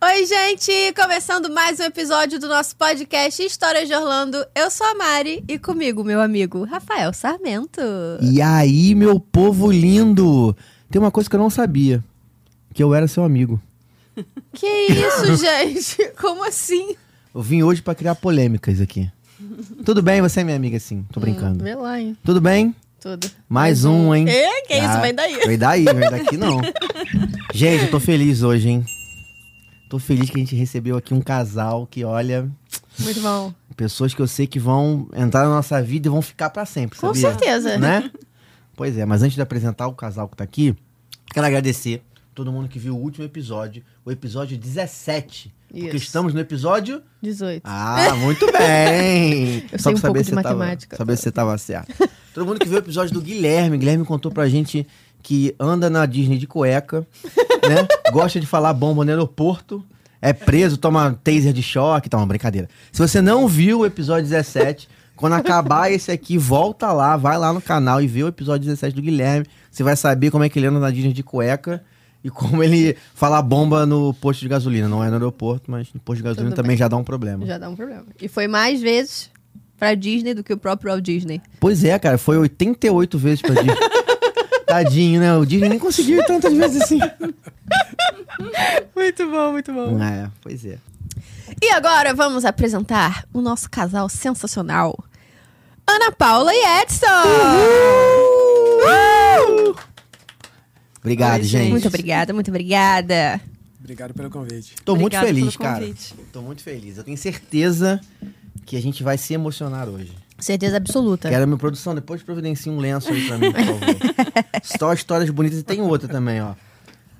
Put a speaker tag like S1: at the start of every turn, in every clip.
S1: Oi, gente! Começando mais um episódio do nosso podcast Histórias de Orlando. Eu sou a Mari e comigo, meu amigo Rafael Sarmento.
S2: E aí, meu povo lindo! Tem uma coisa que eu não sabia: que eu era seu amigo.
S1: Que isso, gente? Como assim?
S2: Eu vim hoje pra criar polêmicas aqui. Tudo bem, você é minha amiga, sim. Tô brincando.
S1: Vê lá, hein?
S2: Tudo bem?
S1: Tudo.
S2: Mais um, hein?
S1: É, que isso?
S2: Ah,
S1: Vem daí.
S2: Vem daí, vem daqui não. gente, eu tô feliz hoje, hein? Tô feliz que a gente recebeu aqui um casal que, olha,
S1: Muito bom.
S2: pessoas que eu sei que vão entrar na nossa vida e vão ficar pra sempre,
S1: Com
S2: sabia?
S1: certeza.
S2: Né? Pois é, mas antes de apresentar o casal que tá aqui, quero agradecer todo mundo que viu o último episódio, o episódio 17.
S1: Isso.
S2: Porque estamos no episódio.
S1: 18.
S2: Ah, muito bem!
S1: Eu sei um pouco de
S2: se tava-
S1: matemática.
S2: saber se você tava certo. Todo mundo que viu o episódio do Guilherme, Guilherme contou pra gente que anda na Disney de cueca, né? Gosta de falar bomba no aeroporto, é preso, toma taser de choque, tá uma brincadeira. Se você não viu o episódio 17, quando acabar esse aqui, volta lá, vai lá no canal e vê o episódio 17 do Guilherme. Você vai saber como é que ele anda na Disney de cueca. E como ele fala bomba no posto de gasolina. Não é no aeroporto, mas no posto de gasolina
S1: Tudo
S2: também já dá um problema.
S1: Já dá um problema. E foi mais vezes pra Disney do que o próprio Walt Disney.
S2: Pois é, cara, foi 88 vezes pra Disney. Tadinho, né? O Disney nem conseguiu ir tantas vezes assim.
S1: Muito bom, muito bom.
S2: É, pois é.
S1: E agora vamos apresentar o nosso casal sensacional. Ana Paula e Edson! Uhul!
S2: Obrigado,
S3: Oi,
S2: gente.
S3: gente.
S1: Muito obrigada, muito obrigada.
S3: Obrigado pelo convite.
S2: Tô muito
S3: Obrigada
S2: feliz,
S3: pelo
S2: cara.
S3: convite.
S2: Tô muito feliz. Eu tenho certeza que a gente vai se emocionar hoje.
S1: Certeza absoluta.
S2: Quero a minha produção, depois providencia um lenço aí pra mim, por favor. Só histórias bonitas e tem outra também, ó.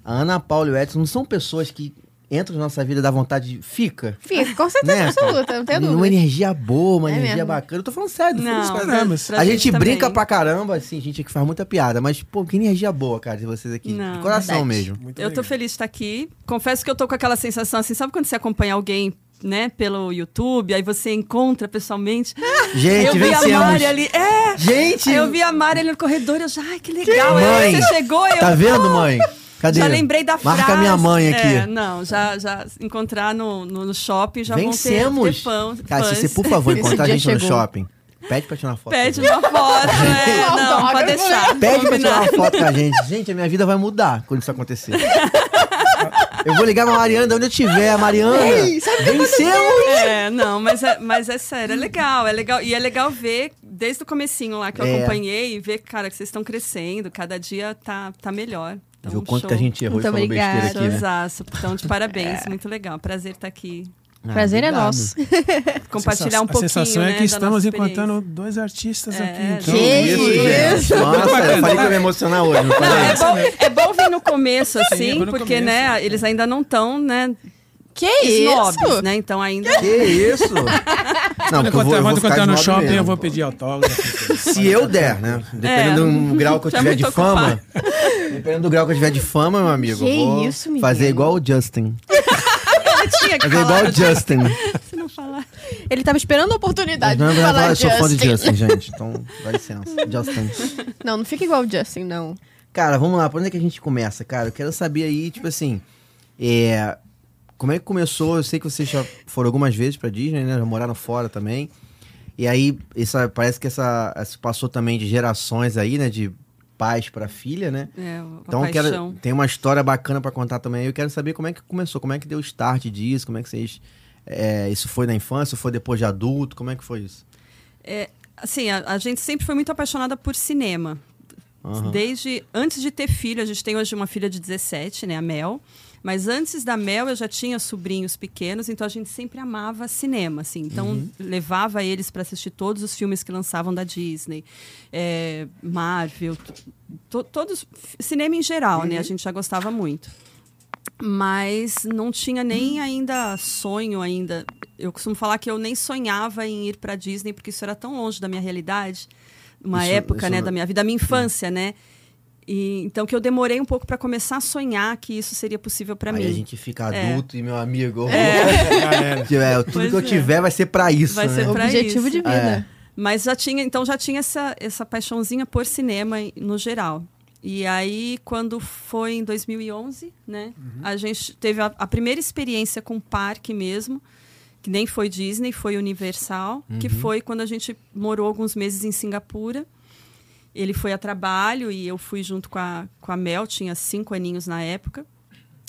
S2: A Ana Paula e o Edson não são pessoas que entram na nossa vida dá vontade de fica.
S1: Fica, com certeza
S2: Né, cara?
S1: absoluta, não tenho
S2: Uma
S1: dúvida.
S2: energia boa, uma
S1: É
S2: energia
S1: mesmo.
S2: bacana. Eu tô falando sério, tô falando
S3: Não,
S2: isso pra
S3: pra-
S2: nada.
S3: pra
S2: a
S3: gente
S2: gente
S3: também.
S2: brinca pra caramba, assim, gente que faz muita piada, mas, pô, que energia boa, cara, de vocês aqui.
S3: Não,
S2: de coração
S1: verdade.
S2: mesmo.
S4: Muito
S3: Eu tô
S4: obrigado.
S3: feliz de estar aqui. Confesso que eu tô com aquela sensação assim, sabe quando você acompanha alguém, né, pelo YouTube, aí você encontra pessoalmente.
S2: Gente,
S3: eu vi a
S2: É, vencemos.
S3: Mari ali. É!
S2: Gente!
S3: Aí eu vi a Mari ali no corredor, eu já, ai, que legal.
S2: Mãe,
S3: aí você chegou, eu.
S2: Tá vendo, mãe? Cadê?
S3: Já lembrei da
S2: Marca
S3: frase.
S2: minha mãe aqui.
S3: É, não, já, já encontrar no, no, no shopping, já vão ter,
S2: vencemos.
S3: ter fãs.
S2: cara, se
S3: fãs.
S2: você, por favor,
S1: Esse
S2: encontrar a
S1: dia
S2: gente no
S1: chegou.
S2: shopping, pede pra tirar uma foto.
S3: Pede
S2: com a
S3: uma foto, é, não, pode deixar.
S2: gente. né? Pede pra tirar
S3: combinado.
S2: uma foto com a gente. Gente, a minha vida vai mudar quando isso acontecer. Eu vou ligar pra Mariana de onde eu estiver. Mariana, vencemos!
S3: É, não, mas é, mas é sério, é legal, é legal. E é legal ver, desde o comecinho lá que eu
S2: É.
S3: acompanhei, ver, cara, que vocês estão crescendo, cada dia tá, tá melhor. Então,
S2: Viu o quanto
S3: show.
S2: que a gente errou
S1: Muito
S2: e falou
S1: obrigada.
S2: besteira aqui, né?
S3: Showzaço. Então, de parabéns, muito legal. Prazer estar aqui.
S2: Ah,
S1: Prazer é
S2: obrigado.
S1: nosso.
S3: Compartilhar um
S4: A
S3: pouquinho.
S4: sensação é
S3: né,
S4: que
S3: da
S4: estamos
S3: nossa É.
S4: encontrando dois artistas aqui. Então,
S1: Que
S2: Isso, gente.
S1: isso?
S4: Muito
S2: Nossa, É, eu falei
S4: bacana.
S2: que eu ia me emocionar hoje, não
S3: Não,
S2: falei?
S3: é, bom, é bom vir no começo, assim,
S4: vir no
S3: porque,
S4: começo.
S3: né,
S2: é.
S3: eles ainda não estão, né,
S1: Que
S3: snobs,
S1: isso?
S3: né? Então ainda...
S2: Que isso? Não,
S4: Quando
S2: porque eu vou,
S4: encontrar,
S2: eu vou
S4: quando
S2: ficar
S4: encontrar
S2: de
S4: no
S2: modo
S4: shopping,
S2: mesmo.
S4: eu vou pedir autógrafo.
S2: Se eu der, né? Dependendo do grau que eu
S3: Já
S2: tiver
S3: muito
S2: de fama. Dependendo do grau que eu tiver de fama, meu amigo.
S1: Que
S2: eu vou
S1: isso, Miguel.
S2: Fazer igual o Justin.
S3: Ela tinha que
S2: Fazer igual
S3: falar,
S2: o Justin.
S3: se não falar.
S1: Ele tava esperando a
S2: Mas
S1: oportunidade
S2: não é
S1: de falar
S2: verdade, eu sou fã de
S1: Justin.
S2: Justin, gente. Então, dá licença. Justin.
S1: Não, não fica igual o Justin, não.
S2: Cara, vamos lá. Por onde é que a gente começa, cara? Eu quero saber aí, tipo assim. É. Como é que começou? Eu sei que vocês já foram algumas vezes pra Disney, né? Já moraram fora também. E aí, essa, parece que essa, essa passou também de gerações aí, né? De pais pra filha, né?
S3: É, uma
S2: Então eu quero,
S3: paixão.
S2: tem uma história bacana pra contar também. Eu quero saber como é que começou, como é que deu o start disso, como é que vocês. é, isso foi na infância, foi depois de adulto? Como é que foi isso?
S3: Assim, a, a gente sempre foi muito apaixonada por cinema.
S2: Aham.
S3: Desde antes de ter filho, a gente tem hoje uma filha de 17, né, a Mel. Mas antes da Mel, eu já tinha sobrinhos pequenos, então a gente sempre amava cinema, assim. Então levava eles para assistir todos os filmes que lançavam da Disney, é, Marvel, t- to- todos cinema em geral, né? A gente já gostava muito mas não tinha
S2: Hum.
S3: nem ainda sonho ainda. Eu costumo falar que eu nem sonhava em ir para Disney porque isso era tão longe da minha realidade, uma
S2: Isso-
S3: época,
S2: isso não-
S3: né,
S2: é. Hum.
S3: da minha vida, da minha infância, né? E, então que eu demorei um pouco para começar a sonhar que isso seria possível para
S2: Aí
S3: mim. É.
S2: a gente fica adulto e meu amigo. eu vou-
S4: Galera,
S2: É, tudo
S3: Pois
S2: que eu
S3: é.
S2: tiver vai ser pra isso.
S3: Vai
S2: né?
S1: É
S3: ser pra
S1: Objetivo
S3: isso.
S1: de vida.
S2: É,
S3: Mas já tinha, então já tinha essa, essa paixãozinha por cinema em- no geral. E aí, quando foi em 2011, né? A gente teve a, a primeira experiência com parque mesmo, que nem foi Disney, foi Universal, que foi quando a gente morou alguns meses em Singapura. Ele foi a trabalho e eu fui junto com a, com a Mel, tinha cinco aninhos na época.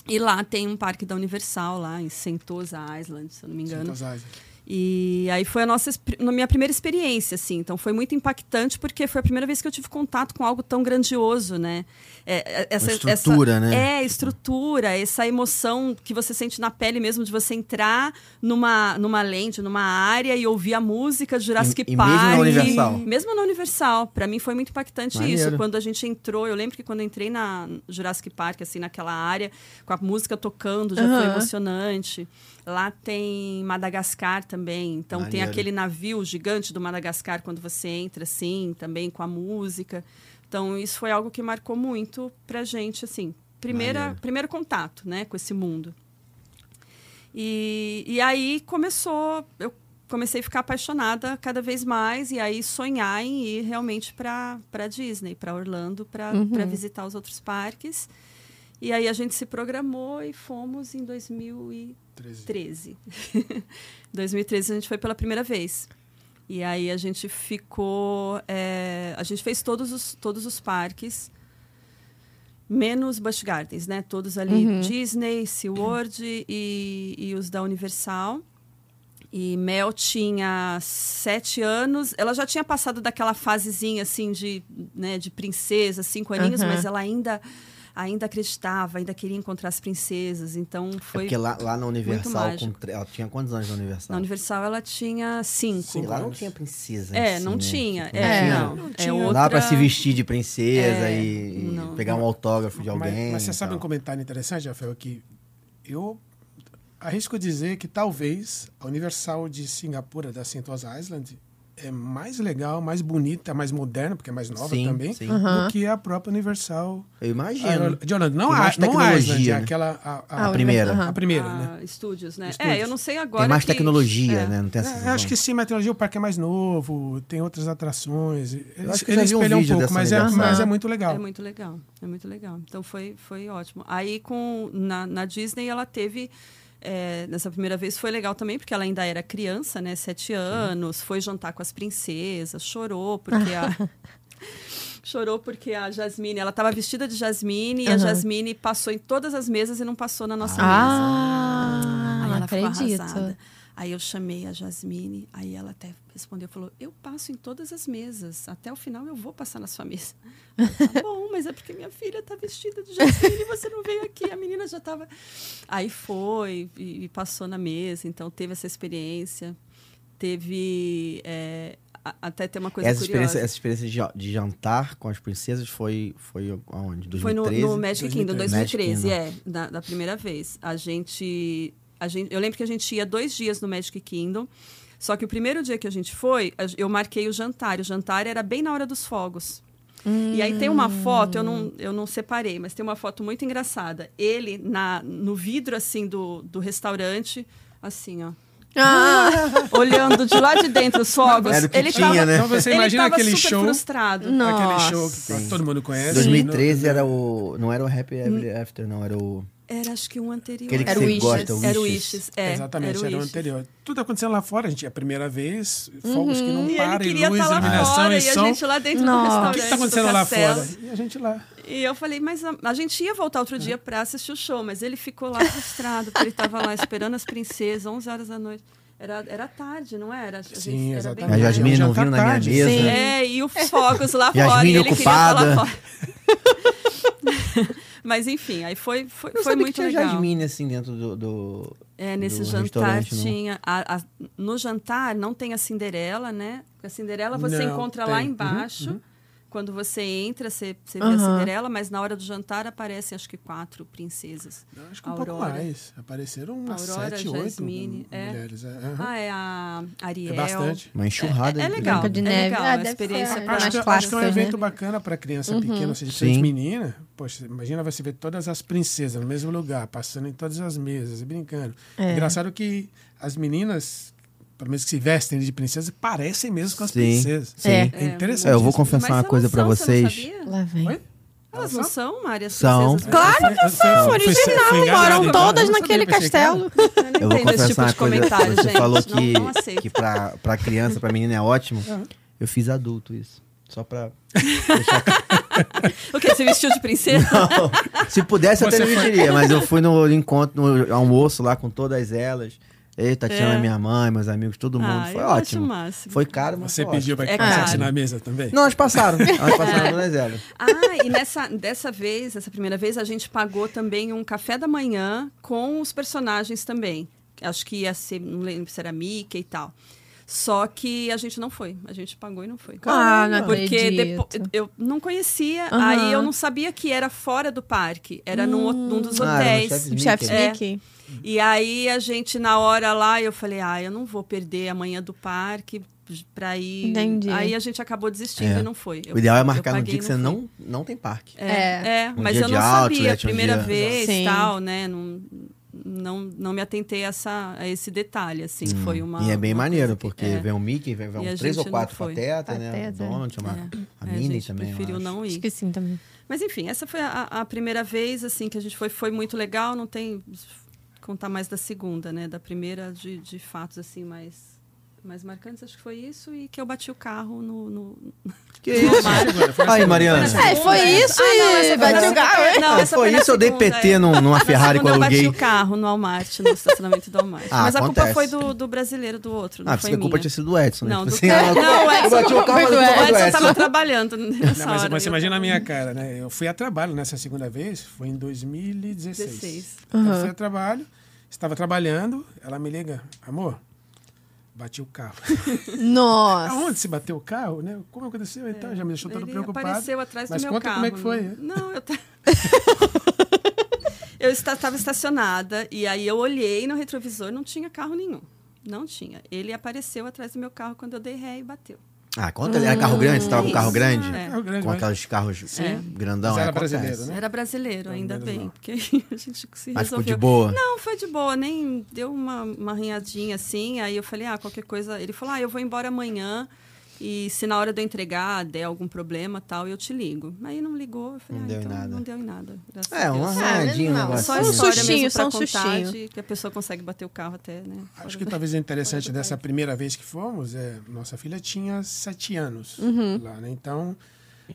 S3: E lá tem um parque da Universal, lá em Sentosa Island, se eu não me engano.
S4: Fantasais.
S3: E aí foi a nossa exp- na minha primeira experiência, assim. Então foi muito impactante porque foi a primeira vez que eu tive contato com algo tão grandioso, né? É, é, essa
S2: estrutura,
S3: essa-
S2: né?
S3: É estrutura, essa emoção que você sente na pele mesmo de você entrar numa numa lente, numa área e ouvir a música de Jurassic
S2: E- e mesmo
S3: Park.
S2: na Universal?
S3: Mesmo na Universal, para mim foi muito impactante
S2: Maneiro.
S3: isso quando a gente entrou. Eu lembro que quando eu entrei na Jurassic Park assim naquela área com a música tocando já foi
S1: Aham.
S3: emocionante. Lá tem Madagascar também, então tem
S2: Maneiro.
S3: aquele navio gigante do Madagascar quando você entra, assim, também com a música. Então isso foi algo que marcou muito pra gente, assim, primeira,
S2: Maneiro.
S3: primeiro contato, né, com esse mundo. E, e aí começou, eu comecei a ficar apaixonada cada vez mais e aí sonhar em ir realmente pra pra Disney, pra Orlando, pra pra visitar os outros parques. E aí a gente se programou e fomos em 2013.
S4: 13.
S3: 2013 a gente foi pela primeira vez. E aí a gente ficou, é, a gente fez todos os todos os parques menos Busch Gardens, né? Todos ali Disney, SeaWorld e, e os da Universal. E Mel tinha sete anos. Ela já tinha passado daquela fasezinha assim de, né, de princesa, cinco aninhos,
S1: Aham.
S3: mas ela ainda ainda acreditava, ainda queria encontrar as princesas. Então
S2: É
S3: foi
S2: porque lá, lá na Universal,
S3: mágico.
S2: com tre- ela tinha quantos anos na Universal?
S3: na Universal ela tinha cinco.
S2: Sim, lá não tinha princesa.
S3: É,
S2: assim,
S3: não
S2: né?
S3: tinha.
S2: Tipo,
S3: É,
S1: tinha.
S3: não.
S4: Não
S3: É
S4: tinha.
S2: Não
S3: outra...
S2: dava pra se vestir de princesa
S3: É,
S2: e, e
S3: não.
S2: pegar um autógrafo de alguém. então.
S4: Mas, mas você
S2: e
S4: sabe um
S2: tal.
S4: comentário interessante, Rafael, que eu arrisco dizer que talvez a Universal de Singapura, da Sentosa Island, é mais legal, mais bonita, mais moderna, porque é mais nova
S2: Sim,
S4: também,
S2: sim.
S1: Aham.
S4: do que a própria Universal
S2: Eu imagino.
S4: Aero- de Orlando. Não,
S2: Tem
S4: a,
S2: mais
S4: não a
S2: tecnologia,
S4: Island, é
S2: né?
S4: aquela... A, a-
S1: Ah,
S2: A primeira.
S1: Universal,
S4: a
S1: aham.
S4: primeira, né?
S3: Ah, Estúdios, né?
S4: Estúdios.
S3: É, eu não sei agora.
S2: Tem mais
S3: que-
S2: tecnologia,
S3: é.
S2: né? Não tem essa
S4: É, eu acho
S2: sensação.
S4: que sim, mas tecnologia, o parque é mais novo, tem outras atrações. Eles,
S2: acho que eu já
S4: eles
S2: vi um
S4: espelham um,
S2: vídeo
S4: pouco,
S2: dessa
S4: mas é,
S2: Universal.
S4: mas é muito legal.
S3: É muito legal, é muito legal. Então foi, foi ótimo. Aí com na, na Disney ela teve é, nessa primeira vez foi legal também porque ela ainda era criança, né, sete anos, foi jantar com as princesas, chorou porque a chorou porque a Jasmine, ela estava vestida de Jasmine e a
S1: Aham.
S3: Jasmine passou em todas as mesas e não passou na nossa
S2: Ah,
S3: mesa.
S1: Ah,
S3: Aí
S1: não
S3: ela ficou
S1: acredito.
S3: arrasada. Aí eu chamei a Jasmine, aí ela até respondeu, falou, eu passo em todas as mesas, até o final eu vou passar na sua mesa. Aí eu, tá bom, mas é porque minha filha tá vestida de Jasmine e você não veio aqui, a menina já tava... Aí foi e, e passou na mesa, então teve essa experiência, teve... é, a- até tem uma coisa
S2: Essa experiência,
S3: curiosa.
S2: essa experiência de ja- de jantar com as princesas foi, foi aonde? 2013?
S3: Foi no, no Magic Kingdom,
S2: 2013.
S3: 2013, é, da, da primeira vez. A gente, a gente. Eu lembro que a gente ia dois dias no Magic Kingdom. Só que o primeiro dia que a gente foi, a- eu marquei o jantar. O jantar era bem na hora dos fogos. E aí tem uma foto, eu não, eu não separei, mas tem uma foto muito engraçada. Ele na, no vidro, assim, do, do restaurante, assim, ó.
S1: Ah,
S3: Olhando de lá de dentro os fogos.
S2: Era o que
S3: é. ele
S2: tinha,
S3: tava,
S2: né?
S4: Então você
S3: ele
S4: imagina
S3: tava
S4: aquele
S3: super
S4: show,
S3: frustrado.
S4: aquele
S1: Nossa.
S4: show que todo mundo conhece.
S2: 2013 era o. Não era o Happy Ever After, não. Era o.
S3: Era acho que um anterior.
S2: Aquele que
S1: Era
S2: você
S1: o Wishes.
S2: gosta, o
S3: Era o
S2: Wishes.
S3: Wishes, é.
S4: né? Exatamente, era,
S3: era
S4: o
S3: Wishes.
S4: anterior. Tudo acontecendo lá fora, gente. É a primeira vez, fogos que não
S3: Uhum. E ele
S4: param, e
S3: queria
S4: luz,
S3: estar lá
S4: iluminação
S3: fora
S4: e
S3: e a
S4: som.
S3: gente lá dentro do
S1: Nossa.
S4: O
S3: restaurante.
S4: que está
S3: do
S4: acontecendo lá
S3: castelo.
S4: fora? E a gente lá.
S3: E eu falei, mas a, a gente ia voltar outro dia para assistir o show, mas ele ficou lá frustrado, porque ele estava lá esperando as princesas, 11 horas da noite. Era, era tarde, não era? A gente-
S4: Sim,
S3: era
S4: exatamente.
S2: A
S3: tarde.
S2: Jasmine
S4: Já
S2: não
S4: tá
S2: vindo na minha
S4: tarde.
S2: mesa.
S1: Sim.
S3: É, e os fogos lá fora.
S2: Jasmine
S3: E ele queria
S2: ocupada.
S3: estar lá fora. mas enfim, aí foi, foi,
S2: Eu
S3: foi
S2: sabia
S3: muito
S2: que tinha
S3: legal.
S2: Jasmine assim dentro do. do-
S3: É, nesse
S2: do
S3: jantar
S2: restaurante, né? não.
S3: tinha. a- a- no jantar não tem a Cinderela, né? A Cinderela você
S4: Não,
S3: encontra
S4: tem.
S3: lá
S4: Uhum,
S3: embaixo. Quando você entra, você, você vê a
S1: Aham.
S3: Cinderela, mas na hora do jantar aparecem acho que quatro princesas.
S4: Não, Acho que um pouco
S3: Aurora.
S4: mais. Apareceram umas
S3: Aurora,
S4: sete, oito
S3: Jasmine, é.
S4: mulheres. é, aham.
S3: Ah, é a Ariel.
S4: É bastante.
S2: Uma enxurrada.
S3: É
S2: de-
S3: legal,
S1: Branca de
S3: é
S1: Neve.
S3: legal.
S1: Ah,
S3: a
S1: deve ser
S3: experiência
S1: mais
S3: pra-
S4: Acho que, acho que é um
S1: clássicas, né?
S4: evento bacana para criança pequena, ou seja,
S2: Sim.
S4: gente menina. Poxa, imagina você ver todas as princesas no mesmo lugar, passando em todas as mesas e brincando.
S1: É.
S4: Engraçado que as meninas, pelo menos que se vestem de princesa, parecem mesmo com as
S2: Sim,
S4: princesas.
S2: sim.
S1: É.
S4: É interessante.
S2: É, eu vou
S4: isso.
S2: confessar
S3: Mas
S2: uma
S3: você
S2: coisa
S3: não
S2: pra
S3: sabe, você não
S2: vocês.
S3: sabia?
S1: lá vem.
S4: Oi?
S3: Elas não são, Mária?
S2: São.
S5: Claro
S4: É, Foi-
S5: que são,
S4: foi- foi
S5: original.
S4: enganado,
S5: Moram
S4: eu
S5: todas
S4: não sabia,
S5: naquele
S4: pensei que era.
S5: castelo.
S3: Eu
S2: Eu vou
S3: não entendo
S2: confessar
S3: esse tipo
S2: uma
S3: de
S2: coisa.
S3: comentário,
S2: você
S3: gente.
S2: falou
S3: Não,
S2: que,
S3: não aceito.
S2: que pra, pra criança, pra menina é ótimo. Eu fiz adulto isso. Só pra. deixar claro.
S3: O que? Você vestiu de princesa?
S2: Se pudesse, eu até
S4: Você
S2: não diria, mas eu fui no encontro, no almoço lá com todas elas. Eu, Tatiana,
S3: É.
S2: minha mãe, meus amigos, todo mundo.
S3: Ah,
S2: foi
S3: eu
S2: ótimo.
S3: acho o máximo.
S2: Foi caro, mas
S4: Você
S2: foi
S4: pediu pra
S3: É
S4: que passasse
S3: caro.
S4: na mesa também?
S2: ótimo. Não, elas passaram. Elas passaram todas elas.
S3: Ah, e nessa, dessa vez, essa primeira vez, a gente pagou também um café da manhã com os personagens também. Acho que ia ser, não lembro se era Mickey e tal. Só que a gente não foi. A gente pagou e não foi.
S1: Ah, não
S3: Porque
S1: acredito.
S3: depo- eu não conhecia,
S1: Aham.
S3: aí eu não sabia que era fora do parque. Era num, o- num
S1: Hum.
S3: dos
S2: Ah, era no
S3: hotéis.
S2: Chef's
S1: Chef's
S3: É.
S1: Mickey.
S3: E aí a gente, na hora lá, eu falei, ah, eu não vou perder a manhã do parque pra ir.
S1: Entendi.
S3: Aí a gente acabou desistindo
S2: É.
S3: e não foi. Eu-
S2: O ideal é
S3: eu
S2: marcar no
S3: paguei
S2: dia que
S3: e
S2: você
S3: fui.
S2: não, não tem parque.
S1: É.
S3: É,
S2: Um
S3: mas
S2: dia
S3: eu
S2: de
S3: não sabia,
S2: outlet, um
S3: primeira
S2: dia-
S3: vez
S1: Sim.
S3: e tal, né? Não, não, não me atentei a, essa, a esse detalhe, assim. Foi uma.
S2: e é bem
S3: uma
S2: maneiro,
S3: coisa
S2: porque
S3: que- é.
S2: vem o Mickey, vem, vem
S3: E a
S2: uns três ou
S3: gente não
S2: quatro
S3: foi.
S2: patetas, né? O
S1: Pateta.
S2: Donald, uma, a
S3: É,
S2: Minnie
S3: gente
S2: também. eu
S3: preferiu
S2: acho.
S3: não ir.
S1: Acho que sim também.
S3: Mas enfim, essa foi a, a primeira vez assim que a gente foi, foi muito legal, não tem contar mais da segunda, né? Da primeira de, de fatos assim mais mais marcantes, acho que foi isso e que eu bati o carro no, no...
S2: Que isso? Aí, Mariana.
S1: É, foi isso e
S3: Ah, essa foi na
S1: bateu o carro,
S3: segunda. Não, essa
S2: é? Foi
S3: na
S2: isso, eu dei
S3: segunda,
S2: PT
S3: é.
S2: num- numa
S3: Na
S2: Ferrari que eu
S3: segunda
S2: aluguei.
S3: Eu bati o carro no Walmart, no estacionamento do Walmart.
S2: Ah,
S3: Mas a
S2: acontece.
S3: culpa foi do, do brasileiro, do outro, não
S2: Ah,
S3: foi
S2: porque a culpa
S3: minha.
S2: tinha sido do Edson, né?
S3: Não,
S2: Tipo
S3: do
S2: assim,
S3: cara.
S2: ela-
S3: Não, o
S2: eu
S3: Edson-
S2: bati o carro, mas a culpa foi do
S3: Mas eu
S2: Edson.
S3: tava trabalhando né? nessa
S4: Não, mas,
S3: hora.
S4: mas você
S3: eu
S4: imagina a
S3: tava-
S4: minha cara, né? Eu fui a trabalho nessa segunda vez, foi em 2016.
S3: 16.
S4: Então, Eu fui a trabalho, estava trabalhando, ela me liga, amor, bati o carro.
S1: Nossa.
S4: Aonde se bateu o carro, né? Como aconteceu? Então, já me deixou todo
S3: É, Ele
S4: preocupado.
S3: apareceu atrás
S4: mas
S3: do meu
S4: conta
S3: carro.
S4: como é que foi.
S3: né?
S4: é?
S3: Não, eu ta- Eu estava estacionada e aí eu olhei no retrovisor, não tinha carro nenhum. Não tinha. Ele apareceu atrás do meu carro quando eu dei ré e bateu.
S2: Ah, conta ali, era carro grande? Você tava com carro
S3: Isso,
S2: grande?
S3: é.
S4: Carro grande,
S2: Com
S4: mas-
S2: aqueles carros grandão,
S4: Mas
S2: é,
S4: era
S2: acontece.
S4: brasileiro, né?
S3: Era brasileiro, ainda
S4: menos
S3: bem,
S4: mal.
S3: porque aí a gente se resolveu.
S2: Mas ficou de boa.
S3: Não, foi de boa, nem deu uma, uma arranhadinha assim. Aí eu falei, ah, qualquer coisa. Ele falou, ah, eu vou embora amanhã. E se na hora de eu entregar der algum problema tal, eu te ligo. Aí não ligou, eu falei,
S2: Não
S3: ah,
S2: deu em
S3: então
S2: nada.
S3: não deu em nada. graças
S2: É,
S3: a
S2: uma
S3: Deus. É
S2: arranhadinha, um
S1: menos mal.
S2: negócio.
S3: Ah,
S1: Só
S3: Só
S1: um
S3: a história
S1: sustinho,
S3: mesmo pra
S1: só um
S3: contar
S1: sustinho.
S3: de que a pessoa consegue bater o carro até, né?
S2: Ah,
S3: fora
S4: Acho que
S3: do-
S4: talvez o interessante dessa primeira vez que fomos é nossa filha tinha sete anos
S3: Uhum.
S4: lá, né? Então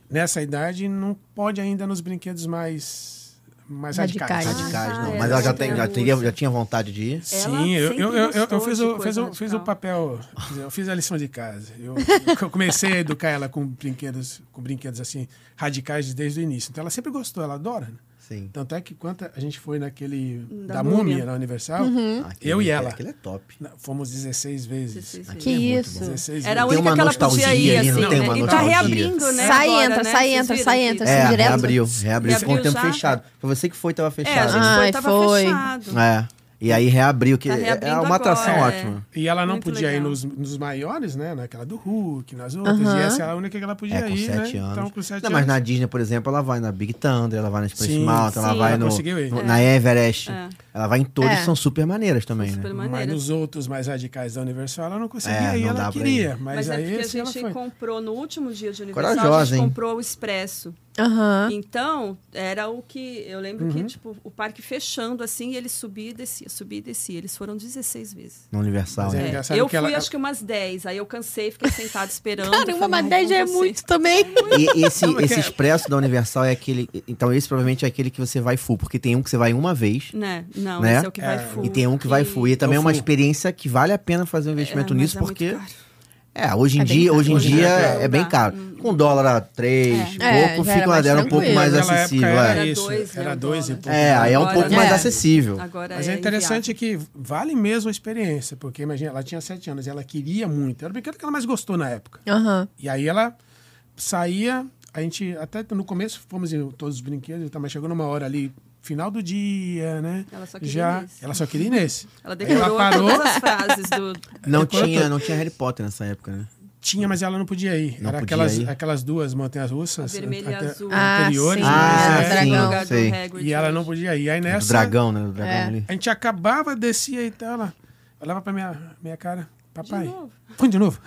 S4: nessa idade não pode ainda nos brinquedos mais mais radicais.
S1: Radicais.
S2: Radicais,
S3: Ah,
S2: não.
S3: é,
S2: Mas ela já,
S3: ela
S2: tem,
S3: tem
S2: já,
S3: a
S2: teria,
S3: música.
S2: já tinha vontade de ir.
S3: Ela
S4: Sim, eu,
S3: sempre
S4: eu, eu, eu, eu
S3: gostou
S4: fiz
S3: de
S4: o,
S3: coisa
S4: fiz, o,
S3: radical.
S4: fiz o papel, eu fiz a lição de casa. Eu, eu comecei a educar ela com brinquedos, com brinquedos assim radicais desde o início. Então ela sempre gostou, ela adora. Né?
S2: Sim.
S4: Tanto é que quando a gente foi naquele da,
S3: Da
S4: múmia.
S3: múmia. Uhum.
S4: na Universal,
S2: Aquele-
S4: eu e ela,
S2: Aquele é top.
S4: na- fomos 16 vezes. Então,
S3: 16
S1: Que
S3: vezes.
S1: isso.
S4: 16
S3: Era a
S2: Tem
S3: única
S2: uma
S3: que ela podia
S2: nostalgia
S3: ir,
S2: ali,
S3: assim,
S2: não tem
S3: né?
S2: uma
S3: E tá
S2: nostalgia.
S3: reabrindo, né?
S1: Sai,
S3: agora,
S1: entra,
S3: né?
S1: sai,
S3: Vocês
S1: entra,
S3: viram
S1: sai,
S3: que-
S1: entra, Tá assim,
S2: É,
S1: direto?
S2: reabriu. Reabriu. Ficou um
S3: Reabriu
S2: tempo
S3: já?
S2: fechado. Foi você que foi, tava
S3: É, a
S2: fechado.
S3: gente
S2: né?
S1: Ai,
S3: foi, tava
S1: Ah, foi.
S4: Uhum.
S3: fechado.
S2: É. E aí reabriu, que
S3: Tá
S2: é- é
S3: reabrindo
S2: uma atração
S3: agora,
S2: ótima.
S4: E ela não
S3: Muito
S4: podia ir
S3: legal.
S4: nos, nos maiores, né? Naquela do Hulk, nas outras.
S1: Aham.
S4: E essa é a única que ela podia
S2: É, com
S4: ir,
S2: sete
S4: né?
S2: anos.
S4: Então, com sete
S2: não, mas
S4: anos.
S2: na Disney, por exemplo, ela vai na Big Thunder, ela vai na Space
S4: Sim,
S2: Mountain, ela
S3: sim.
S2: vai
S4: Ela
S2: no,
S4: conseguiu ir. É.
S2: no- na Everest. Ela vai em todas,
S1: É.
S2: são super maneiras também, né?
S3: Super
S4: Mas
S3: maneiro.
S4: nos outros mais radicais da Universal, ela não
S2: É,
S4: conseguia
S2: não
S4: ir,
S2: dá
S4: ela
S2: pra
S4: queria.
S2: ir.
S4: Mas,
S3: Mas é
S4: aí
S3: porque a
S2: assim
S4: esse ela
S3: gente
S4: foi.
S3: comprou no último dia de Universal,
S2: Corajosa,
S3: a
S2: hein?
S3: gente comprou o Expresso.
S1: Aham.
S3: Então, era o que. Eu lembro que, tipo, o parque fechando assim, e ele subia e descia, subia e descia. Eles foram 16 vezes.
S2: No Universal,
S4: Mas É
S2: né?
S4: engraçado
S3: eu
S4: que
S3: fui
S4: ela-
S3: acho que umas 10. Aí eu cansei, fiquei sentado esperando.
S1: Caramba,
S3: falei,
S1: mas
S3: "Ai,
S1: 10 já é
S3: vamos
S1: muito também.
S2: E esse,
S4: Não, mas
S2: esse
S4: que- é?
S2: expresso da Universal é aquele. Então, esse provavelmente é aquele que você vai full, porque tem um que você vai uma vez.
S3: Né? Não,
S2: Né?
S3: esse é o que vai
S4: É.
S3: full.
S2: E tem um que vai full. E também é uma
S4: full.
S2: experiência que vale a pena fazer um
S3: É,
S2: investimento
S3: mas
S2: nisso,
S3: é muito
S2: porque.
S3: caro.
S2: É, hoje em
S1: É bem
S2: dia,
S1: caro.
S2: hoje em
S4: Hoje em
S2: dia
S4: dia é caro.
S2: é bem
S3: Dá.
S2: caro. Com dólar a três,
S1: É,
S2: pouco,
S1: já era
S2: fica,
S1: mais
S2: era um pouco
S1: tranquilo.
S2: mais
S4: Naquela época
S2: acessível.
S4: era
S2: é.
S4: isso,
S3: né,
S4: era
S3: o
S4: dois e
S3: dólar.
S4: pouco.
S2: É, aí é um
S3: Agora-
S2: pouco mais
S1: É.
S2: acessível.
S3: Agora
S4: Mas é, interessante
S3: inviável.
S4: que vale mesmo a experiência, porque imagina, ela tinha sete anos e ela queria muito. Era o brinquedo que ela mais gostou na época.
S1: Aham.
S4: E aí ela saía, a gente até no começo fomos em todos os brinquedos, e tal, mas chegou numa hora ali, final do dia, né?
S3: Ela só queria
S4: Já,
S3: ir nesse.
S4: ela só queria ir nesse.
S3: Ela
S4: Aí ela
S3: decorou
S4: parou.
S3: todas as frases do.
S2: Não
S4: Enquanto-
S2: tinha, não tinha Harry Potter nessa época, né?
S4: Tinha, mas ela não podia ir.
S2: Não
S4: Era
S2: podia
S4: aquelas,
S2: ir.
S4: aquelas duas montanhas russas.
S3: A vermelha e
S4: ante-
S3: azul.
S1: Ah,
S4: Anteriores,
S1: sim.
S2: Ah,
S4: né? é.
S1: sim. dragão.
S3: lugar do
S2: sei.
S3: Hagrid,
S4: E ela
S3: né?
S4: não podia ir. Aí
S2: Do
S4: nessa.
S2: dragão, né? Do dragão
S1: É.
S2: ali.
S4: A gente acabava, descia e tal. Ela olhava pra minha, minha cara. Papai.
S3: De novo.
S4: Põe de novo.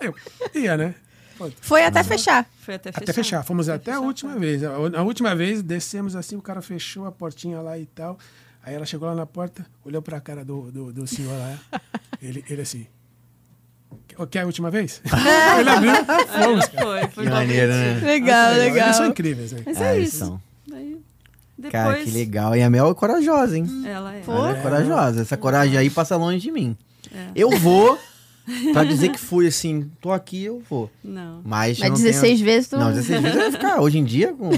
S4: Eu ia, né? pode.
S1: Foi até fechar.
S3: Foi até fechar.
S4: Até fechar. Fomos
S3: Foi
S4: até a
S3: fechar,
S4: última
S3: foi.
S4: vez. A a última vez descemos assim, o cara fechou a portinha lá e tal. Aí ela chegou lá na porta, olhou pra cara do, do, do senhor lá. Ele, ele assim. "Quer- Quer a última vez? ele abriu. Fomos.
S3: Foi, foi
S2: Que maneiro,
S3: convite.
S2: né?
S1: Legal, legal.
S4: É, Eles são incríveis, né?
S3: Ah, Mas
S2: Ah,
S3: é
S2: eles
S3: isso.
S2: são.
S3: Daí, depois,
S2: Cara, que legal. E a Mel é corajosa, hein?
S3: Ela é.
S1: Pô.
S2: Ela é corajosa. Essa coragem aí passa longe de mim.
S1: É.
S2: Eu vou pra dizer que fui assim, tô aqui, eu vou.
S3: Não.
S2: Mas, eu
S1: Mas
S2: não
S1: 16 vezes tu.
S2: Tenho... Não, 16 vezes eu vou ficar. Hoje em dia, com.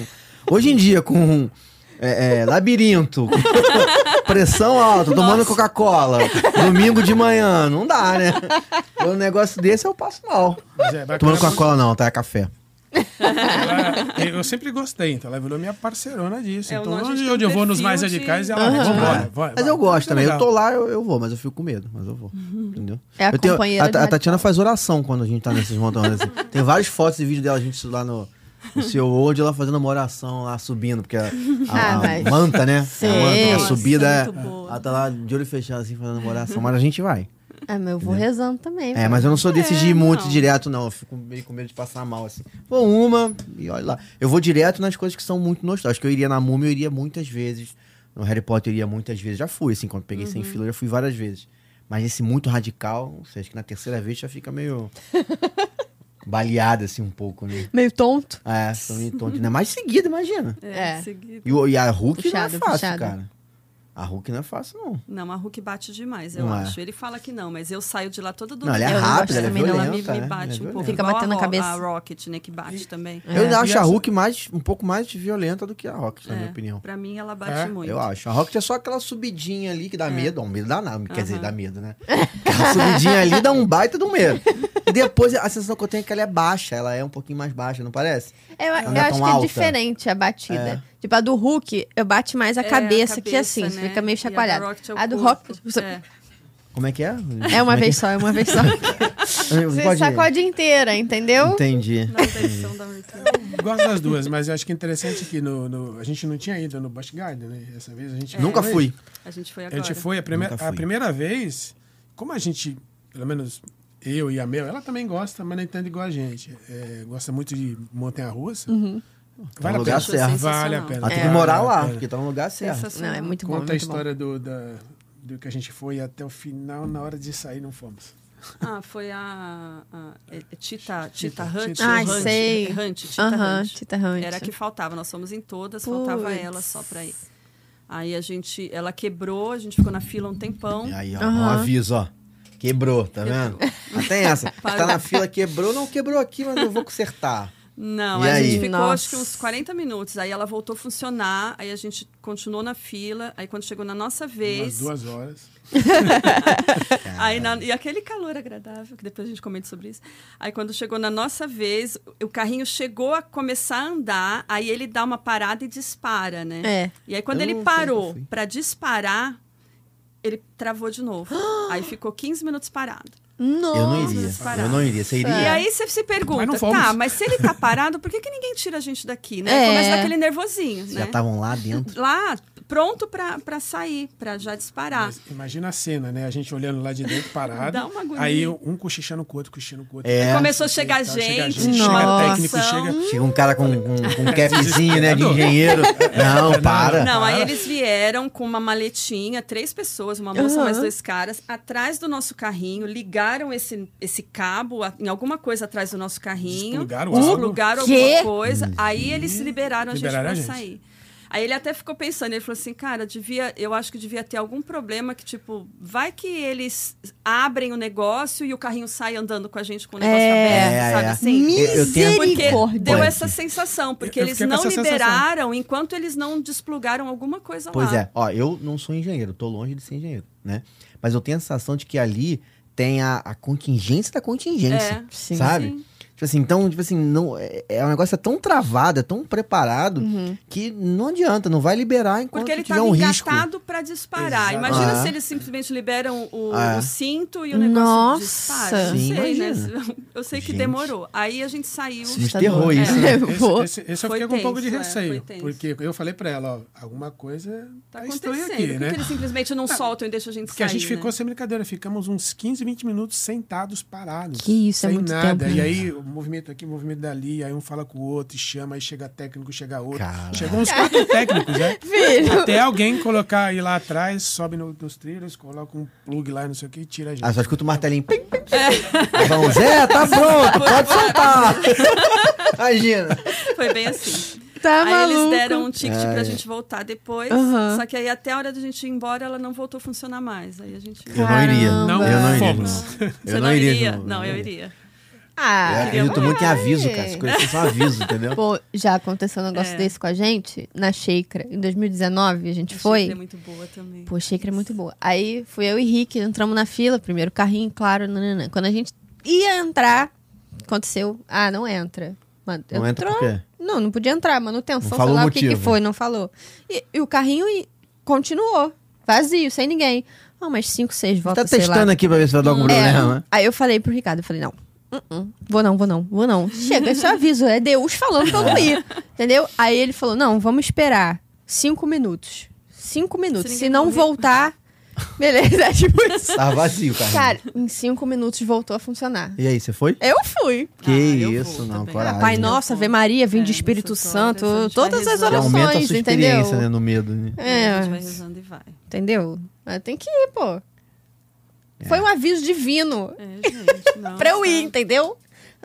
S2: Hoje em dia, com. é, é, labirinto, com pressão alta, tomando Coca-Cola, domingo de manhã, não dá, né? Um negócio desse eu passo mal.
S4: Mas é bacana
S2: Tomando Coca-Cola não, tá? É café.
S4: Ela- eu sempre gostei, então ela virou minha parcerona disso.
S3: É, o
S4: então,
S3: Lorde
S4: onde
S3: tem
S4: onde eu
S3: um
S4: vou nos
S3: perfil
S4: mais
S3: de-
S4: radicais, ela vai, vambora, vai,
S2: Mas
S4: vai.
S2: eu gosto também. Eu
S4: Legal.
S2: tô lá, eu, eu vou, mas eu fico com medo, mas eu vou. Entendeu?
S1: É a
S2: eu tenho,
S1: companheira
S2: a,
S1: de
S2: Ta- a
S1: radical.
S2: Tatiana faz oração quando a gente tá nesses montanhas. assim. Tem várias fotos e vídeos dela, a gente lá no, no seu Word, ela fazendo uma oração lá, subindo, porque a, a-
S1: Ah,
S2: a
S1: mas-
S2: manta, né?
S1: Sim.
S2: A, manta, a
S1: Nossa,
S2: subida é.
S3: muito boa.
S2: Ela tá lá de olho fechado, assim, fazendo uma oração, mas a gente vai.
S1: Ah, mas eu vou rezando também.
S2: É,
S1: pô.
S2: mas eu não sou desse de ir
S3: É,
S2: muito
S3: não.
S2: direto, não. Eu fico meio com medo de passar mal, assim. Vou uma e olha lá. Eu vou direto nas coisas que são muito nostálgicas. Eu iria na Múmia, eu iria muitas vezes. No Harry Potter, eu iria muitas vezes. Já fui, assim, quando peguei sem fila, eu já fui várias vezes. Mas esse muito radical, não sei, acho que na terceira vez já fica meio... baleado, assim, um pouco, né?
S1: Meio tonto.
S2: É, tô meio tonto. Ainda mais seguida, imagina.
S1: É.
S3: É, seguido.
S2: E, o- e a Hulk
S1: Puxado,
S2: não é fácil,
S1: puxado.
S2: cara. A Hulk não é fácil, não.
S3: Não, a Hulk bate demais, eu
S2: Não é.
S3: acho. Ele fala que não, mas eu saio de lá toda do
S2: Não, ela é
S1: Eu não gosto
S2: rápida, ela é
S1: também, não, ela
S2: violenta,
S3: me,
S2: né?
S3: me
S2: Ela é
S3: bate um pouco.
S2: violenta.
S1: Fica
S3: Igual
S1: batendo
S3: a,
S1: a
S3: Ro-
S1: cabeça.
S3: A Rocket, né, que bate também.
S2: Eu ainda
S4: É.
S2: acho
S4: E
S2: a
S4: essa-
S2: Hulk mais, um pouco mais violenta do que a Rock, na
S3: É,
S2: minha opinião.
S3: Pra mim, ela bate
S4: É?
S3: muito.
S2: Eu acho. A Rocket é só aquela subidinha ali que dá medo. Ó, um medo danado. Quer dizer,
S3: Aham.
S2: dá medo, né? Aquela subidinha ali dá um baita do medo. E depois a sensação que eu tenho é que ela é baixa. Ela é um pouquinho mais baixa, não parece?
S1: Eu, eu
S2: não é
S1: acho
S2: tão
S1: que é
S2: alta. É.
S1: diferente a batida. Tipo, a do Hulk, eu bate mais a
S3: É,
S1: cabeça, que
S3: cabeça,
S1: assim,
S3: né?
S1: fica meio
S3: E
S1: chacoalhada.
S3: a, Rocket é o
S1: A do
S3: corpo.
S1: Rocket, você-
S3: É.
S2: Como é que é?
S1: É uma vez só, é uma vez só. Você sacode inteira, entendeu?
S2: Entendi.
S3: Na versão da Rocket.
S4: Gosto das duas, mas eu acho que é interessante que no, no- a gente não tinha ido no Busch Garden, né? Essa vez a gente
S2: É, Nunca
S4: foi.
S2: fui.
S3: A gente foi
S4: A
S3: agora.
S4: gente foi a primeira,
S2: Nunca
S4: a
S2: fui.
S4: primeira vez, como a gente, pelo menos eu e a Mel, ela também gosta, mas não entende igual a gente. É, gosta muito de montanha-russa.
S2: É um lugar certo.
S4: Vale a
S3: Sensacional.
S4: pena.
S2: Ela tem que
S4: Vale
S2: morar
S4: a
S2: lá,
S4: pena.
S2: porque tá no lugar certo.
S3: Sensacional.
S1: Não, é muito bom.
S4: Conta a
S1: muito bom.
S4: história do, da- do que a gente foi até o final, na hora de sair não fomos.
S3: Ah, foi a, a- é- é Tita,
S4: Tita,
S3: Tita Hunt.
S4: Tita.
S3: ou
S1: Ai,
S3: Hunt,
S1: sei.
S3: é Hunt, Tita
S1: Aham,
S3: Hunt.
S1: Tita Hunt.
S3: Era a que faltava, nós fomos em todas, faltava
S1: Puts.
S3: ela só pra ir. Aí a gente, ela quebrou, a gente ficou na fila um tempão.
S2: Aí, ó, um
S1: Aham.
S2: aviso, ó. Quebrou, tá vendo? Mas tem essa. Tá na fila, quebrou. Não, quebrou aqui, mas eu vou consertar.
S3: Não,
S2: E
S3: a
S2: aí?
S3: gente ficou
S1: Nossa.
S3: acho que uns 40 minutos. Aí ela voltou a funcionar, aí a gente continuou na fila. Aí quando chegou na nossa
S4: Umas
S3: vez.
S4: duas horas.
S3: Aí na- e aquele calor agradável, que depois a gente comenta sobre isso. Aí quando chegou na nossa vez, o carrinho chegou a começar a andar, aí ele dá uma parada e dispara, né?
S1: É.
S3: E aí quando
S2: Eu
S3: ele
S2: não sei se eu
S3: parou
S2: fui.
S3: pra disparar, ele travou de novo. aí ficou 15 minutos parado.
S1: Nossa.
S2: Eu não iria.
S3: separado.
S2: Eu não iria. Você
S3: E
S2: iria?
S3: aí você se pergunta,
S4: Mas não fomos.
S3: tá, mas se ele tá parado, por que, que ninguém tira a gente daqui, né?
S1: É.
S3: Começa daquele nervosinho,
S2: Já
S3: né?
S2: estavam lá dentro.
S3: Lá, pronto pra, pra sair, pra já disparar.
S4: Mas imagina a cena, né? A gente olhando lá de dentro, parado.
S3: Ah. Dá uma agonia.
S4: aí um cochichando com o outro, cochichando com o outro.
S2: É.
S3: Começou a chegar
S4: Tá, chega
S3: gente, Hum.
S4: gente,
S3: chama
S4: chega técnico,
S3: atenção.
S4: chega...
S2: Chega um cara com, com, com um capzinho, né, de engenheiro. Não, para.
S3: Não, aí eles vieram com uma maletinha, três pessoas, uma moça
S1: Aham.
S3: mais dois caras, atrás do nosso carrinho, ligaram esse, esse cabo a- em alguma coisa atrás do nosso carrinho.
S4: Desplugaram algo?
S3: desplugaram
S1: Quê?
S3: alguma coisa. Aí eles liberaram a gente
S4: Liberaram
S3: pra
S4: a gente.
S3: sair. Aí ele até ficou pensando, ele falou assim, cara, devia, eu acho que devia ter algum problema que, tipo, vai que eles abrem o negócio e o carrinho sai andando com a gente com o negócio
S1: É.
S3: aberto, sabe
S2: É, é.
S3: assim?
S2: eu tenho-
S1: Misericórdia.
S3: Porque deu
S2: Pode.
S3: essa sensação, porque
S4: Eu
S3: eles
S4: fiquei com
S3: não
S4: essa
S3: liberaram enquanto eles não desplugaram alguma coisa
S2: Pois
S3: lá.
S2: é, ó, eu não sou engenheiro, tô longe de ser engenheiro, né? Mas eu tenho a sensação de que ali tem a, a contingência da contingência,
S3: É,
S1: sim.
S2: sabe?
S3: Sim.
S2: Tipo assim, então, tipo assim, não, é, é um negócio tão travado, é tão preparado,
S1: Uhum.
S2: que não adianta, não vai liberar enquanto
S3: Hum. Porque ele
S2: tiver
S3: estava
S2: um risco.
S3: engatado para
S4: Exato.
S3: disparar. Imagina
S2: Ah.
S3: se eles simplesmente liberam o,
S2: Ah.
S3: o cinto e o negócio
S1: Nossa.
S3: dispara. Não
S2: Sim,
S3: sei, né?
S2: imagina.
S3: Eu sei que
S2: Gente.
S3: demorou. Aí a gente saiu. Tá
S2: Filme de terror
S1: É.
S2: isso, né?
S1: Pô.
S4: Esse, esse, esse eu
S3: Foi
S4: fiquei com um pouco de
S3: tenso, é,
S4: receio.
S3: foi tenso.
S4: porque eu falei pra ela, ó, alguma coisa tá,
S3: Tá
S4: estranha
S3: acontecendo.
S4: aqui,
S3: Por
S4: né?
S3: que eles simplesmente não soltam e deixam a gente
S4: Porque
S3: sair?
S4: a gente
S3: né?
S4: ficou sem brincadeira, ficamos uns 15, 20 minutos sentados, parados.
S1: Que isso, é
S4: sem
S1: muito
S4: nada.
S3: né?
S1: tempo.
S4: E aí, movimento aqui, movimento dali, aí um fala com o outro, e chama, aí chega técnico, chega outro.
S2: Cara.
S4: Chegou uns quatro técnicos, né?
S1: Filho.
S4: Até alguém colocar aí lá atrás, sobe no- nos trilhos, coloca um plug lá, não sei o que, e tira a gente.
S2: Ah, só escuta o martelinho. Pim, pim, pim.
S3: É.
S2: Bom, Zé, tá pronto, pode soltar.
S3: é.
S2: Imagina.
S3: Foi bem assim.
S1: Tá
S3: aí
S1: maluco.
S3: eles deram um ticket pra gente voltar depois.
S1: Aham.
S3: Só que aí até a hora da gente ir embora, ela não voltou a funcionar mais. Aí a gente.
S2: Eu não iria.
S1: Não,
S2: eu não iria. de né?
S4: fomos.
S2: novo.
S3: Você não iria? Não, eu iria.
S2: É, Eu
S1: Ah,
S2: acredito muito em aviso,
S1: Ai.
S2: cara. As coisas são aviso, entendeu?
S1: Pô, já aconteceu um negócio
S3: É.
S1: desse com a gente na Sheikra. Em 2019, a gente
S3: A
S1: foi.
S3: xícara É muito boa também.
S1: Pô, Sheikra é muito boa. Aí fui eu e Rick, entramos na fila, primeiro carrinho, claro, nananã. Quando a gente ia entrar, aconteceu. Ah, não entra. Mano,
S2: Não entra por quê?
S1: Não, não podia entrar, manutenção,
S2: Não
S1: sei
S2: falou
S1: lá
S2: o
S1: o que, que
S2: motivo.
S1: foi, não falou. E, e o carrinho e- continuou, vazio, sem ninguém. Ah, umas cinco, seis
S2: Tá
S1: voltas, sei lá.
S2: testando aqui pra ver se vai dar algum
S1: É,
S2: problema. né?
S1: Aí eu falei pro Ricardo, eu falei, não. uh-uh, vou não, vou não, vou não. Chega, esse é o aviso, é Deus falando pra eu não ir. Entendeu? Aí ele falou, não, vamos esperar. Cinco minutos. Cinco minutos. Se,
S3: ninguém
S1: não
S3: morrer.
S1: voltar, beleza, é tipo isso.
S2: Tava vazio, cara.
S1: Cara, em cinco minutos voltou a funcionar.
S2: E aí, você foi?
S1: Eu fui.
S2: Que
S3: eu vou
S2: isso, não,
S3: também.
S2: coragem.
S1: Ah, Pai
S2: né?
S1: Nossa, Ave Maria, vem de
S3: É,
S1: Espírito
S3: nessas horas
S1: Santo,
S3: a gente vai
S1: todas as
S3: rezando.
S2: Que aumenta a
S1: orações,
S2: sua
S1: entendeu?
S2: experiência, né? No medo, né?
S1: É.
S3: A gente vai rezando e vai.
S1: Entendeu? Mas Tem que ir, pô.
S2: É.
S1: Foi um aviso divino
S3: É, gente. Não,
S1: pra eu ir,
S3: tá.
S1: entendeu?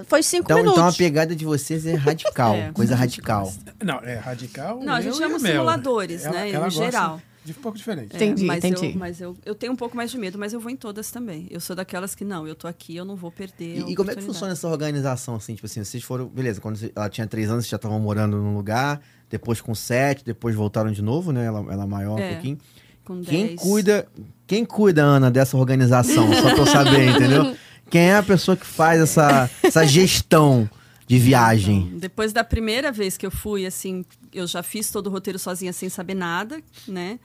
S1: Foi cinco
S2: Então,
S1: minutos.
S2: então a pegada de vocês é radical,
S3: É.
S2: coisa radical.
S4: Não, é radical.
S3: Não, a gente
S4: eu e
S3: ama
S4: a Mel.
S3: simuladores,
S4: Ela-
S3: né, em
S4: ela gosta
S3: geral.
S4: De um pouco diferente.
S3: É,
S1: Entendi,
S3: mas
S1: entendi.
S3: Eu, mas eu, eu tenho um pouco mais de medo, mas eu vou em todas também. Eu sou daquelas que não, eu tô aqui, eu não vou
S2: E, e
S3: perder. a
S2: como é que
S3: oportunidade.
S2: funciona essa organização, assim? Tipo assim, vocês foram... Beleza, quando você- ela tinha três anos, vocês já estavam morando num lugar. Depois com sete, depois voltaram de novo, né? Ela, ela maior um
S3: É.
S2: pouquinho.
S3: Com
S2: Quem
S3: 10.
S2: cuida... Quem cuida, Ana, dessa organização? Só pra eu saber, entendeu? Quem é a pessoa que faz essa, essa gestão de viagem?
S3: Então, depois da primeira vez que eu fui, assim, eu já fiz todo o roteiro sozinha sem saber nada, né?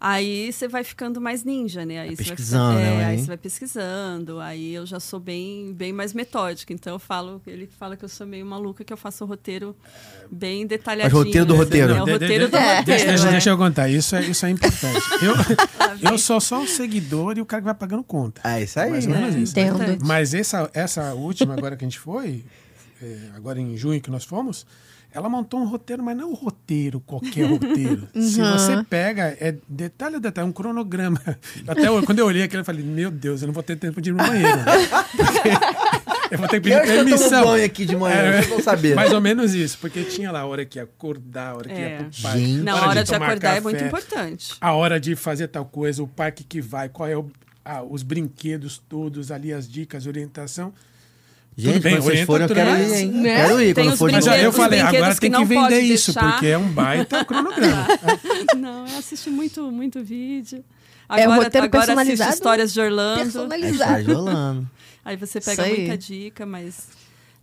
S3: Aí você vai ficando mais ninja, né? Aí você vai ficar-
S2: pesquisando, né,
S3: é,
S2: Maria?
S3: aí você vai pesquisando. Aí eu já sou bem, bem mais metódica. Então eu falo, ele fala que eu sou meio maluca, que eu faço o roteiro bem detalhadinho.
S2: roteiro do
S3: assim,
S2: roteiro.
S3: né? É o
S4: de- de-
S3: roteiro
S4: de-
S3: do
S4: de-
S3: roteiro.
S4: Deixa, deixa-
S3: é.
S4: deixa eu contar, isso é, isso é importante.
S3: Tá
S4: Eu, eu sou só um seguidor e o cara que vai pagando conta.
S2: É isso aí.
S4: Mais ou
S2: né?
S4: menos isso.
S1: Entendo.
S3: Importante.
S4: Mas essa, essa última agora que a gente foi, é, agora em junho que nós fomos, ela montou um roteiro, mas não um roteiro, qualquer roteiro. Se
S3: Uhum.
S4: você pega, é detalhe a detalhe, é um cronograma. Até eu- quando eu olhei aquilo, eu falei, meu Deus, eu não vou ter tempo de ir no banheiro. né? Porque eu vou ter que
S2: Que
S4: pedir
S2: horas que eu tomo
S4: permissão. É.
S2: banho aqui de manhã? Vocês vão saber.
S4: Mais ou menos isso, porque tinha lá a hora que ia acordar, a hora que
S3: É.
S4: ia pro parque.
S2: Gente.
S3: Na hora de
S4: tomar
S3: acordar é muito
S4: café,
S3: importante.
S4: a hora de fazer tal coisa, o parque que vai, qual é o- ah, os brinquedos todos ali, as dicas, orientação.
S2: Gente,
S4: Tudo bem,
S2: quando vocês
S4: orienta
S2: forem, eu
S4: tudo
S2: quero
S4: mais,
S2: ir, hein?
S1: né?
S2: Quero ir
S3: Tem
S2: quando
S3: os
S2: for de
S4: Mas ó,
S2: novo.
S3: brinquedos,
S4: eu falei,
S3: brinquedos
S4: agora
S3: que
S4: tem que,
S3: não pode
S4: vender isso,
S3: deixar.
S4: porque é um baita cronograma.
S3: Não, eu assisto muito, muito vídeo.
S1: É o
S3: Agora,
S1: roteiro
S3: agora assisto
S1: personalizado?
S3: histórias de Orlando.
S2: Está
S1: Personalizado.
S2: jolando.
S3: Aí você
S1: Isso
S3: pega
S1: aí.
S3: muita dica, mas.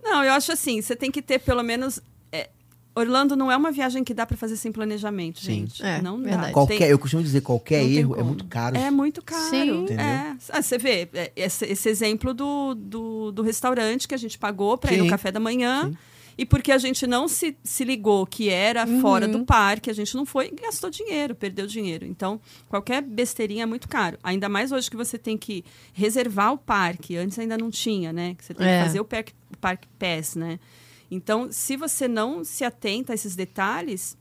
S3: Não, eu acho assim, você tem que ter pelo menos. é, Orlando não é uma viagem que dá pra fazer sem planejamento,
S2: Sim.
S3: gente.
S1: É,
S3: não
S1: verdade.
S3: dá.
S2: Qualquer,
S3: Tem-
S2: eu costumo dizer, qualquer
S3: não tem
S2: erro é
S3: como.
S2: muito caro.
S3: É muito caro.
S1: Sim.
S2: Entendeu?
S3: É. Ah, você vê, é, esse, esse exemplo do, do, do restaurante que a gente pagou pra ir
S2: Sim.
S3: no café da manhã. E porque a gente não se, se ligou que era
S1: Uhum.
S3: fora do parque, a gente não foi e gastou dinheiro, perdeu dinheiro. Então, qualquer besteirinha é muito caro. Ainda mais hoje que você tem que reservar o parque. Antes ainda não tinha, né? Que você tem
S1: É.
S3: que fazer o parque, o parque pass, né? Então, se você não se atenta a esses detalhes,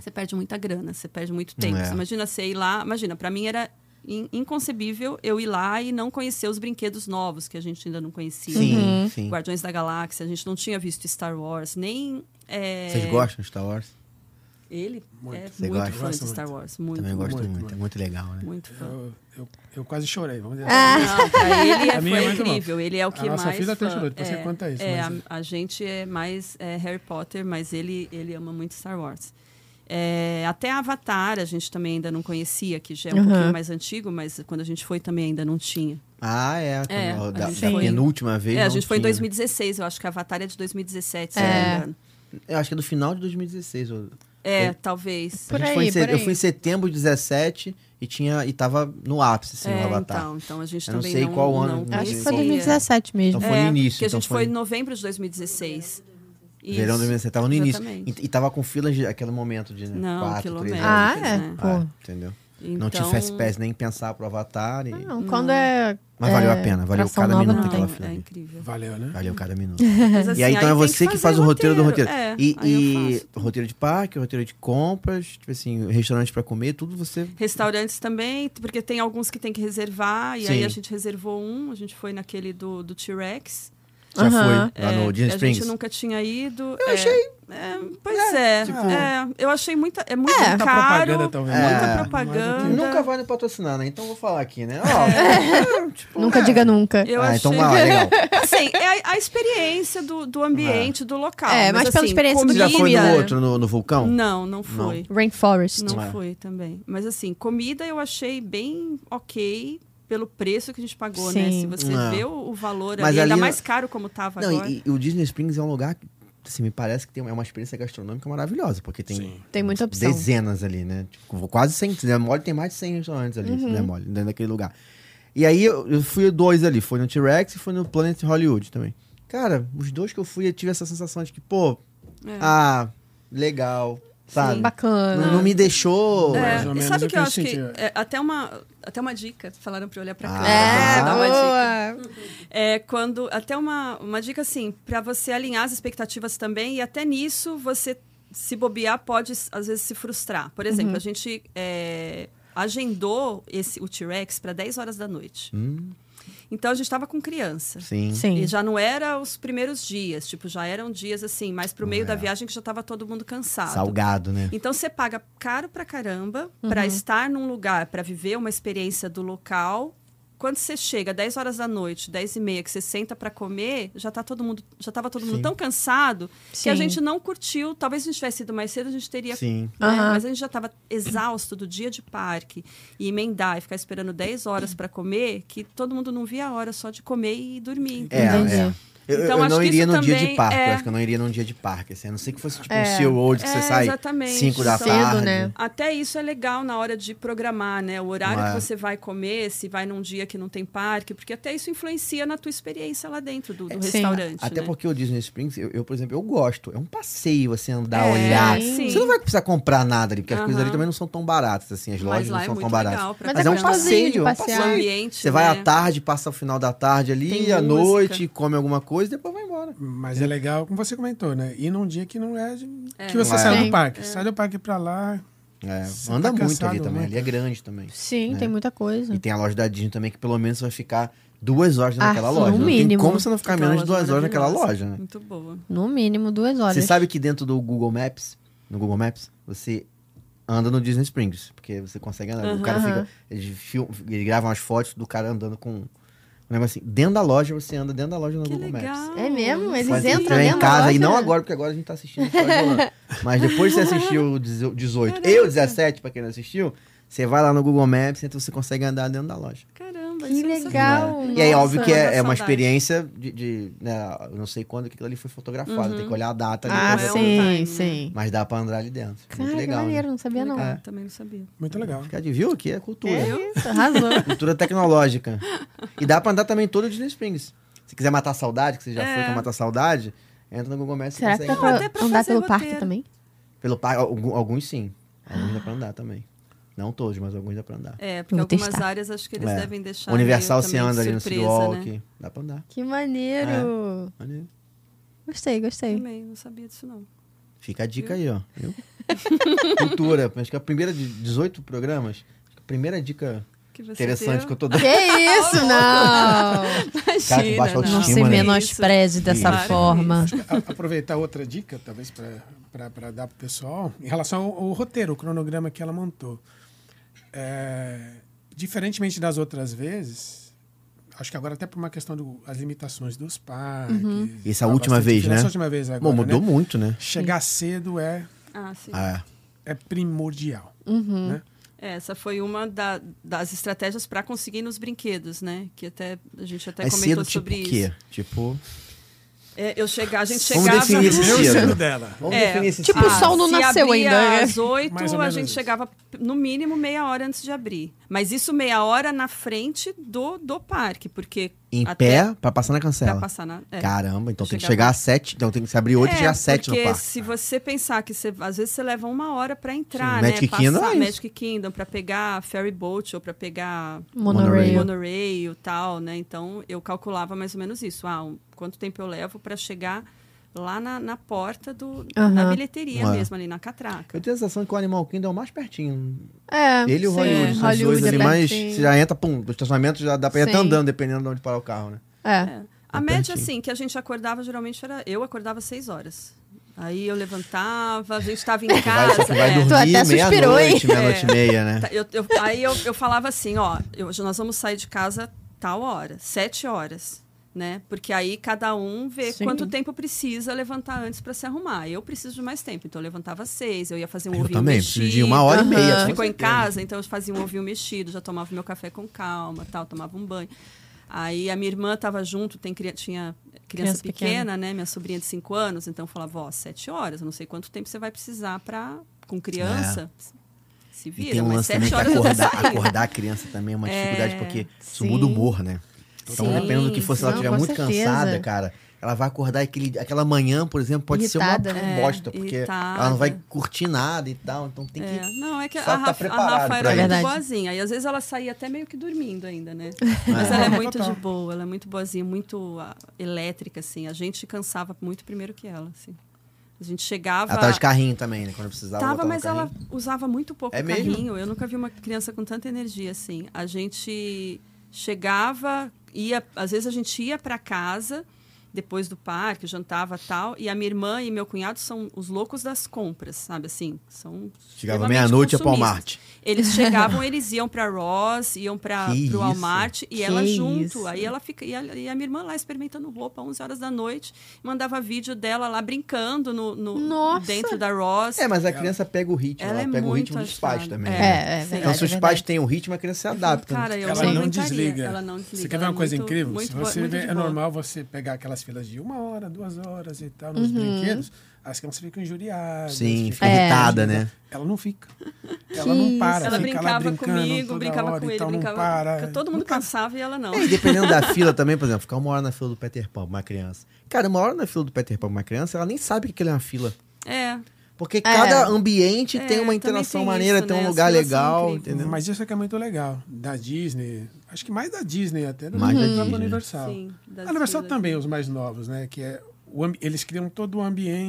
S3: você perde muita grana, você perde muito tempo.
S2: É.
S3: Você imagina você ir lá, imagina, para mim era in- inconcebível eu ir lá e não conhecer os brinquedos novos que a gente ainda não conhecia.
S2: Sim, sim.
S3: Guardiões da Galáxia, a gente não tinha visto Star Wars, nem. é,
S2: Vocês gostam de Star Wars?
S3: Ele é
S2: Você
S3: muito
S2: gosta?
S3: fã
S4: Gosto
S3: de Star
S4: muito.
S3: Wars, muito.
S2: Também gosto
S3: muito,
S2: muito, é muito legal, né?
S3: muito fã.
S4: Eu, eu- eu quase chorei, vamos dizer
S1: Ah.
S4: assim.
S3: Não, pra ele é,
S4: A minha
S3: foi
S4: mais ou menos.
S3: incrível. Ele é o que
S4: A nossa
S3: mais.
S4: filha até
S3: fã-
S4: chorou, depois
S3: é,
S4: você conta isso,
S3: é,
S4: mas-
S3: a, a gente é mais é, Harry Potter, mas ele, ele ama muito Star Wars. É, até Avatar a gente também ainda não conhecia, que já é um
S1: Uhum.
S3: pouquinho mais antigo, mas quando a gente foi também ainda não tinha.
S2: Ah, é. quando-
S3: É, a
S2: da,
S3: gente
S2: da
S3: foi-
S2: penúltima vez.
S3: É, a
S2: não
S3: gente foi em
S2: tinha, né?
S3: 2016, eu acho que Avatar é de 2017, se
S1: É.
S3: não me engano.
S2: Eu acho que é do final de 2016. eu-
S3: É,
S2: É.
S3: talvez.
S1: Por
S2: a gente foi em
S1: aí,
S2: se-
S1: por
S2: Eu
S1: aí.
S2: fui em setembro de 17 e, tinha, e tava no ápice, assim,
S3: É,
S2: o Avatar.
S3: então, então a gente
S2: Eu não
S3: também
S2: sei qual ano,
S3: não
S2: mas-
S1: Acho que
S2: Sim.
S1: foi
S3: conhecia.
S1: 2017 mesmo. É.
S2: Então foi no início,
S3: É, Porque a
S2: então
S3: gente foi
S2: foi-
S3: em novembro de 2016.
S2: Verão de 2017, tava no início.
S3: Exatamente.
S2: E, e tava com filas de aquele momento de né,
S3: Não,
S2: quatro, três
S3: quilômetros.
S2: horas.
S1: Ah, é?
S3: né?
S1: Pô.
S2: entendeu? Não tinha
S3: Então-
S2: Fastpass nem pensar pro Avatar. e-
S1: Não, quando é.
S2: Mas
S1: é,
S2: valeu a pena, valeu
S1: atração
S2: cada
S1: nova,
S2: minuto
S1: não
S2: daquela
S1: tem.
S2: fila.
S3: É incrível.
S4: Valeu, né?
S2: Valeu cada minuto.
S3: Mas, assim,
S2: e aí, então é
S3: tem
S2: você que, faz
S3: fazer
S2: o roteiro do roteiro.
S3: É,
S2: e
S3: aí eu
S2: e
S3: faço.
S2: roteiro de parque, roteiro de compras, tipo assim, restaurante pra comer, tudo você.
S3: Restaurantes também, porque tem alguns que tem que reservar, e
S2: Sim.
S3: aí a gente reservou um, a gente foi naquele do, do T-Rex.
S2: Já
S1: Aham.
S2: foi lá
S3: É,
S2: no Disney
S3: a
S2: Springs.
S3: gente nunca tinha ido. Eu achei. pois é.
S4: tipo-
S3: é, eu achei muita, é muito
S4: Muita
S3: caro.
S4: propaganda, talvez.
S3: Muita
S2: É.
S3: propaganda.
S2: Nunca vai me patrocinar, né? Então vou falar aqui, né? Ó, tipo,
S1: Nunca
S2: é.
S1: diga nunca.
S3: Eu
S2: ah,
S3: achei...
S2: então vai lá, legal.
S3: Assim, é a, a experiência do, do ambiente, do local.
S1: É, mas pela
S3: assim,
S1: experiência do
S2: Você Ah. já foi no
S1: Comida.
S2: outro, no, no vulcão?
S3: Não, não fui.
S1: Rainforest.
S3: Não,
S2: É.
S3: fui também. Mas assim, comida eu achei bem ok pelo preço que a gente pagou, né?
S1: Sim.
S3: Se você
S2: É.
S3: vê o, o valor
S2: Mas
S3: ali, ainda
S2: ali-
S3: mais caro como tava
S2: Não,
S3: agora.
S2: e, e o Disney Springs é um lugar que, assim, me parece que tem, é uma experiência gastronômica maravilhosa, porque tem
S4: Sim.
S1: Tem muita opção.
S2: dezenas ali, né? Tipo, quase 100. Se der mole, tem mais de 100 restaurantes ali,
S1: Uhum.
S2: se der mole, dentro daquele lugar. E aí eu, eu fui dois ali, foi no T-Rex e foi no Planet Hollywood também. Cara, os dois que eu fui, eu tive essa sensação de que, pô,
S3: É.
S2: ah, legal, sabe?
S1: Bacana.
S2: Não, não me deixou.
S3: É,
S4: Mais ou
S3: e
S4: menos
S3: sabe
S4: o
S3: o
S4: que
S3: que eu
S4: eu
S3: acho que
S4: senti,
S3: é, até uma até uma dica falaram pra eu olhar pra
S2: Ah.
S3: cá.
S2: É,
S3: Vou dar uma dica.
S1: boa.
S3: É quando até uma uma dica assim pra você alinhar as expectativas também e até nisso você se bobear pode às vezes se frustrar. Por exemplo,
S1: Uhum.
S3: a gente é, agendou esse o T-Rex pra 10 horas da noite.
S2: Hum,
S3: Então a gente tava com criança.
S2: sim.
S1: Sim.
S3: E já não era os primeiros dias, tipo, já eram dias assim, mais pro meio da viagem que já tava todo mundo cansado.
S2: Salgado, Uhum. né?
S3: Então você paga caro pra caramba pra estar num lugar, pra viver uma experiência do local. Quando você chega 10 horas da noite, 10 e meia, que você senta pra comer, já tá todo mundo, já tava todo mundo
S2: Sim.
S3: tão cansado que a
S1: Sim.
S3: gente não curtiu. Talvez se a gente tivesse ido mais cedo, a gente teria
S2: Sim.
S3: né?
S1: Aham.
S3: Mas a gente já estava exausto do dia de parque e emendar e ficar esperando 10 horas para comer, que todo mundo não via a hora só de comer e dormir.
S2: É,
S1: Entendi.
S2: é. Eu,
S3: Então,
S2: eu
S3: acho
S2: não
S3: que
S2: iria
S3: isso
S2: num dia de
S3: também
S2: parque.
S3: é-
S2: Eu acho que eu não iria num dia de parque. Assim, a não ser que fosse tipo
S1: É.
S2: um Sea World que
S3: É,
S2: você sai
S3: exatamente.
S2: 5 da
S3: Cedo,
S2: tarde.
S1: né?
S3: Até isso é legal na hora de programar, né? O horário
S2: É.
S3: que você vai comer, se vai num dia que não tem parque, porque até isso influencia na tua experiência lá dentro do, do
S1: Sim.
S3: restaurante.
S2: Até
S3: né?
S2: porque o Disney Springs, eu, eu, por exemplo, eu gosto. É um passeio, assim, andar,
S3: É,
S2: olhar.
S3: sim.
S2: Você não vai precisar comprar nada ali, porque as coisas ali
S3: Aham.
S2: também não são tão baratas, assim. As
S3: Mas
S2: lojas
S3: lá
S2: não
S3: é
S2: são tão
S3: muito
S2: baratas.
S3: legal pra
S2: Mas, é
S3: caramba.
S2: um passeio, é um
S1: Mas é
S3: O
S1: passeio.
S2: passeio.
S3: ambiente.
S2: Você vai
S3: né?
S2: à tarde, passa o final da tarde ali,
S3: Tem
S2: à
S3: música.
S2: noite, come alguma coisa, depois vai embora.
S4: Mas é legal, como você comentou, né? Ir num dia que não é. de- Que você
S2: É.
S4: sai
S1: Sim.
S4: do parque. Sai do parque pra lá.
S2: É,
S4: Você
S2: anda
S4: tá
S2: muito
S4: cansado,
S2: ali também,
S4: né?
S2: ali é grande também.
S1: Sim,
S2: né?
S1: tem muita coisa.
S2: E tem a loja da Disney também, que pelo menos você vai ficar duas horas
S1: Ah,
S2: naquela
S1: sim,
S2: loja.
S1: no
S2: não tem
S1: mínimo. é
S2: como você não ficar
S3: Aquela
S2: menos de
S3: loja
S2: duas horas naquela
S3: maravilhosa.
S2: loja, né?
S3: Muito boa.
S1: No mínimo duas horas.
S2: Você sabe que dentro do Google Maps, no Google Maps, você anda no Disney Springs, porque você consegue andar. O
S3: Aham.
S2: cara fica. Ele, filma, ele grava umas fotos do cara andando com um negócio assim. Dentro da loja, você anda dentro da loja no
S3: Que
S2: Google Maps.
S3: legal.
S1: É mesmo? Eles
S2: Mas
S1: entram
S2: entrar em
S1: dentro da
S2: casa,
S1: loja?
S2: e não agora, porque agora a gente tá assistindo. só enrolando. Mas depois que você assistiu o 18 e o 17, pra quem não assistiu, você vai lá no Google Maps, então você consegue andar dentro da loja.
S3: Caramba,
S1: Que
S3: isso eu não sabia.
S1: legal.
S2: E aí, óbvio
S3: Nossa,
S2: que é,
S3: dá
S2: é uma
S3: saudade.
S2: experiência de. de, né, eu não sei quando que aquilo ali foi fotografado, tem que olhar a data ali.
S1: Uhum. Ah,
S2: pra
S3: Não
S2: você-
S1: sim,
S3: é um time.
S1: sim.
S2: Mas dá pra andar ali dentro.
S1: Cara,
S2: Muito
S1: que
S2: legal.
S1: maneiro,
S2: Né?
S1: não sabia não.
S3: Legal,
S2: É.
S3: Também não sabia.
S4: Muito legal.
S2: Fica de viu aqui é cultura.
S1: É isso, arrasou.
S2: Cultura tecnológica. e dá pra andar também todo o Disney Springs. Se quiser matar a saudade, que você já foi pra matar a saudade, entra no Google Maps e
S1: É. Será que
S2: consegue.
S1: dá
S3: até pra
S1: pra andar
S3: fazer
S1: pelo
S3: roteiro.
S1: parque também?
S2: Pelo parque, algum- alguns sim. Alguns dá pra andar também. Não todos, mas alguns dá pra andar.
S3: É, porque
S1: Vou
S3: algumas
S1: testar.
S3: áreas acho que eles
S2: É.
S3: devem deixar.
S2: O Universal
S3: meio
S2: se
S3: também
S2: anda ali no Sea
S3: surpresa,
S2: Walk.
S3: Né?
S2: Dá pra andar.
S1: Que maneiro.
S2: Maneiro.
S1: É. Gostei, gostei.
S3: Também, não sabia disso não.
S2: Fica a dica aí, ó. viu? Cultura. Acho que a primeira de 18 programas, acho que a primeira dica
S3: Que você
S2: interessante
S3: deu.
S2: que eu tô dando.
S1: Que isso, não!
S2: Cara com baixa
S3: Imagina,
S1: Não se
S2: Estima, né?
S1: menospreze dessa
S3: Claro.
S1: forma.
S4: A- aproveitar outra dica, talvez, para dar para o pessoal, em relação ao, ao roteiro, o cronograma que ela montou. É, diferentemente das outras vezes, acho que agora até por uma questão das limitações dos parques.
S2: Essa
S4: tá
S2: última
S4: bastante
S2: vez,
S4: diferente.
S2: né?
S4: Essa última vez agora,
S2: Bom, mudou
S4: né?
S2: muito, né?
S4: Chegar cedo é,
S3: Ah, sim.
S2: Ah,
S4: é primordial. né?
S3: É, Essa foi uma da- das estratégias para conseguir nos brinquedos, né? Que até a gente até
S2: é cedo
S3: comentou
S2: tipo
S3: sobre
S2: o
S3: isso.
S2: quê? Tipo...
S3: É, eu chegar, a gente
S2: Vamos
S3: chegava.
S2: definir esse
S4: Eu
S2: cedo.
S4: sendo dela.
S2: Vamos
S3: É,
S2: definir esse
S1: tipo
S2: cedo.
S1: o sol não
S3: se
S1: nasceu
S3: abria
S1: ainda, né?
S3: Às
S4: Mais ou
S3: oito a
S4: menos
S3: gente
S4: isso.
S3: chegava no mínimo meia hora antes de abrir. Mas isso meia hora na frente do, do parque, porque.
S2: Em
S3: até
S2: pé pra passar na
S3: Pra
S2: cancela.
S3: passar na. é.
S2: Caramba, então tem que
S3: Chegar-
S2: chegar
S3: É,
S2: às sete. Então tem que se abrir oito e chegar às sete no
S3: porque
S2: parque.
S3: se você pensar que você- às vezes você leva uma hora pra entrar,
S2: Sim,
S3: né?
S2: Magic
S3: Passar
S2: Kingdom é isso.
S3: Magic Kingdom pra pegar ferry boat ou pra pegar
S2: Monorail.
S1: Monorail.
S3: monorail e tal, né? Então eu calculava mais ou menos isso. Ah, um- quanto tempo eu levo pra chegar lá na, na porta do na
S1: Aham.
S3: bilheteria
S2: Ué.
S3: mesmo ali na catraca.
S2: Eu tenho a sensação que o Animal Kingdom é o mais pertinho.
S1: É,
S2: Ele e o
S1: sim,
S2: Hollywood. são os dois
S1: é
S2: ali, mas
S1: pertinho.
S2: você já entra, pum, do estacionamento já dá pra ir até
S1: Sim.
S2: andando, dependendo de onde parar o carro, né?
S1: É.
S3: É. A média assim que a gente acordava geralmente era eu acordava às seis horas. Aí eu levantava, a gente tava em
S2: Vai,
S3: casa.
S2: você que vai
S3: é.
S1: Tu até
S2: dormir
S1: suspirou,
S2: meia-noite,
S1: hein?
S2: meia-noite e meia, né?
S3: Tá, eu- eu- aí eu, eu falava assim, ó, eu- hoje nós vamos sair de casa tal hora, sete horas, né? Porque aí cada um vê
S1: Sim.
S3: quanto tempo precisa levantar antes pra se arrumar. Eu preciso de mais tempo, então eu levantava às seis, eu ia fazer um
S2: Eu
S3: ovinho
S2: também,
S3: mexido.
S2: preciso de uma hora e meia,
S3: A gente
S2: com
S3: Ficou em
S2: certeza.
S3: casa, então eu fazia um ovinho mexido, já tomava meu café com calma, tal, tomava um banho. Aí a minha irmã tava junto, tem, cria- tinha criança,
S1: Criança
S3: pequena,
S1: pequena.
S3: né? Minha sobrinha de cinco anos, então eu falava, ó, sete horas, eu não sei quanto tempo você vai precisar pra com
S2: É.
S3: criança. Se
S2: E
S3: vira,
S2: tem um
S3: mas
S2: lance também
S3: sete
S2: que
S3: horas eu tô
S2: acordar,
S3: saindo.
S2: acordar a criança também é uma dificuldade, porque isso
S1: sim.
S2: muda o humor, né? Então,
S3: Sim,
S2: dependendo do que for, se ela
S1: não,
S2: estiver
S1: com
S2: muito
S1: certeza.
S2: cansada, cara, ela vai acordar aquele, aquela manhã, por exemplo, pode
S1: Irritada,
S2: ser uma
S1: né?
S2: bosta,
S3: É,
S2: porque
S3: irritada.
S2: ela não vai curtir nada e tal. Então tem
S3: É,
S2: que.
S3: não, é que a
S2: só tá
S3: Rafa, a
S2: preparado
S3: Rafa
S2: pra
S3: era
S1: isso.
S3: muito
S1: Verdade.
S3: boazinha. E às vezes ela saía até meio que dormindo ainda, né? Mas ela é muito de
S4: Total.
S3: boa, ela é muito boazinha, muito ah, elétrica, assim. A gente cansava muito primeiro que ela, assim. A gente chegava.
S2: Ela tava de carrinho também, né? Quando precisava.
S3: Tava,
S2: botava no
S3: mas ela
S2: carrinho.
S3: usava muito pouco
S2: É
S3: o
S2: mesmo?
S3: carrinho. Eu nunca vi uma criança com tanta energia assim. A gente chegava, ia, às vezes a gente ia para casa depois do parque, jantava tal, e a minha irmã e meu cunhado são os loucos das compras, sabe assim? São
S2: Chegava
S3: extremamente
S2: meia-noite a
S3: consumistas.
S2: Palmart.
S3: Eles chegavam, eles iam para Ross, iam para
S2: Que
S3: o
S2: isso?
S3: Walmart e
S1: Que
S3: ela junto.
S1: isso?
S3: Aí ela fica e a, e a minha irmã lá experimentando roupa 11 horas da noite, mandava vídeo dela lá brincando no, no-
S1: Nossa!
S3: dentro da Ross.
S2: É, mas a criança pega o ritmo,
S3: Ela
S2: ela,
S3: é
S2: pega o
S3: muito
S2: ritmo dos pais
S3: agitada.
S2: também.
S3: É,
S2: né?
S1: É, é verdade.
S2: Então, se
S1: é
S2: os
S1: verdade.
S2: pais têm o ritmo, a criança se adapta. né?
S3: Cara, eu
S4: Ela
S1: Sim.
S4: não
S3: aguentaria.
S4: desliga.
S3: Ela não desliga.
S4: Você quer ver
S3: ela
S4: uma coisa
S3: é muito-
S4: incrível?
S3: muito
S4: Se
S3: boa-
S4: você
S3: muito
S4: vê-
S3: de
S4: é
S3: boa.
S4: normal você pegar aquelas filas de uma hora, duas horas e tal,
S3: Uhum.
S4: nos brinquedos, as crianças ficam injuriadas.
S2: Sim, fica
S1: É.
S2: irritada, né?
S4: Ela não fica. Ela não para.
S3: Ela
S4: fica lá
S3: brincava
S4: brincando
S3: comigo,
S4: toda
S3: brincava
S4: hora
S3: com
S4: e
S3: ele,
S4: tal,
S3: brincava.
S4: Não para.
S3: Todo mundo cansava e ela não.
S2: É, e dependendo da fila também, por exemplo, ficar uma hora na fila do Peter Pan pra uma criança. Cara, uma hora na fila do Peter Pan pra uma criança, ela nem sabe que aquilo é uma fila.
S3: É.
S2: Porque cada ambiente
S3: É,
S2: tem uma
S3: também
S2: interação
S3: tem
S2: maneira,
S3: isso,
S2: tem um
S3: né? As
S2: lugar
S3: filas são
S2: legal,
S3: incríveis.
S2: entendeu?
S4: Mas isso é que é muito legal. Da Disney. Acho que mais da Disney até do
S2: Mais
S4: que
S2: da
S4: do
S2: Disney.
S4: Universal.
S3: Sim, das
S4: A Universal
S3: filas.
S4: também, os mais novos, né? Que é. o ambi- Eles criam todo o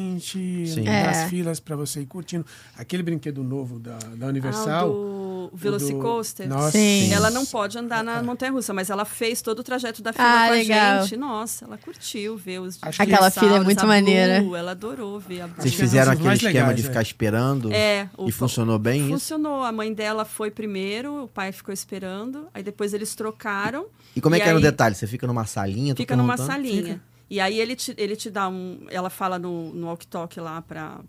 S4: ambiente
S2: Sim.
S1: É.
S4: das filas pra você ir curtindo. Aquele brinquedo novo da, da
S3: Ah,
S4: um Universal.
S3: o do Velocicoaster.
S4: Nossa.
S1: Sim.
S3: Ela não pode andar na montanha-russa, mas ela fez todo o trajeto da fila
S1: Ah,
S3: com a
S1: legal.
S3: gente. Nossa, ela curtiu ver os
S4: Acho que-
S1: Aquela fila é
S3: dinossauros,
S1: muito
S3: a
S1: maneira.
S3: Blue, ela adorou ver a Blue.
S2: Vocês
S4: Acho que é
S2: fizeram
S4: um dos
S2: aquele
S4: mais
S2: esquema
S4: legais,
S2: de
S4: é.
S2: ficar esperando
S3: É, o
S2: e
S3: fa-
S2: funcionou bem isso?
S3: Funcionou. A mãe dela foi primeiro, o pai ficou esperando. Aí depois eles trocaram.
S2: E como é que era o
S3: aí-
S2: detalhe? Você fica numa salinha? tô
S3: Fica numa
S2: perguntando?
S3: salinha. E aí ele te, ele te dá um. Ela fala no, no walk-talk lá pra.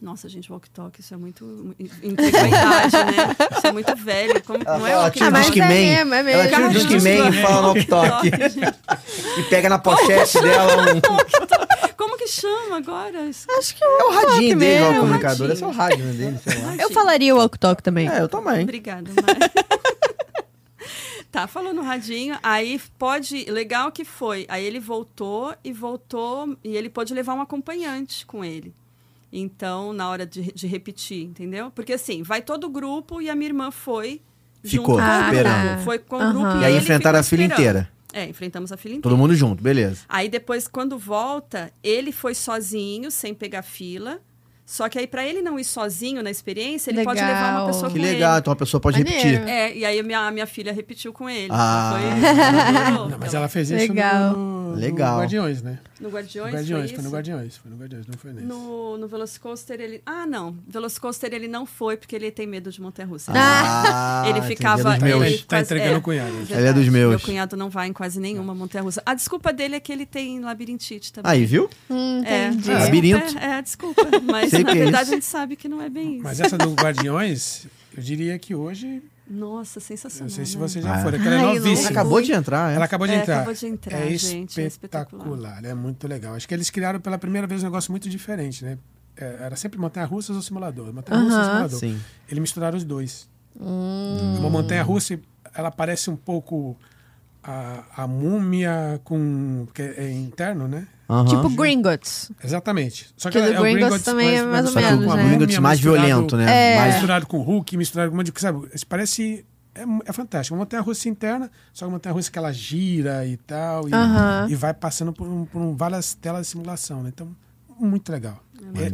S3: Nossa, gente, walk-talk, isso é muito. in- Antiguidade, né? Isso é muito velho. Como,
S2: tá- Ela
S3: não é
S2: fala,
S3: walkie
S2: tira
S1: Ah,
S2: o
S1: mas
S2: Discman.
S1: é mesmo, é
S2: Ela tira o
S1: mesmo.
S2: Discman e
S3: é
S2: fala no toque. e pega na pochete dela um...
S3: Como que chama agora? Isso-
S1: Acho que eu
S2: É o radinho dele, ó, o
S1: mesmo.
S2: comunicador.
S3: radinho.
S2: Esse é o rádio né, dele, sei lá.
S1: Eu falaria o walk talk também.
S2: É, eu também.
S3: Obrigada, Mari. Tá, falou no radinho. Aí pode. Legal que foi. Aí ele voltou e voltou. E ele pôde levar um acompanhante com ele. Então, na hora de, de repetir, entendeu? Porque assim, vai todo o grupo e a minha irmã foi.
S2: Ficou,
S3: junto com o grupo.
S2: esperando.
S3: Foi com o
S1: Aham.
S3: grupo.
S2: E aí
S3: ele
S2: enfrentaram
S3: ficou
S2: a fila
S3: esperando.
S2: inteira.
S3: É, enfrentamos a fila inteira.
S2: Todo mundo junto, beleza.
S3: Aí depois, quando volta, ele foi sozinho, sem pegar fila. Só que aí, pra ele não ir sozinho na experiência, ele pode
S1: Legal.
S3: levar uma pessoa
S2: Que
S3: com
S2: legal,
S3: ele.
S2: então a pessoa pode
S1: Maneiro.
S2: repetir.
S3: É, e aí a minha, a minha filha repetiu com ele. né?
S2: Ah.
S3: Foi-
S4: Não, mas ela fez isso
S1: Legal.
S4: No, no
S2: Legal.
S4: Guardiões, né?
S3: No
S4: No
S3: Guardiões,
S4: Guardiões, foi,
S3: foi
S4: no
S3: isso?
S4: Guardiões, foi no Guardiões, não foi nesse.
S3: No, no Velocicoaster ele... Ah, não. Velocicoaster ele não foi porque ele tem medo de montanha-russa.
S2: Ah,
S3: ele
S2: entendi,
S3: ficava...
S2: é dos
S4: Ele
S2: meus.
S4: tá entregando o cunhado. Ele
S2: é dos meus.
S3: Meu cunhado não vai em quase nenhuma montanha-russa. A desculpa dele é que ele tem labirintite também.
S2: Aí, viu?
S3: É,
S1: Entendi.
S3: desculpa,
S2: Ah, Labirinto.
S3: É, é, desculpa. Mas
S2: Sei
S3: na
S2: que é
S3: verdade
S2: isso.
S3: a gente sabe que não é bem isso.
S4: Mas essa do Guardiões, eu diria que hoje,
S3: Nossa,
S4: não
S3: sensacional.
S4: sei se
S3: né?
S4: vocês já
S2: Ah.
S4: foram, aquela
S1: Ai,
S4: é
S1: louco.
S2: Ela
S4: novíssima.
S2: acabou de entrar, é.
S4: Ela acabou de
S3: É,
S4: entrar.
S3: acabou de entrar,
S4: é
S3: gente, é espetacular.
S4: espetacular, é muito legal. Acho que eles criaram pela primeira vez um negócio muito diferente, né? É, Era sempre montanha-russas ou simulador, montanha-russas ou
S1: Aham.
S4: simulador.
S2: Sim.
S4: Eles misturaram os dois.
S1: Hum.
S4: Uma montanha russa, ela parece um pouco a, a múmia com. que é interno, né?
S2: Aham.
S1: Tipo Gringotts.
S4: Exatamente. Só
S1: Que do Gringotts também é mais ou
S2: Só que o
S1: menos,
S2: com a
S1: né?
S2: Gringotts mais
S4: É, misturado-
S2: violento, né?
S1: É.
S2: Mais-
S4: Misturado com Hulk, misturado com um monte de coisa. sabe? Isso Parece. É, mu- é fantástico. Uma montanha russa interna, só que uma montanha russa que ela gira e tal. E,
S1: Aham.
S4: e vai passando por, um- por um- várias telas de simulação, né? Então, muito legal.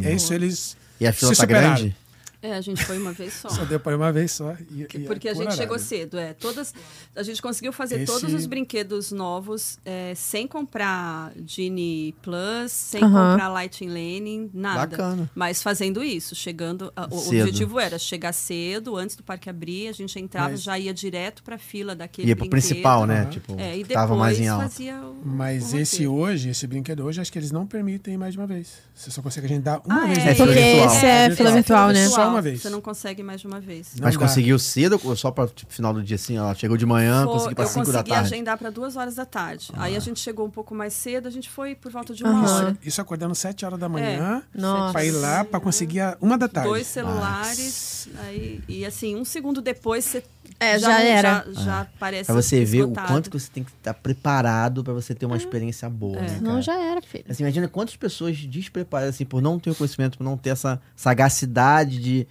S4: É, é isso, eles.
S2: E a fila
S4: se
S2: tá
S4: superaram.
S2: grande?
S3: É, a gente foi uma vez só.
S4: Só deu pra ir uma vez só. e-
S3: Que-
S4: e é
S3: porque a
S4: por
S3: gente
S4: horário.
S3: chegou cedo, é. Todas, a gente conseguiu fazer
S4: Esse-
S3: todos os brinquedos novos é, sem comprar Genie Plus, sem
S1: Aham.
S3: comprar Lightning Lane, nada.
S2: Bacana.
S3: Mas fazendo isso, chegando. a- o- o
S2: Cedo.
S3: objetivo era chegar cedo, antes do parque abrir, a gente entrava,
S4: Mas-
S3: já ia direto pra fila daquele.
S2: Ia pro
S3: brinquedo.
S2: principal, né?
S4: Aham.
S2: Tipo,
S3: É, e
S2: que
S3: depois
S2: tava mais em alta. um
S3: fazia o.
S4: Mas
S3: o
S4: esse
S3: roteiro.
S4: hoje, esse brinquedo hoje, acho que eles não permitem mais de uma vez. Você só consegue agendar uma
S3: Ah,
S4: vez.
S2: É
S4: no
S2: fila
S1: Porque
S4: dia.
S2: virtual.
S1: esse é fila virtual, né?
S4: Só uma vez.
S3: Você não consegue mais de uma vez.
S4: Não
S2: Mas
S4: dá.
S2: conseguiu cedo, ou só pra tipo, final do dia assim, ela chegou de manhã,
S3: Foi-
S2: conseguiu pra
S3: eu
S2: 5 da
S3: consegui
S2: tarde. Ah.
S3: agendar para duas horas da tarde. Aí a gente chegou um pouco mais cedo, a gente foi por volta de uma
S1: Aham.
S3: hora.
S4: Isso, isso acordando 7 horas
S3: É.
S4: da manhã
S1: Nossa.
S4: pra ir lá pra conseguir a uma da tarde.
S3: Dois celulares, aí, e assim, um segundo depois você
S1: É, já
S3: não-
S1: era.
S3: Já, já parece
S2: Pra você ver o
S3: esgotado.
S2: quanto que você tem que estar preparado pra você ter uma experiência boa, né,
S1: Não,
S2: cara?
S1: já era, filho.
S2: Assim, imagina quantas pessoas despreparadas, assim, por não ter o conhecimento, por não ter essa sagacidade de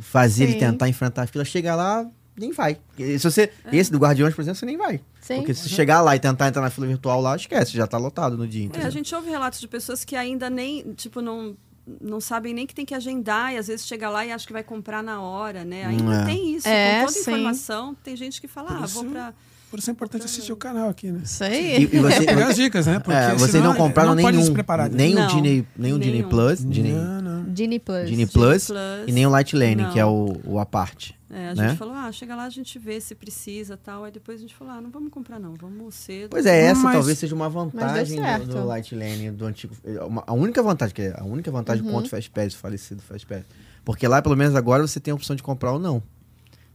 S2: fazer
S1: Sim.
S2: e tentar enfrentar a fila, chega lá, nem vai. E Se você,
S3: É.
S2: Esse do Guardiões, por exemplo, você nem vai.
S1: Sim.
S2: Porque se chegar lá e tentar entrar na fila virtual lá, esquece, já tá lotado no dia,
S3: É,
S2: entendeu?
S3: a gente ouve relatos de pessoas que ainda nem, tipo, não, não sabem nem que tem que agendar, e às vezes chega lá e acha que vai comprar na hora, né? Ainda
S2: É.
S3: tem isso,
S1: É,
S3: com toda a
S1: sim.
S3: informação, tem gente que fala,
S4: Por
S3: ah, vou
S4: isso-
S3: pra...
S4: Por isso é importante assistir o canal aqui, né?
S1: Isso aí.
S2: E, e É, você,
S4: Pegar as dicas, né? Porque
S2: é, vocês
S4: senão,
S2: não compraram
S4: não pode
S2: nenhum,
S4: despreparar, né?
S2: nem o
S3: Não,
S2: Disney, nem o Disney
S3: nenhum.
S2: Plus, Disney,
S4: Não, não.
S1: Genie Plus.
S2: Disney Plus,
S3: Plus.
S2: e nem o Light Lane,
S3: Não.
S2: que é o, o à parte.
S3: É, a
S2: Né?
S3: gente falou, ah, chega lá, a gente vê se precisa tal. Aí depois a gente falou, ah, não vamos comprar não, vamos cedo.
S2: Pois é, essa
S4: Mas-
S2: talvez seja uma vantagem
S1: Mas deu
S2: do,
S1: certo.
S2: do Light Lane, do antigo. uma- a única vantagem, que é a única vantagem contra o Fast Pass, o falecido Fast Pass. Porque lá, pelo menos agora, você tem a opção de comprar ou não.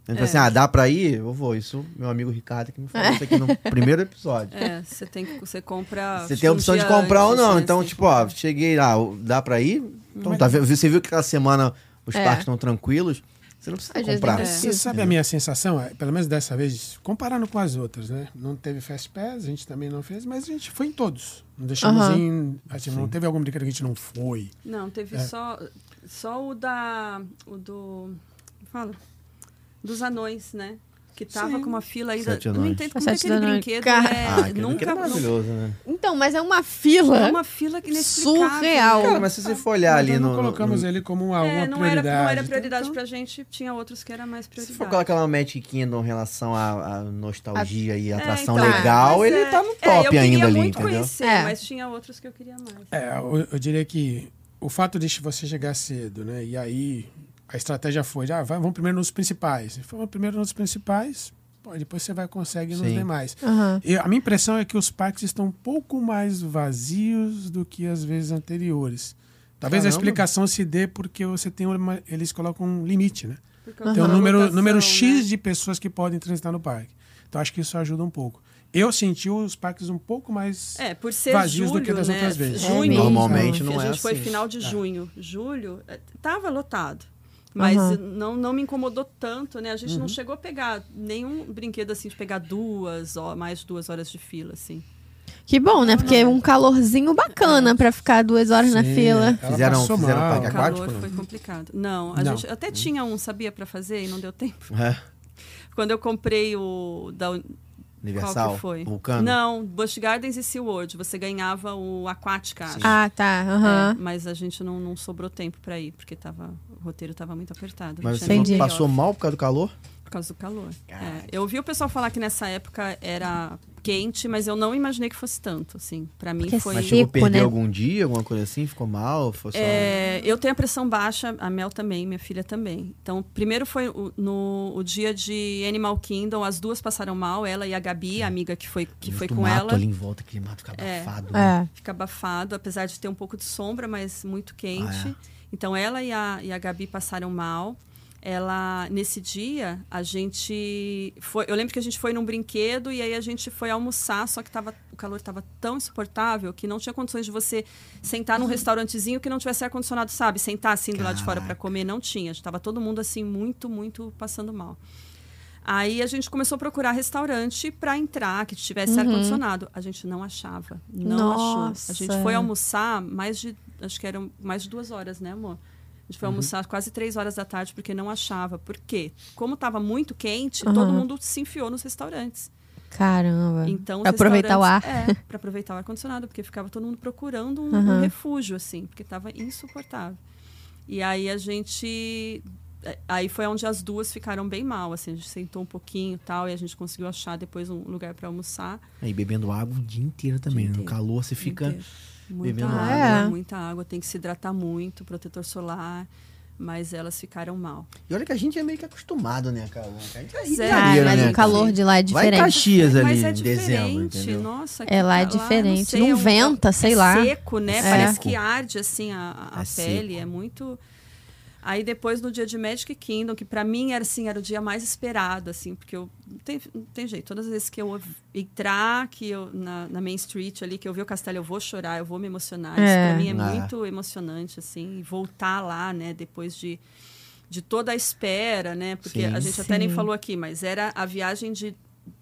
S2: Então, assim, ah, dá pra ir? Eu vou. Isso, meu amigo Ricardo que me falou isso aqui no primeiro episódio.
S3: É, você tem que você compra.
S2: Você tem a
S3: um
S2: opção de
S3: dia
S2: comprar ou
S3: antes,
S2: não.
S3: né?
S2: Então,
S3: Você tem
S2: tipo, ó, cheguei lá, dá pra ir? Então tá. Você viu que aquela semana os
S1: É.
S2: parques estão tranquilos? Você não precisa
S1: Às vezes
S3: É.
S2: comprar.
S1: nem
S4: Você
S1: Isso.
S4: sabe a minha sensação, É, pelo menos dessa vez, comparando com as outras, né? Não teve Fast Pass, a gente também não fez, mas a gente foi em todos. Não deixamos
S1: Aham.
S4: em. assim, não teve algum brinquedo que a gente não foi.
S3: que- Não, teve
S4: É.
S3: só só o da o do fala dos anões, né? Que tava
S4: Sim.
S3: com uma fila ainda.
S2: Sete
S3: eu não
S2: anões.
S3: entendo como é
S1: Sete
S3: aquele
S1: anões.
S3: brinquedo
S1: Cara.
S3: é,
S2: Ah, aquele
S3: nunca
S2: brinquedo é maravilhoso, né?
S1: Então, mas é uma fila.
S3: é uma fila que inexplicável.
S1: Surreal.
S2: Cara, mas se você for olhar
S4: Mas
S2: ali
S4: nós não
S2: no.
S4: colocamos
S2: no-
S4: ele como uma,
S3: É,
S4: uma
S3: não era,
S4: prioridade.
S3: não era
S4: Então,
S3: prioridade pra gente, tinha outros que era mais
S2: Se
S3: prioridade.
S2: for colocar uma Magic Kingdom em relação à, à nostalgia e
S3: É,
S2: atração
S3: então,
S2: legal,
S3: mas
S2: ele
S3: é-
S2: tá no
S3: é, eu
S2: top
S3: queria
S2: ainda ali,
S3: muito
S2: entendeu?
S3: Conhecer,
S1: É.
S3: Mas tinha outros que eu queria mais.
S4: É, eu, eu diria que o fato de você chegar cedo, né? E aí a estratégia foi, ah, vai- vamos primeiro nos principais. Vamos primeiro nos principais, pô, depois você vai consegue nos
S2: Sim.
S4: demais.
S1: Aham.
S4: E a minha impressão é que os parques estão um pouco mais vazios do que as vezes anteriores. Talvez a
S2: Caramba.
S4: explicação se dê porque você tem uma, eles colocam um limite, né?
S3: Por causa
S4: Tem um
S3: da
S4: número,
S3: lotação,
S4: número
S3: né?
S4: X de pessoas que podem transitar no parque. Então acho que isso ajuda um pouco. Eu senti os parques um pouco mais
S3: É, por ser
S4: vazios
S3: julho,
S4: do que das
S3: né?
S4: outras vezes.
S1: É
S3: Junho,
S1: mesmo.
S2: Normalmente
S3: a
S2: não
S3: gente
S2: é
S3: foi
S2: assim.
S3: final de junho. Julho, eh, tava lotado. Mas
S1: Aham.
S3: não, não me incomodou tanto, né? A gente não chegou a pegar nenhum brinquedo assim, de pegar duas, ó, mais duas horas de fila, assim.
S1: Que bom, né? Porque é um calorzinho bacana pra ficar duas horas na
S4: Sim,
S1: fila.
S4: ela
S2: Fizeram-
S4: passou
S2: fizeram
S4: mal.
S2: parque
S3: O
S2: É aquático,
S3: calor
S2: não?
S3: foi complicado. Não, a
S4: Não.
S3: gente até tinha um, sabia, para fazer e não deu tempo.
S2: É,
S3: Quando eu comprei o da Un- Qual
S2: Universal,
S3: que foi?
S2: Vulcano.
S3: Não, Busch Gardens e SeaWorld. Você ganhava o Aquática, acho.
S1: Ah, tá.
S3: É,
S1: Aham.
S3: mas a gente não, não sobrou tempo pra ir, porque tava, o roteiro tava muito apertado.
S2: Mas
S3: Não
S2: você
S3: tinha
S2: falou
S1: Entendi.
S2: que
S3: ninguém
S2: passou um
S3: off
S2: mal por causa do calor?
S3: Por causa do calor. É, eu ouvi o pessoal falar que nessa época era quente, mas eu não imaginei que fosse tanto, assim. Pra mim
S1: Porque
S3: foi...
S2: Mas chegou a
S1: Seco,
S2: perder
S1: né?
S2: algum dia, alguma coisa assim? Ficou mal? Foi só...
S3: É, eu tenho a pressão baixa, a Mel também, minha filha também. Então, primeiro foi o- no o dia de Animal Kingdom, as duas passaram mal, ela e a Gabi, a amiga que foi, que
S2: Muito
S3: foi com
S2: mato
S3: ela.
S2: ali em volta, aquele mato fica
S3: É.
S2: abafado. né?
S1: É.
S3: Fica abafado, apesar de ter um pouco de sombra, mas muito quente. Então ela e a, e a Gabi passaram mal. ela nesse dia a gente foi eu lembro que a gente foi num brinquedo e aí a gente foi almoçar só que tava, o calor estava tão insuportável que não tinha condições de você sentar num restaurantezinho que não tivesse ar condicionado sabe sentar assim do lado de fora para comer não tinha estava todo mundo assim muito muito passando mal Aí a gente começou a procurar restaurante para entrar, que tivesse ar-condicionado. A gente não achava. Não achou.
S1: Nossa. é.
S3: A gente foi almoçar mais de. Acho que eram mais de duas horas, né, amor? A gente foi almoçar quase três horas da tarde porque não achava. Por quê? Como estava muito quente, todo mundo se enfiou nos restaurantes.
S1: Caramba.
S3: Então, os
S1: É. Pra aproveitar o ar.
S3: restaurantes- É, para aproveitar o ar-condicionado, porque ficava todo mundo procurando um, um refúgio, assim, porque estava insuportável. E aí a gente. é, Aí foi onde as duas ficaram bem mal, assim, a gente sentou um pouquinho e tal, e a gente conseguiu achar depois um lugar para almoçar.
S2: Aí bebendo água o dia inteiro também.
S3: Dia
S2: né? No
S3: inteiro.
S2: calor você fica.
S3: Inteiro. Muita
S2: bebendo
S3: água,
S1: água. É.
S3: muita água, tem que se hidratar muito, protetor solar, mas elas ficaram mal.
S2: E olha que a gente é meio que acostumado, né, cara? A gente é
S3: Zero.
S1: Ah,
S2: Mineiro,
S1: mas
S2: né,
S1: o calor de lá é
S2: Vai em
S1: diferente.
S2: Caxias ali
S3: Mas é
S2: em dezembro,
S3: diferente,
S2: entendeu?
S3: nossa.
S1: É, lá é
S3: aqui-
S1: diferente.
S3: sei,
S1: Não
S3: é
S1: venta, sei
S3: é
S1: lá.
S3: seco, né?
S2: É.
S3: Parece
S2: Seco.
S3: que arde, assim, a, a
S2: É
S3: pele.
S2: seco.
S3: É muito... Aí depois, no dia de Magic Kingdom, que pra mim era, assim, era o dia mais esperado, assim, porque eu... Não tem, não tem jeito. Todas as vezes que eu entrar que eu, na, na Main Street ali, que eu ver o castelo, eu vou chorar, eu vou me emocionar. Isso
S1: É.
S3: pra mim é
S2: Ah.
S3: muito emocionante, assim. E voltar lá, né? Depois de... De toda a espera, né? Porque
S2: Sim.
S3: a gente até nem
S1: Sim.
S3: falou aqui, mas era a viagem de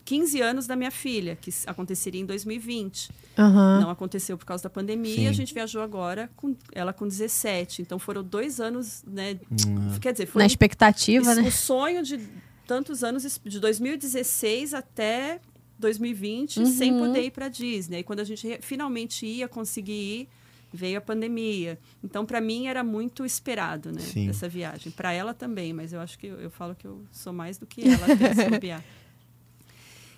S3: 15 anos da minha filha, que s- aconteceria em 2020.
S1: Aham.
S3: Não aconteceu por causa da pandemia
S2: Ah. Sim.
S3: e a gente viajou agora com ela com 17. Então foram dois anos, né?
S2: Hum.
S3: Quer dizer, foi
S1: Na
S3: um-
S1: expectativa,
S3: isso,
S1: né?
S3: o sonho de tantos anos, es- de 2016 até 2020,
S1: Uhum.
S3: sem poder ir para Disney. E quando a gente re- finalmente ia conseguir ir, veio a pandemia. Então, para mim, era muito esperado, né?
S2: Sim.
S3: Essa viagem. Para ela também, mas eu acho que eu, eu falo que eu sou mais do que ela, até se bobear.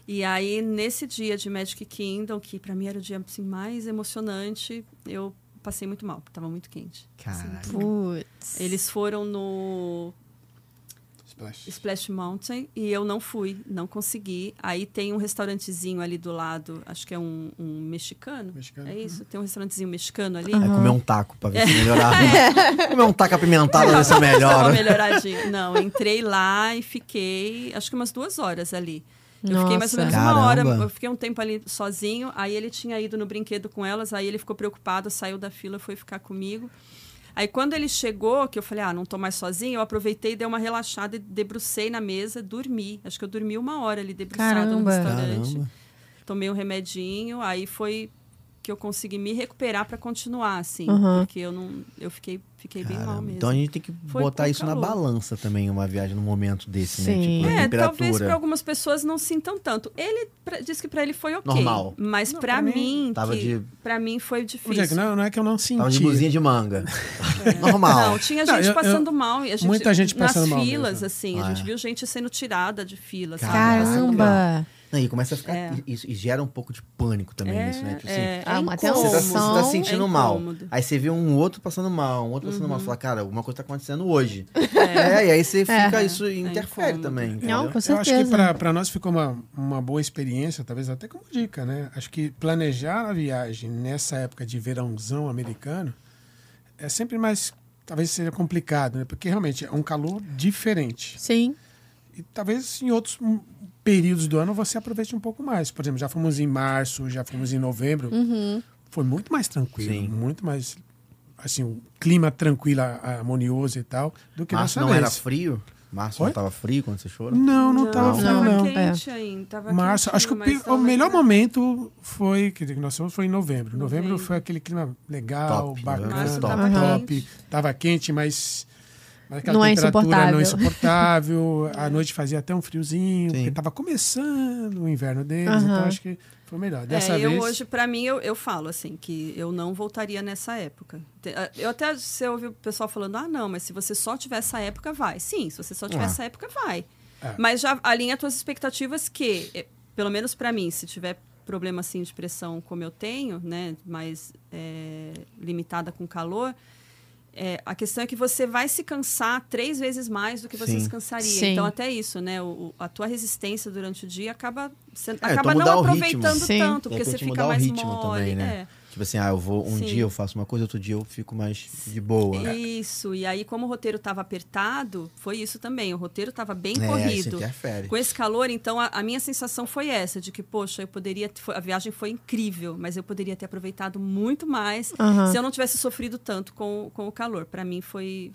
S3: E aí, nesse dia de Magic Kingdom, que para mim era o dia assim, mais emocionante, eu passei muito mal, porque estava muito quente.
S2: Caralho.
S1: Putz.
S3: Eles foram no
S4: Splash.
S3: Splash Mountain e eu não fui, não consegui. Aí tem um restaurantezinho ali do lado, acho que é um, um mexicano.
S4: Mexicano,
S3: É
S4: uhum.
S3: isso? Tem um restaurantezinho mexicano ali.
S2: Vai comer um taco pra ver se melhorar. comer um taco apimentado pra ver se
S3: Dá uma
S2: melhora.
S3: melhoradinha. Não, entrei lá e fiquei, acho que umas duas horas ali. Eu fiquei mais ou menos
S1: Nossa.
S3: uma hora,
S2: Caramba.
S3: eu fiquei um tempo ali sozinho. Aí ele tinha ido no brinquedo com elas, aí ele ficou preocupado, saiu da fila, foi ficar comigo. Aí quando ele chegou, que eu falei, ah, não tô mais sozinho, eu aproveitei, dei uma relaxada e debrucei na mesa, dormi. Acho que eu dormi uma hora ali, debruçada no
S1: Caramba.
S3: restaurante.
S2: Caramba.
S3: Tomei um remedinho, aí foi que eu consegui me recuperar para continuar, assim.
S1: Uhum.
S3: Porque eu não. Eu fiquei, fiquei bem mal
S2: Caramba.
S3: mesmo.
S2: Então a gente tem que
S3: Foi
S2: botar
S3: por
S2: isso na
S3: calor.
S2: balança também, uma viagem num momento desse, né?
S1: Sim.
S2: Tipo, a
S3: É, talvez para
S2: temperatura.
S3: algumas pessoas não sintam tanto. Ele pra, disse que para ele foi ok.
S2: Normal.
S3: Mas
S4: Não, pra
S3: para
S4: mim-
S3: mim,
S2: Tava
S3: que-
S2: de-
S3: pra mim foi
S4: Ô, Jack,
S3: difícil.
S4: não, não é que eu não senti.
S2: Tava de blusinha de manga. Normal.
S3: É. Não, tinha
S4: Não,
S3: gente
S4: eu- eu-
S3: passando mal. e a gente,
S4: muita gente passando
S3: nas
S4: mal
S3: filas,
S4: mesmo.
S3: assim.
S2: Ah,
S3: A
S2: é.
S3: gente viu gente sendo tirada de filas. sabe?
S1: Caramba.
S2: Não, E começa a ficar.
S3: É.
S2: Isso, e gera um pouco de pânico também,
S3: É,
S2: isso, né? Tipo assim,
S3: é, é
S1: Ah, uma
S3: incômodo.
S2: Você tá,
S1: Como?
S2: você tá se sentindo
S3: É
S2: mal.
S3: incômodo.
S2: Aí você vê um outro passando mal, um outro passando
S3: Uhum.
S2: mal. Fala, cara, alguma coisa tá acontecendo hoje. É, e aí você fica, isso interfere
S3: É incômodo.
S2: também.
S1: Não,
S2: entendeu?
S1: com
S4: Eu acho que
S1: certeza.
S4: pra- pra nós ficou uma, uma boa experiência, talvez até como dica, né? Acho que planejar a viagem nessa época de verãozão americano é sempre mais. Talvez seja complicado, né? Porque realmente é um calor diferente.
S1: Sim.
S4: E talvez em outros hum, períodos do ano você aproveite um pouco mais. Por exemplo, já fomos em março, já fomos em novembro. Foi muito mais tranquilo,
S2: Sim.
S4: muito mais. Assim, um clima tranquilo, a- harmonioso e tal, do que
S2: Março
S4: nessa
S2: não
S4: vez.
S2: era frio? né? Março
S4: Oi? Hum.
S2: não tava frio quando você chorou?
S4: Não, não, tava frio,
S3: tava
S4: não.
S3: quente ainda. Tava
S4: Março, acho que o,
S3: quentinho,
S4: pi-
S3: mas
S4: o
S3: tava-
S4: melhor momento foi que nós fomos foi em novembro. Novembro,
S3: Novembro.
S4: foi aquele clima legal,
S2: Top, né?
S4: bacana,
S2: novembro
S3: foi
S4: tava
S3: top. Março tava
S4: top,
S3: quente.
S4: tava quente, mas, mas aquela
S1: Não é
S4: temperatura
S1: insuportável.
S4: não insuportável. à noite fazia até um friozinho,
S2: Sim.
S4: porque tava começando o inverno deles,
S1: Aham.
S4: então acho que foi melhor. Dessa
S3: é, eu
S4: vez,
S3: hoje, pra mim, eu, eu falo assim, que eu não voltaria nessa época. Te- ah, Eu até você ouve o pessoal falando, ah, não, mas se você só tiver essa época, vai. Sim, se você só tiver
S2: Ah.
S3: essa época, vai.
S4: É.
S3: Mas já alinha tuas expectativas que, eh, pelo menos pra mim, se tiver problema assim de pressão como eu tenho, né, mais eh, limitada com calor, eh, a questão é que você vai se cansar três vezes mais do que você
S2: Sim.
S3: se cansaria.
S1: Sim.
S3: Então até isso, né, o- o- a tua resistência durante o dia acaba
S2: É,
S3: sendo,
S2: então
S3: acaba não
S2: mudar o ritmo.
S3: aproveitando
S1: Sim.
S3: tanto,
S2: De
S3: porque você
S2: repente
S3: fica
S2: mudar o
S3: mais
S2: ritmo
S3: mole.
S2: também, né?
S3: é.
S2: Tipo, Tipo assim, ah, eu vou. Um
S3: Sim.
S2: dia eu faço uma coisa, outro dia eu fico mais de boa. É,
S3: Isso, e aí como o roteiro estava apertado, foi isso também, o roteiro estava bem
S2: É, isso
S3: corrido.
S2: interfere.
S3: Com esse calor, então, a, a minha sensação foi essa, de que, poxa, eu poderia... t- foi- A viagem foi incrível, mas eu poderia ter aproveitado muito mais
S1: Aham.
S3: se eu não tivesse sofrido tanto com, com o calor. Para mim, foi...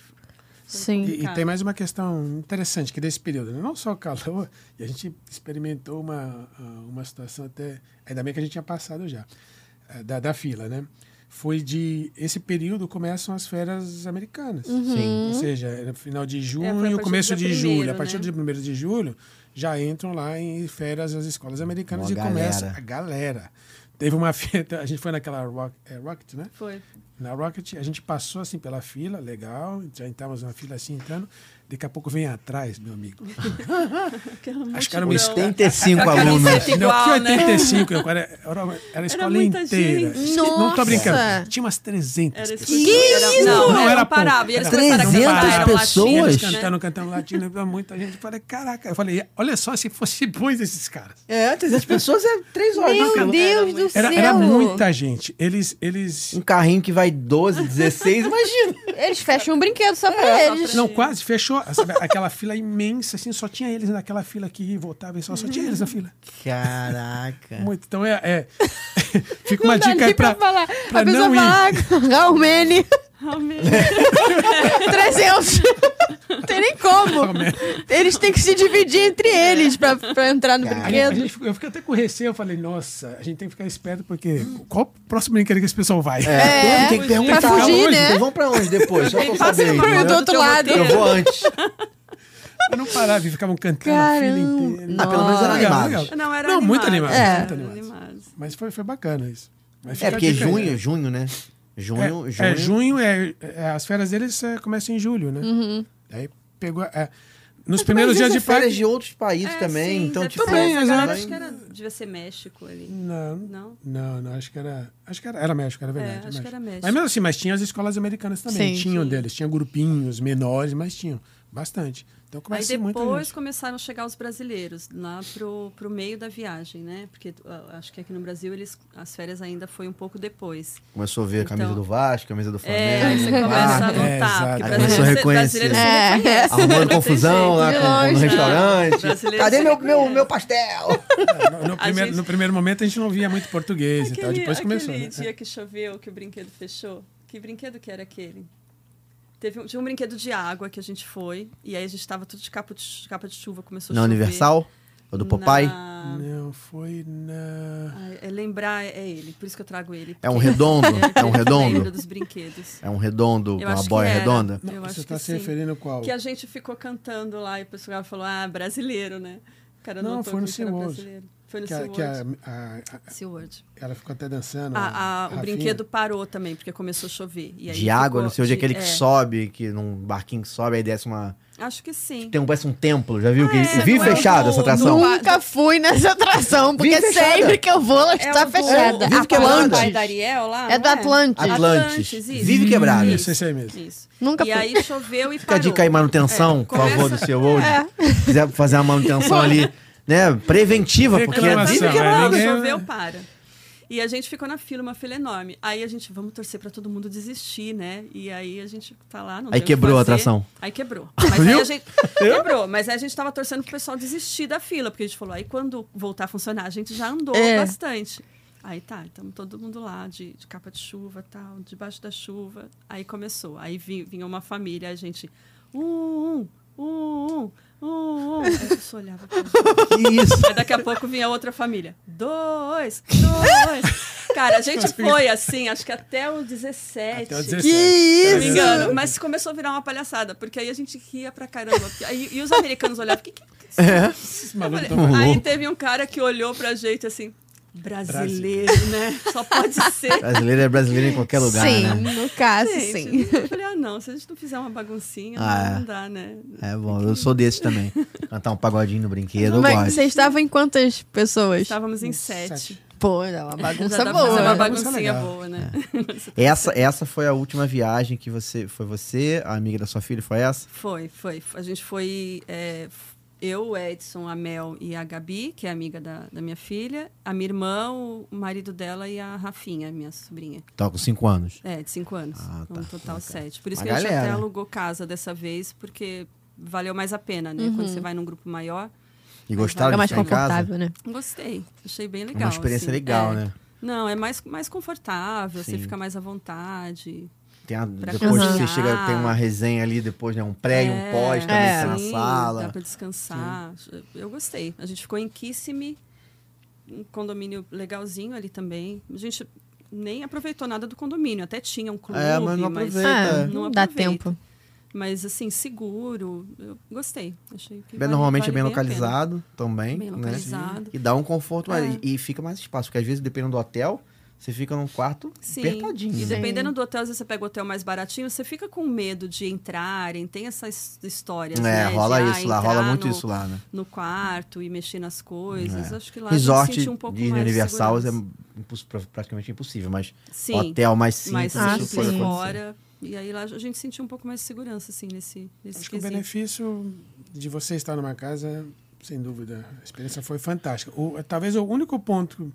S1: Sim.
S4: E, e tem mais uma questão interessante que desse período, né? não só o calor, e a gente experimentou uma, ah, uma situação até, ainda bem que a gente tinha passado já, eh, da, da fila, né? Foi de, esse período começam as férias americanas.
S2: Sim.
S4: Ou seja, é no final de
S3: foi a
S4: junho,
S3: partir
S4: começo
S3: do
S4: de
S3: dia
S4: julho.
S3: primeiro,
S4: A partir
S3: né?
S4: do dia 1 de julho, já entram lá em férias as escolas americanas
S2: Uma
S4: e começa
S2: galera.
S4: a galera. Teve uma festa, a gente foi naquela Rock, é, Rocket, né?
S3: Foi.
S4: Na Rocket, a gente passou assim pela fila, legal, já entramos na fila assim entrando. Daqui a pouco vem atrás, meu amigo. Acho que era uma escola.
S2: 85
S3: Não,
S2: alunos.
S3: não. Igual,
S4: que
S3: né?
S4: 85, eu- era, era, era a escola
S3: muita
S4: inteira.
S3: gente.
S4: Não tô
S1: Nossa!
S4: brincando. Tinha umas 300
S3: Era
S4: pessoas.
S3: esquisito.
S1: isso?
S3: Não,
S4: Não
S3: não
S4: era
S3: era um parava. E eles
S4: pouco.
S3: começaram a cantar,
S2: 300
S3: eram latinos,
S2: pessoas?
S4: Eles
S3: né?
S4: cantaram, cantaram latino, pra muita gente. Eu falei, caraca, eu falei, olha só se fosse bons esses caras.
S2: É, 300 pessoas é 3 horas. né,
S1: Meu
S2: cara?
S1: Deus do céu.
S4: Era, era muita gente. Eles, eles
S2: Um carrinho que vai 12, 16, imagina.
S1: Eles fecham um brinquedo
S4: É,
S1: só pra eles.
S4: Não, quase, fechou. Sabe, Aquela fila imensa, assim, só tinha eles naquela fila que ia e voltava e só, só tinha eles na fila.
S2: Caraca.
S4: Muito. Então é. é. Fica uma
S1: Não dá
S4: dica
S1: nem
S4: aí
S1: pra,
S4: pra.
S1: falar.
S4: pra
S1: a pessoa
S4: não
S1: fala, ah, Almene,
S3: Amém.
S1: 300. Não tem nem como. Eles têm que se dividir entre eles pra, pra entrar no
S2: Cara.
S4: A gente- a
S1: brinquedo.
S4: gente ficou- eu fiquei até com receio, eu falei, nossa, a gente tem que ficar esperto, porque qual o próximo brinquedo que esse pessoal vai?
S2: É, tem- tem que perguntar
S1: Pra fugir,
S2: onde,
S1: né?
S2: então vamos pra onde depois? Só pra eu
S1: Passa
S2: saber,
S1: pro
S2: entendeu?
S1: do outro
S3: Teu
S1: lado.
S3: roteiro.
S2: Eu vou antes.
S4: Eu não parava e ficavam cantando a fila
S1: Caramba.
S4: inteira.
S1: Ah, pelo menos
S2: era
S4: Legal,
S2: animado.
S4: legal.
S3: Não, era
S4: Não, muito animado.
S3: animado.
S1: É.
S4: Muito
S3: Era
S4: animado.
S3: animado.
S4: Mas foi, foi bacana isso. Mas fica
S2: É,
S4: a
S2: porque
S4: dica aí,
S2: junho,
S4: né?
S2: junho, né? Junho,
S4: é,
S2: junho.
S4: É, junho é, é, as férias deles é, começam em julho, né? Aí pegou. é, nos primeiros
S2: Uhum. Mas
S4: dias
S2: isso
S4: de
S2: é férias
S4: praia.
S2: de outros países
S3: É,
S2: também,
S3: sim,
S2: então
S3: deve
S2: tipo...
S3: ser.
S4: Também,
S3: Essa galera
S4: exato.
S3: acho que era, devia ser México ali.
S4: Não,
S3: Não? É,
S4: Não, não, acho que era. Acho que era, era México, era verdade.
S3: acho que era México.
S4: Mas mesmo assim, mas tinha as escolas americanas também.
S1: Sim.
S4: tinham deles, tinha grupinhos menores, mas tinham. Bastante. Então
S3: Aí
S4: começa muito.
S3: depois começaram a chegar os brasileiros lá pro, pro meio da viagem, né? Porque ah, acho que aqui no Brasil eles, as férias ainda foi um pouco depois.
S2: Começou a ver a camisa
S3: Então-
S2: do Vasco, a camisa do Flamengo.
S3: É, aí você começa a
S2: Vasco,
S4: é,
S3: notar.
S4: exato.
S3: porque
S2: Ah, Aí
S3: brasileiro-
S2: começou a
S3: cê-
S2: reconhecer.
S3: brasileiro se
S1: É.
S3: reconhece, não
S2: Arrumando
S3: né? tem
S2: confusão
S3: jeito.
S2: lá com- no
S1: Longe, né?
S2: restaurante.
S3: Brasileiro é.
S2: Cadê
S3: se
S2: meu, meu,
S3: reconhece.
S2: meu pastel?
S4: É, No, no
S3: A
S4: primeiro,
S3: gente-
S4: no primeiro momento a gente não via muito português e tal.
S3: Aquele,
S4: Depois começou.
S3: aquele
S4: né?
S3: dia que choveu, que o brinquedo fechou. Que brinquedo que era aquele? Teve um, tinha um brinquedo de água que a gente foi. E aí a gente tava tudo de capa de, capa de chuva, começou
S2: Na
S3: a chover.
S2: é Universal? Ou do Popeye?
S3: Na-
S4: Não, foi na.
S3: Ai, é lembrar é ele, por isso que eu trago ele.
S2: É um redondo?
S3: porque
S2: É um
S3: ele lembra
S2: redondo?
S3: dos brinquedos.
S2: É um é redondo com
S3: Eu
S2: uma
S3: acho que é.
S2: boia
S3: era.
S2: redonda?
S3: Eu
S4: Você
S3: acho
S4: está
S3: que
S4: se
S3: sim.
S4: referindo qual?
S3: Que a gente ficou cantando lá e o pessoal falou, ah, brasileiro, né? O cara
S4: Não,
S3: notou
S4: foi no
S3: que era
S4: SeaWorld.
S3: brasileiro. Foi no
S4: Que a-
S3: SeaWorld.
S4: que a- a- a-
S3: SeaWorld.
S4: ela ficou até
S2: Ah,
S4: dançando.
S3: A- a- o
S4: Rafinha.
S3: brinquedo parou também, porque começou a chover. E aí
S2: De água,
S3: ficou
S2: não sei onde,
S3: de-
S2: aquele que
S3: é,
S2: sobe, que num barquinho que sobe, aí desce uma...
S3: Acho que sim.
S2: Tem um, parece um templo, já viu? que
S3: É,
S2: vi
S3: não é o
S2: fechado
S3: do-
S2: essa atração.
S3: do-
S1: Nunca fui nessa atração, porque
S2: Vive fechada.
S1: sempre que eu vou, ela
S3: É
S1: está
S3: o do-
S1: fechada.
S2: Vive
S3: a
S2: que é
S3: parada
S2: Atlantis.
S3: do pai da Ariel
S1: É
S3: lá, não
S1: do Atlantis.
S2: Atlantis.
S3: isso.
S2: Vive quebrada.
S4: Isso, esse aí mesmo.
S3: Isso.
S1: Nunca
S3: e
S1: fui.
S3: aí choveu e
S2: Fica a
S3: parou.
S2: dica aí, manutenção,
S3: É,
S2: por favor, do
S3: começa- É.
S2: seu hoje. Se quiser fazer uma manutenção ali, né? Preventiva, porque é
S4: Reclamação,
S2: vida
S4: né?
S2: quebrada.
S4: Ninguém-
S3: Choveu, para. E a gente ficou na fila, uma fila enorme. Aí a gente, vamos torcer pra todo mundo desistir, né? E aí a gente tá lá, não
S2: Aí
S3: tem o que
S2: quebrou a
S3: fazer.
S2: atração.
S3: Aí quebrou. Mas aí a gente quebrou, mas aí a gente tava torcendo pro pessoal desistir da fila, porque a gente falou, aí quando voltar a funcionar, a gente já andou
S1: É.
S3: bastante. Aí tá, então todo mundo lá de, de capa de chuva, tal, debaixo da chuva. Aí começou. Aí vi- vinha uma família, a gente, um, um, um, um, um. Aí a pessoa olhava pra gente.
S2: Que isso?
S3: Aí daqui a pouco vinha outra família. Dois, dois. Cara, a gente foi assim, acho que até o 17.
S4: Até o 17.
S1: Que
S3: Se não me
S1: isso?
S3: engano, mas começou a virar uma palhaçada, porque aí a gente ria pra caramba. Porque aí- e os americanos olhavam, que, é que, que
S4: Esses malucos tão
S2: Maluco.
S3: Aí teve um cara que olhou pra gente assim, brasileiro, né? Só pode ser.
S2: Brasileiro é brasileiro em qualquer lugar,
S1: sim,
S2: né?
S1: no caso, sim.
S3: Gente, eu falei, ah, não, se a gente não fizer uma baguncinha,
S2: Ah, é.
S3: não dá, né?
S2: É bom, eu sou desse também. Cantar um pagodinho no brinquedo, eu
S1: Mas
S2: gosto.
S1: você estava em quantas pessoas?
S3: Estávamos em sete. né?
S1: Pô, é uma
S3: Já
S1: bagunça
S3: dá pra fazer uma
S1: boa.
S4: bagunça
S3: baguncinha
S4: legal.
S3: boa, né?
S2: Essa, essa foi a última viagem que você. Foi você, a amiga da sua filha, foi essa?
S3: Foi, foi. A gente foi. é, f- Eu, o Edson, a Mel e a Gabi, que é amiga da, da minha filha, a minha irmã, o marido dela e a Rafinha, minha sobrinha.
S2: Tava Tá com 5 anos.
S3: É, de cinco anos.
S2: Ah, tá.
S3: Um total sete. Por isso
S2: Uma
S3: que a gente até
S2: galera.
S3: alugou casa dessa vez, porque valeu mais a pena, né? Quando você vai num grupo maior.
S2: E gostaram
S1: Fica
S2: de
S1: mais
S2: ficar em casa? é
S1: confortável, né?
S3: Gostei. Achei bem legal.
S2: Uma experiência
S3: assim.
S2: legal,
S3: É.
S2: né?
S3: Não, é mais, mais confortável, você
S2: Sim.
S3: fica mais à vontade.
S2: Tem a-
S3: Pra
S2: depois que você
S3: cozinhar.
S2: chega, tem uma resenha ali, depois né, um pré e um pós, também
S1: É.
S2: tá na
S3: Sim, Dá
S2: sala.
S3: pra descansar. Eu gostei. A gente ficou em Kissimmee, um condomínio legalzinho ali também. A gente nem aproveitou nada do condomínio. Até tinha um clube,
S2: É, mas não aproveita,
S1: É,
S2: Não
S1: não dá
S3: aproveita.
S1: tempo.
S3: Mas, assim, seguro. Eu gostei. Achei que
S2: Bem,
S3: vale-
S2: normalmente
S3: vale
S2: é bem
S3: bem a pena.
S2: localizado também,
S3: Bem
S2: né?
S3: localizado.
S2: E dá um conforto mais-
S3: É.
S2: e fica mais espaço, porque às vezes, dependendo do hotel, você fica num quarto
S3: Sim.
S2: apertadinho. né?
S3: E dependendo do hotel, às vezes você pega o hotel mais baratinho, você fica com medo de entrarem, tem essas histórias,
S2: É,
S3: né? de,
S2: rola
S3: ah,
S2: isso lá,
S3: entrar
S2: rola muito
S3: no,
S2: isso lá, né?
S3: No quarto e mexer nas coisas.
S2: É.
S3: Acho que lá a gente
S2: Resort
S3: sentiu um pouco
S2: Disney
S3: mais de
S2: Universal é
S3: segurança.
S2: imposs- pra- praticamente impossível, mas
S3: Sim,
S2: hotel mais simples,
S3: mais
S1: Ah,
S2: isso
S3: simples
S2: pode
S1: sim.
S2: acontecer.
S3: fora. E aí lá a gente sentiu um pouco mais de segurança, assim, nesse, nesse
S4: Acho que é um o
S3: quesito.
S4: benefício de você estar numa casa, sem dúvida, a experiência foi fantástica. O, talvez o único ponto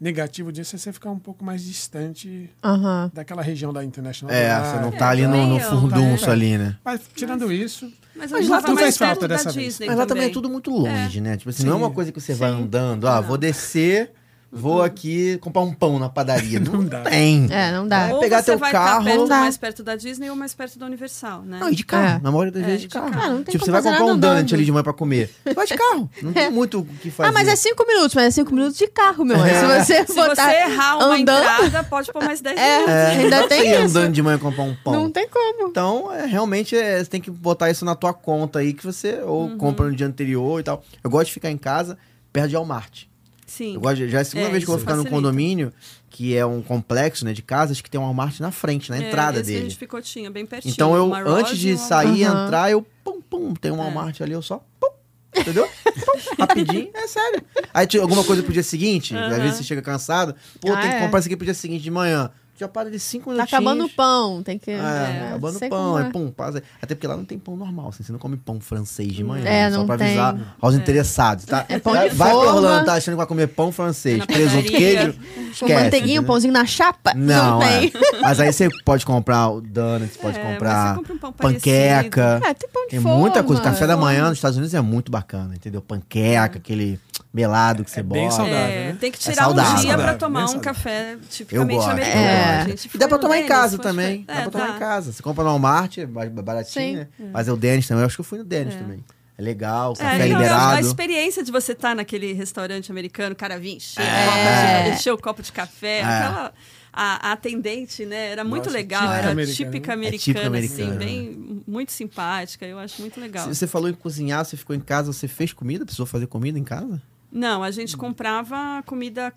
S4: negativo disso é você ficar um pouco mais distante
S1: Aham.
S4: daquela região da International.
S2: É,
S4: Drive.
S2: você
S3: Ah,
S2: não tá ali no, no
S3: meio,
S2: furdunço
S4: tá
S2: ali, né?
S4: Mas tirando isso,
S3: Mas,
S4: Mas
S3: a gente
S4: lá
S3: tava
S4: não
S3: mais
S4: fez falta
S3: perto da
S4: dessa vez.
S3: Disney
S2: Mas lá também é tudo muito longe, né? Tipo assim, não é uma
S4: Sim.
S2: coisa que você vai
S3: Sim.
S2: andando, ah, vou descer, vou aqui comprar um pão na padaria. não,
S4: dá.
S2: tem.
S1: É, não dá.
S2: Vai
S3: Ou
S2: pegar
S3: você
S2: teu
S3: vai
S2: carro. Tá.
S3: Ficar perto,
S1: Dá.
S3: mais perto da Disney ou mais perto da Universal, né?
S2: Não, e de carro.
S1: É.
S2: Na maioria das
S3: É,
S2: vezes de
S3: de
S2: carro.
S3: carro.
S1: Ah, não tem
S2: tipo,
S1: como
S2: você vai
S1: fazer
S2: comprar um
S1: nada
S2: donut
S1: andando.
S2: ali de manhã pra comer. Você vai de carro. Não tem muito o que fazer.
S1: Ah, mas é cinco minutos, mas é cinco minutos de carro, meu. Se você
S3: Se
S1: botar
S3: você errar uma
S1: andando,
S3: entrada, pode pôr mais 10 minutos.
S1: é, ainda
S2: Você ir
S1: tem isso.
S2: andando de manhã comprar um pão.
S1: Não tem como. Tá
S2: Então, é, realmente, é, você tem que botar isso na tua conta aí, que você ou
S1: Uhum.
S2: compra no dia anterior e tal. Eu gosto de ficar em casa perto de Walmart.
S3: Sim.
S2: Eu gosto de- já é a segunda
S3: É,
S2: vez que eu vou
S3: isso
S2: ficar num
S3: facilita.
S2: condomínio, que é um complexo né, de casas, que tem um Walmart na frente, na
S3: É,
S2: entrada
S3: esse que A
S2: dele.
S3: gente ficou, tinha bem pertinho.
S2: Então, eu,
S3: uma
S2: antes
S3: Rose
S2: de
S3: e uma- É.
S2: sair e
S1: Aham.
S2: entrar, eu pum, pum, tem um Walmart ali, eu só pum, entendeu? Pum, rapidinho, é sério. Aí tinha alguma coisa pro dia seguinte, às vezes você chega cansado, pô,
S1: Ah,
S2: tem que
S1: é.
S2: comprar isso aqui pro dia seguinte de manhã. Já para de
S1: Tá
S2: cinco minutinhos.
S1: acabando o pão, tem que.
S2: É,
S1: é,
S2: acabando
S1: sei
S2: o pão,
S1: como
S2: é pum, passa. Até porque lá não tem pão normal, assim, você não come pão francês de manhã.
S1: É,
S2: né? Só
S1: não
S2: pra
S1: tem.
S2: avisar aos interessados, tá?
S1: É pão
S2: vai
S1: de
S2: vai pra
S1: forma.
S2: Orlando, tá achando que vai comer pão francês,
S3: Na
S2: presunto,
S3: padaria.
S2: queijo.
S1: Com
S2: Esquece,
S1: manteiguinha, um
S2: entendeu?
S1: pãozinho na chapa?
S2: Não,
S1: tem.
S2: é. Mas aí você pode comprar o donuts,
S3: É, mas
S2: pode
S3: você
S2: comprar
S3: compra um pão
S2: panqueca.
S1: É, tem pão de
S2: Tem
S1: forma.
S2: muita coisa. Café da
S1: Pão-
S2: manhã nos Estados Unidos é muito bacana, entendeu? Panqueca, aquele melado que você
S4: É bem
S2: bota.
S4: saudável.
S3: É,
S4: né?
S3: tem que
S2: É
S3: tirar
S2: saudável,
S3: um dia
S4: saudável,
S3: pra tomar
S4: bem
S3: um
S4: saudável.
S3: café
S2: Eu
S3: tipicamente
S2: gosto.
S3: americano. né?
S1: É.
S3: A gente
S2: E dá
S3: foi
S2: pra
S3: no
S2: tomar em
S3: Denny's,
S2: casa
S3: foi-
S2: também. dá
S3: É,
S2: pra tomar
S3: dá.
S2: em casa. Você compra no Walmart, é ba- ba- baratinho,
S1: Sim.
S2: né? Mas é o Dennis também. Eu acho que eu fui no Dennis também. É legal,
S3: É,
S2: café
S3: não,
S2: liberado.
S3: A a experiência de você estar naquele restaurante americano, o cara vinha encher,
S1: É.
S3: copo de- encher o copo de café,
S2: É.
S3: aquela. A, a atendente, né? Era muito
S4: Nossa,
S3: legal,
S4: típico
S3: era
S4: americano.
S3: típica
S2: É
S3: americana,
S2: típico americano,
S3: assim, bem muito simpática, eu acho muito legal.
S2: Se Você falou em cozinhar, você ficou em casa, você fez comida? Precisou fazer comida em casa?
S3: Não, a gente comprava comida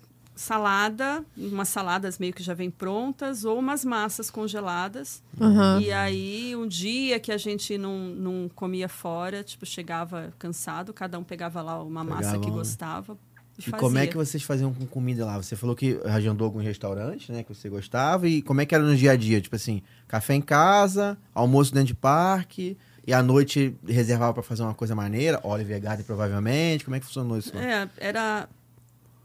S3: salada, umas saladas meio que já vem prontas, ou umas massas congeladas.
S1: Aham.
S3: E aí, um dia que a gente não, não comia fora, tipo, chegava cansado, cada um pegava lá uma massa
S2: Pegava
S3: que
S2: uma.
S3: gostava e,
S2: E
S3: fazia.
S2: como é que vocês faziam com comida lá? Você falou que agendou alguns restaurantes, né? Que você gostava. E como é que era no dia a dia? Tipo assim, café em casa, almoço dentro de parque. E à noite reservava pra fazer uma coisa maneira? Oliver Garden, provavelmente. Como é que funcionou isso lá?
S3: É, era,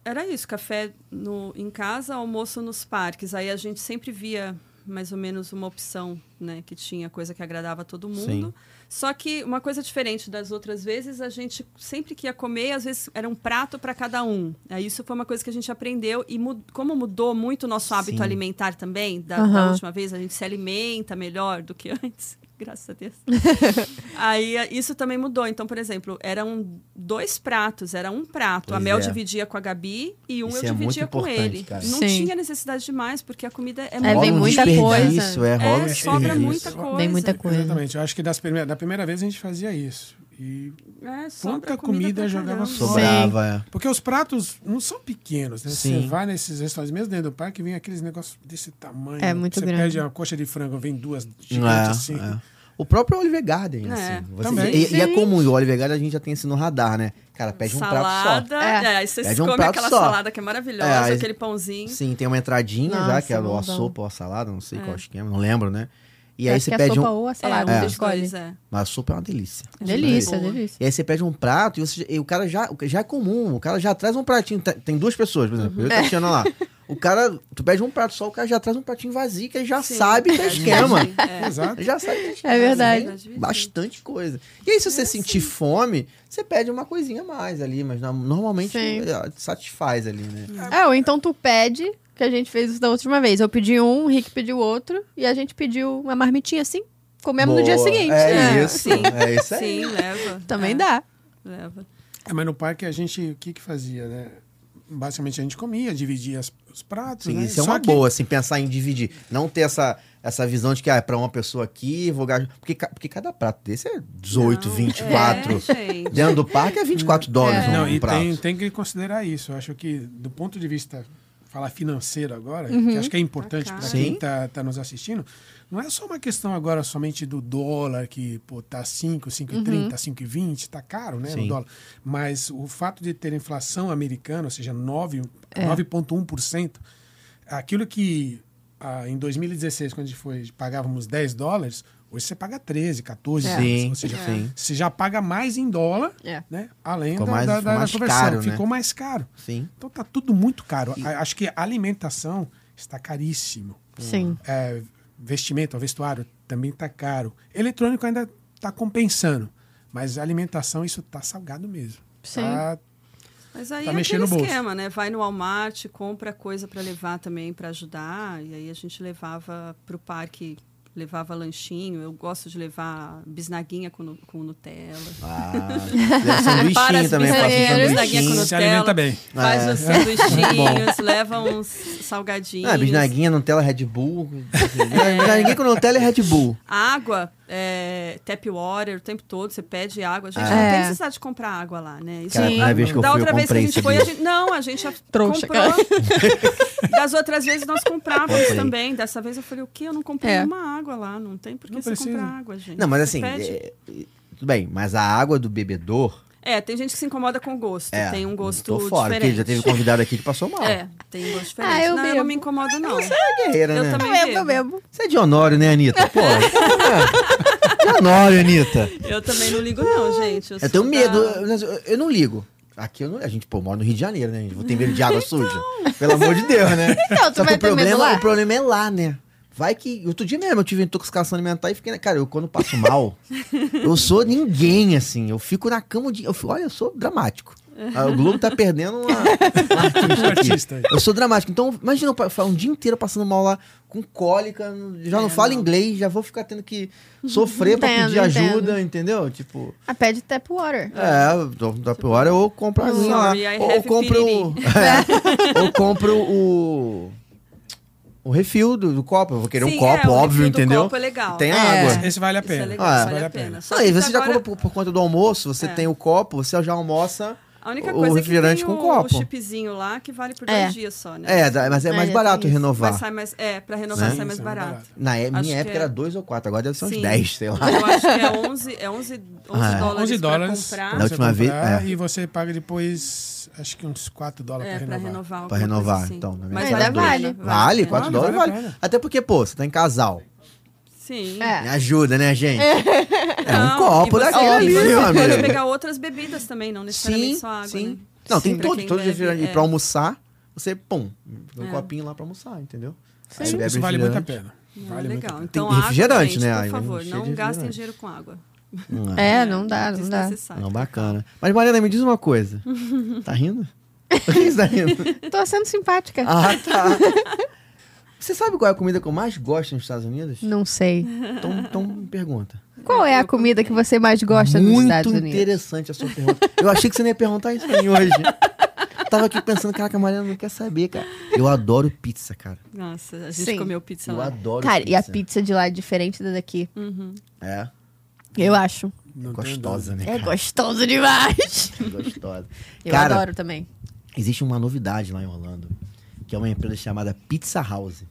S3: era isso, café no, em casa, almoço nos parques. Aí a gente sempre via mais ou menos uma opção, né? Que tinha coisa que agradava a todo
S2: Sim.
S3: mundo. Só que uma coisa diferente das outras vezes, a gente sempre que ia comer, às vezes era um prato para cada um. Aí isso foi uma coisa que a gente aprendeu. E mu- como mudou muito o nosso hábito
S2: Sim.
S3: alimentar também, da,
S1: Aham.
S3: da última vez, a gente se alimenta melhor do que antes. Graças a Deus. Aí a- isso também mudou. Então, por exemplo, eram dois pratos, era um prato. a
S2: Pois
S3: Mel
S2: é.
S3: dividia com a Gabi e um
S2: Isso
S3: eu
S2: é muito
S3: dividia com
S2: importante,
S3: ele.
S2: cara.
S3: Não
S1: Sim.
S3: tinha necessidade de mais, porque a comida é,
S1: vem
S2: Rola
S3: muito.
S2: um
S1: muita
S2: desperdício,
S1: coisa.
S2: É, rola um
S3: É, sobra
S2: desperdício.
S3: muita coisa.
S1: Vem muita coisa.
S4: Exatamente. Eu acho que das primeira, da primeira vez a gente fazia isso. E
S3: É, sobra
S4: Pouca comida
S3: pra
S4: jogava
S3: caramba.
S4: fora.
S2: Sobrava, é.
S4: Porque os pratos não são pequenos, né?
S2: Sim.
S4: Você vai nesses restaurantes, mesmo dentro do parque, vem aqueles negócios desse tamanho.
S1: É muito
S4: você
S1: grande.
S4: pede uma coxa de frango, vem duas gigantes
S2: É,
S4: assim.
S2: é. O próprio Oliver Garden,
S3: É,
S2: assim. Você-
S4: também.
S2: e, e é comum, e o Oliver Garden a gente já tem isso no radar, né? Cara, pede um prato só.
S1: prato
S3: salada,
S1: só.
S3: é, aí você
S2: Pede um
S3: come
S2: prato
S3: aquela
S2: só.
S3: salada que é maravilhosa,
S2: É, aí-
S3: aquele pãozinho.
S2: Sim, tem uma entradinha já,
S1: Nossa,
S2: que é ou a
S1: bonzão.
S2: sopa ou a salada, não sei qual é o esquema, não lembro, né? E aí
S1: Acho
S2: você
S1: que
S2: pede
S1: a sopa
S2: um.
S1: ou a
S3: É,
S1: salada,
S3: um
S1: você
S3: dos
S1: escolhe.
S3: dois, é.
S2: Mas a sopa é uma delícia.
S1: Delícia,
S3: Boa.
S1: delícia.
S2: E aí você pede um prato e, você- e o cara já, já é comum, o cara já traz um pratinho. Tá- Tem duas pessoas, por exemplo, eu
S1: É.
S2: e a Tatiana lá. O cara, tu pede um prato só, o cara já traz um pratinho vazio, que ele já
S3: Sim,
S2: sabe que é
S3: é,
S2: esquema.
S3: sim, é.
S4: Exato.
S2: Ele já sabe que é esquema.
S1: É verdade. é assim.
S2: Tem Bastante coisa. E aí, se você sentir fome, você pede uma coisinha a mais ali, mas na- normalmente
S1: Sim.
S2: eh, satisfaz ali, né?
S1: É, ou então tu pede, que a gente fez isso da última vez. Eu pedi um, o Rick pediu outro, e a gente pediu uma marmitinha assim, comemos no dia
S2: Boa.
S1: seguinte.
S2: É,
S1: né?
S2: isso.
S3: Sim.
S2: É isso aí.
S3: Sim, leva.
S1: Também
S3: É,
S1: dá.
S3: Leva.
S4: É, mas no parque a gente, o que que fazia, né? Basicamente a gente comia, dividia as- os pratos,
S2: Sim,
S4: né?
S2: isso é
S4: Só
S2: uma
S4: que-
S2: boa, assim, pensar em dividir. Não ter essa, essa visão de que ah, é pra uma pessoa aqui, vou gastar. Porque, ca- porque cada prato desse é 18,
S3: Não,
S2: 24.
S3: É, gente.
S2: Dentro do parque é 24 dólares
S4: Não,
S2: um
S4: e
S2: prato.
S4: tem, tem que considerar isso. Eu acho que, do ponto de vista falar financeiro agora,
S2: Uhum.
S4: que acho que é importante para
S3: Pra
S2: caramba.
S4: quem
S2: Sim.
S4: está nos assistindo, não é só uma questão agora somente do dólar, que pô, tá 5,
S2: Uhum.
S4: 5,30, 5,20, tá caro, né,
S2: Sim.
S4: no dólar. Mas o fato de ter inflação americana, ou seja, 9
S2: É.
S4: 9,1%, aquilo que ah, em 2016, quando a gente foi, pagávamos 10 dólares, hoje você paga 13, 14
S2: É.
S4: dólares.
S2: Sim,
S4: Ou seja,
S2: sim.
S4: você já paga mais em dólar
S1: É.
S4: né? Além
S2: Ficou
S4: da,
S2: mais-
S4: da-
S2: ficou
S4: da
S2: mais
S4: conversão.
S2: caro, né?
S4: ficou mais caro.
S2: Sim.
S4: Então tá tudo muito caro. A- Acho que a alimentação está caríssimo.
S2: Hum.
S1: Sim.
S4: É, vestimento, vestuário também tá caro. Eletrônico ainda tá compensando. Mas a alimentação, isso tá salgado mesmo.
S1: Sim.
S2: Ah.
S4: Tá-
S3: Mas aí
S4: Tá
S3: é
S4: mexendo
S3: aquele
S4: no bolso.
S3: esquema, né? Vai no Walmart, compra coisa para levar também para ajudar. E aí a gente levava para o parque, levava lanchinho. Eu gosto de levar bisnaguinha com, nu- com Nutella.
S2: Ah, leva sanduichinho
S3: Prepara
S1: É.
S2: também,
S1: as
S2: faça
S1: bisnaguinhas,
S2: um
S3: bisnaguinha com
S2: sanduichinho.
S4: Se alimenta bem.
S3: Faz
S2: É.
S3: uns
S2: Muito bom.
S3: sanduichinhos, leva uns salgadinhos.
S2: Ah, bisnaguinha, Nutella, Red Bull.
S3: É.
S2: Bisnaguinha com Nutella e Red Bull.
S3: Água, é, tap water o tempo todo, você pede água. A gente
S1: Ah.
S3: não
S1: É.
S3: tem necessidade de comprar água lá, né? Isso
S2: Cara, a primeira vez que eu
S3: da
S2: fui, eu
S3: outra vez que a
S2: comprei,
S3: gente foi, a
S2: sabia?
S3: gente, não, a gente já
S1: Trouxa,
S3: comprou. das outras vezes nós comprávamos
S2: Comprei.
S3: também. Dessa vez eu falei, o quê? Eu não comprei
S1: É.
S3: nenhuma água lá. Não tem por que
S4: Não
S3: você
S4: precisa.
S3: comprar água, gente.
S2: Não, mas
S3: Você
S2: assim,
S3: pede.
S2: é- é- tudo bem, mas a água do bebedor.
S3: É, tem gente que se incomoda com o gosto.
S2: É,
S3: tem um gosto
S2: tô fora, porque
S3: diferente.
S2: já teve convidado aqui que passou mal.
S3: É, tem um gosto diferente.
S1: Ah, eu
S3: não, eu
S1: bebo.
S3: não me incomodo, não.
S2: É guerreira,
S3: Eu
S2: né?
S3: também.
S1: Eu bebo, eu bebo.
S2: Você é de Honório, né, Anitta? Pô, é. de Honório, Anitta.
S3: Eu também não ligo, não, gente.
S2: Eu
S3: sou
S2: tenho
S3: da-
S2: medo, eu, eu- eu não ligo. Aqui eu não- a gente, pô, mora no Rio de Janeiro, né? gente? Vou ter medo de
S3: Então.
S2: água suja. Pelo amor de Deus, né?
S1: Então, tu
S2: Só que
S1: vai
S2: o
S1: ter medo
S2: problema,
S1: lá?
S2: o problema é lá, né? Vai que. Outro dia mesmo eu tive intoxicação alimentar e fiquei. na- Cara, eu quando passo mal, eu sou ninguém, assim. Eu fico na cama de. Eu, fico- olha, eu sou dramático. Ah, O Globo tá perdendo uma, uma artista aqui.
S4: Artista aí.
S2: Eu sou dramático. Então, imagina eu pa- um dia inteiro passando mal lá com cólica, já não
S3: É,
S2: falo
S3: não.
S2: inglês, já vou ficar tendo que sofrer pra
S1: Entendo,
S2: pedir ajuda,
S1: entendo.
S2: entendeu? Tipo.
S1: Ah, pede tap water.
S2: É, do- da pior eu compro a aguinha lá.
S3: Sorry, I
S2: Ou
S3: have
S2: compro. o- É, ou compro o. O refil do, do copo. Eu vou querer
S3: Sim,
S2: um
S3: é,
S2: copo,
S3: o
S2: óbvio,
S3: refil do
S2: entendeu?
S3: copo é legal.
S2: Tem
S3: É.
S2: água.
S4: Esse vale a pena.
S3: Isso é legal,
S2: Ah,
S3: isso
S4: vale a pena.
S3: Só
S2: Não, e
S3: que tá
S2: você já
S3: agora-
S2: compra por, por conta do almoço, você
S3: É.
S2: tem o copo, você já almoça.
S3: A única
S2: o
S3: coisa
S2: refrigerante
S3: é que
S2: com
S3: tem o,
S2: copo.
S3: o chipzinho lá que vale por
S1: É.
S3: dois dias só, né?
S2: É, da- mas é
S1: Ah,
S2: mais
S1: é,
S2: barato
S1: tem isso.
S2: renovar.
S3: Mas sai mais, é, pra renovar
S2: Né?
S3: sai mais
S4: Sim,
S3: barato.
S4: barato.
S2: Na é-
S3: Acho
S2: minha
S3: que
S2: época
S3: é.
S2: era 2 ou 4, agora deve ser uns
S3: Sim.
S2: 10, sei lá.
S3: Eu acho que é 11, é 11, 11
S2: Ah, é.
S3: dólares
S4: 11 dólares.
S3: pra
S2: Na
S4: pra
S3: comprar.
S4: você
S2: última vez,
S4: comprar
S2: é.
S4: E você paga depois, acho que uns 4 dólares
S3: É,
S4: para
S3: pra
S4: renovar.
S3: renovar.
S2: Pra
S3: alguma
S2: renovar,
S3: coisa assim.
S2: então. Na
S3: Mas
S2: verdade,
S1: ainda
S2: dois.
S1: vale.
S2: Vale, 4
S4: Vale,
S2: dólares
S4: vale a
S2: vale.
S4: pena.
S2: Até porque, pô, você tá em casal.
S3: Sim.
S1: É.
S2: Me ajuda, né, gente? É um
S3: Não,
S2: copo
S3: e você-
S2: daquele
S3: e
S2: ali,
S3: você
S2: meu
S3: pode
S2: amigo.
S3: pegar outras bebidas também, não necessariamente só água, né?
S2: Não,
S3: Sim,
S2: tem
S3: pra
S2: todo,
S3: quem
S2: todo
S3: bebe,
S2: refrigerante. E
S3: é.
S2: pra almoçar, você, pum, um
S3: É.
S2: copinho lá pra almoçar, entendeu? Aí
S4: Isso,
S2: bebe
S4: isso vale muito a
S2: refrigerante.
S4: pena.
S3: Não,
S4: Vale muito a
S3: legal.
S4: pena.
S3: Então,
S2: Tem
S3: água,
S2: refrigerante,
S3: gente,
S2: né? Aí,
S3: Por favor,
S2: cheio de
S3: não gastem
S2: refrigerante.
S3: dinheiro com água.
S2: Não é.
S1: É, não dá, não dá.
S3: Desnecessário.
S2: Não, bacana. Mas, Mariana, me diz uma coisa. Tá rindo? Por que você tá rindo?
S1: Tô sendo simpática.
S2: Ah, tá. Você sabe qual é a comida que eu mais gosto nos Estados Unidos?
S1: Não sei.
S2: Então, então me pergunta.
S1: Qual é a comida que você mais gosta nos
S2: Muito
S1: Estados Unidos?
S2: interessante a sua pergunta. Eu achei que você não ia perguntar isso pra mim hoje. Tava aqui pensando, caraca, a Mariana não quer saber, cara. Eu adoro pizza, cara.
S3: Nossa, a gente
S1: Sim.
S3: comeu pizza
S2: Eu
S3: lá.
S2: adoro
S1: Cara,
S2: pizza.
S1: e a pizza de lá é diferente da daqui.
S2: É.
S1: Eu acho.
S4: Não tem
S2: Gostosa, né?
S1: É
S2: Cara?
S1: gostoso demais.
S2: Gostosa.
S1: Eu
S2: cara,
S1: adoro também.
S2: existe uma novidade lá em Orlando, que é uma empresa chamada Pizza House.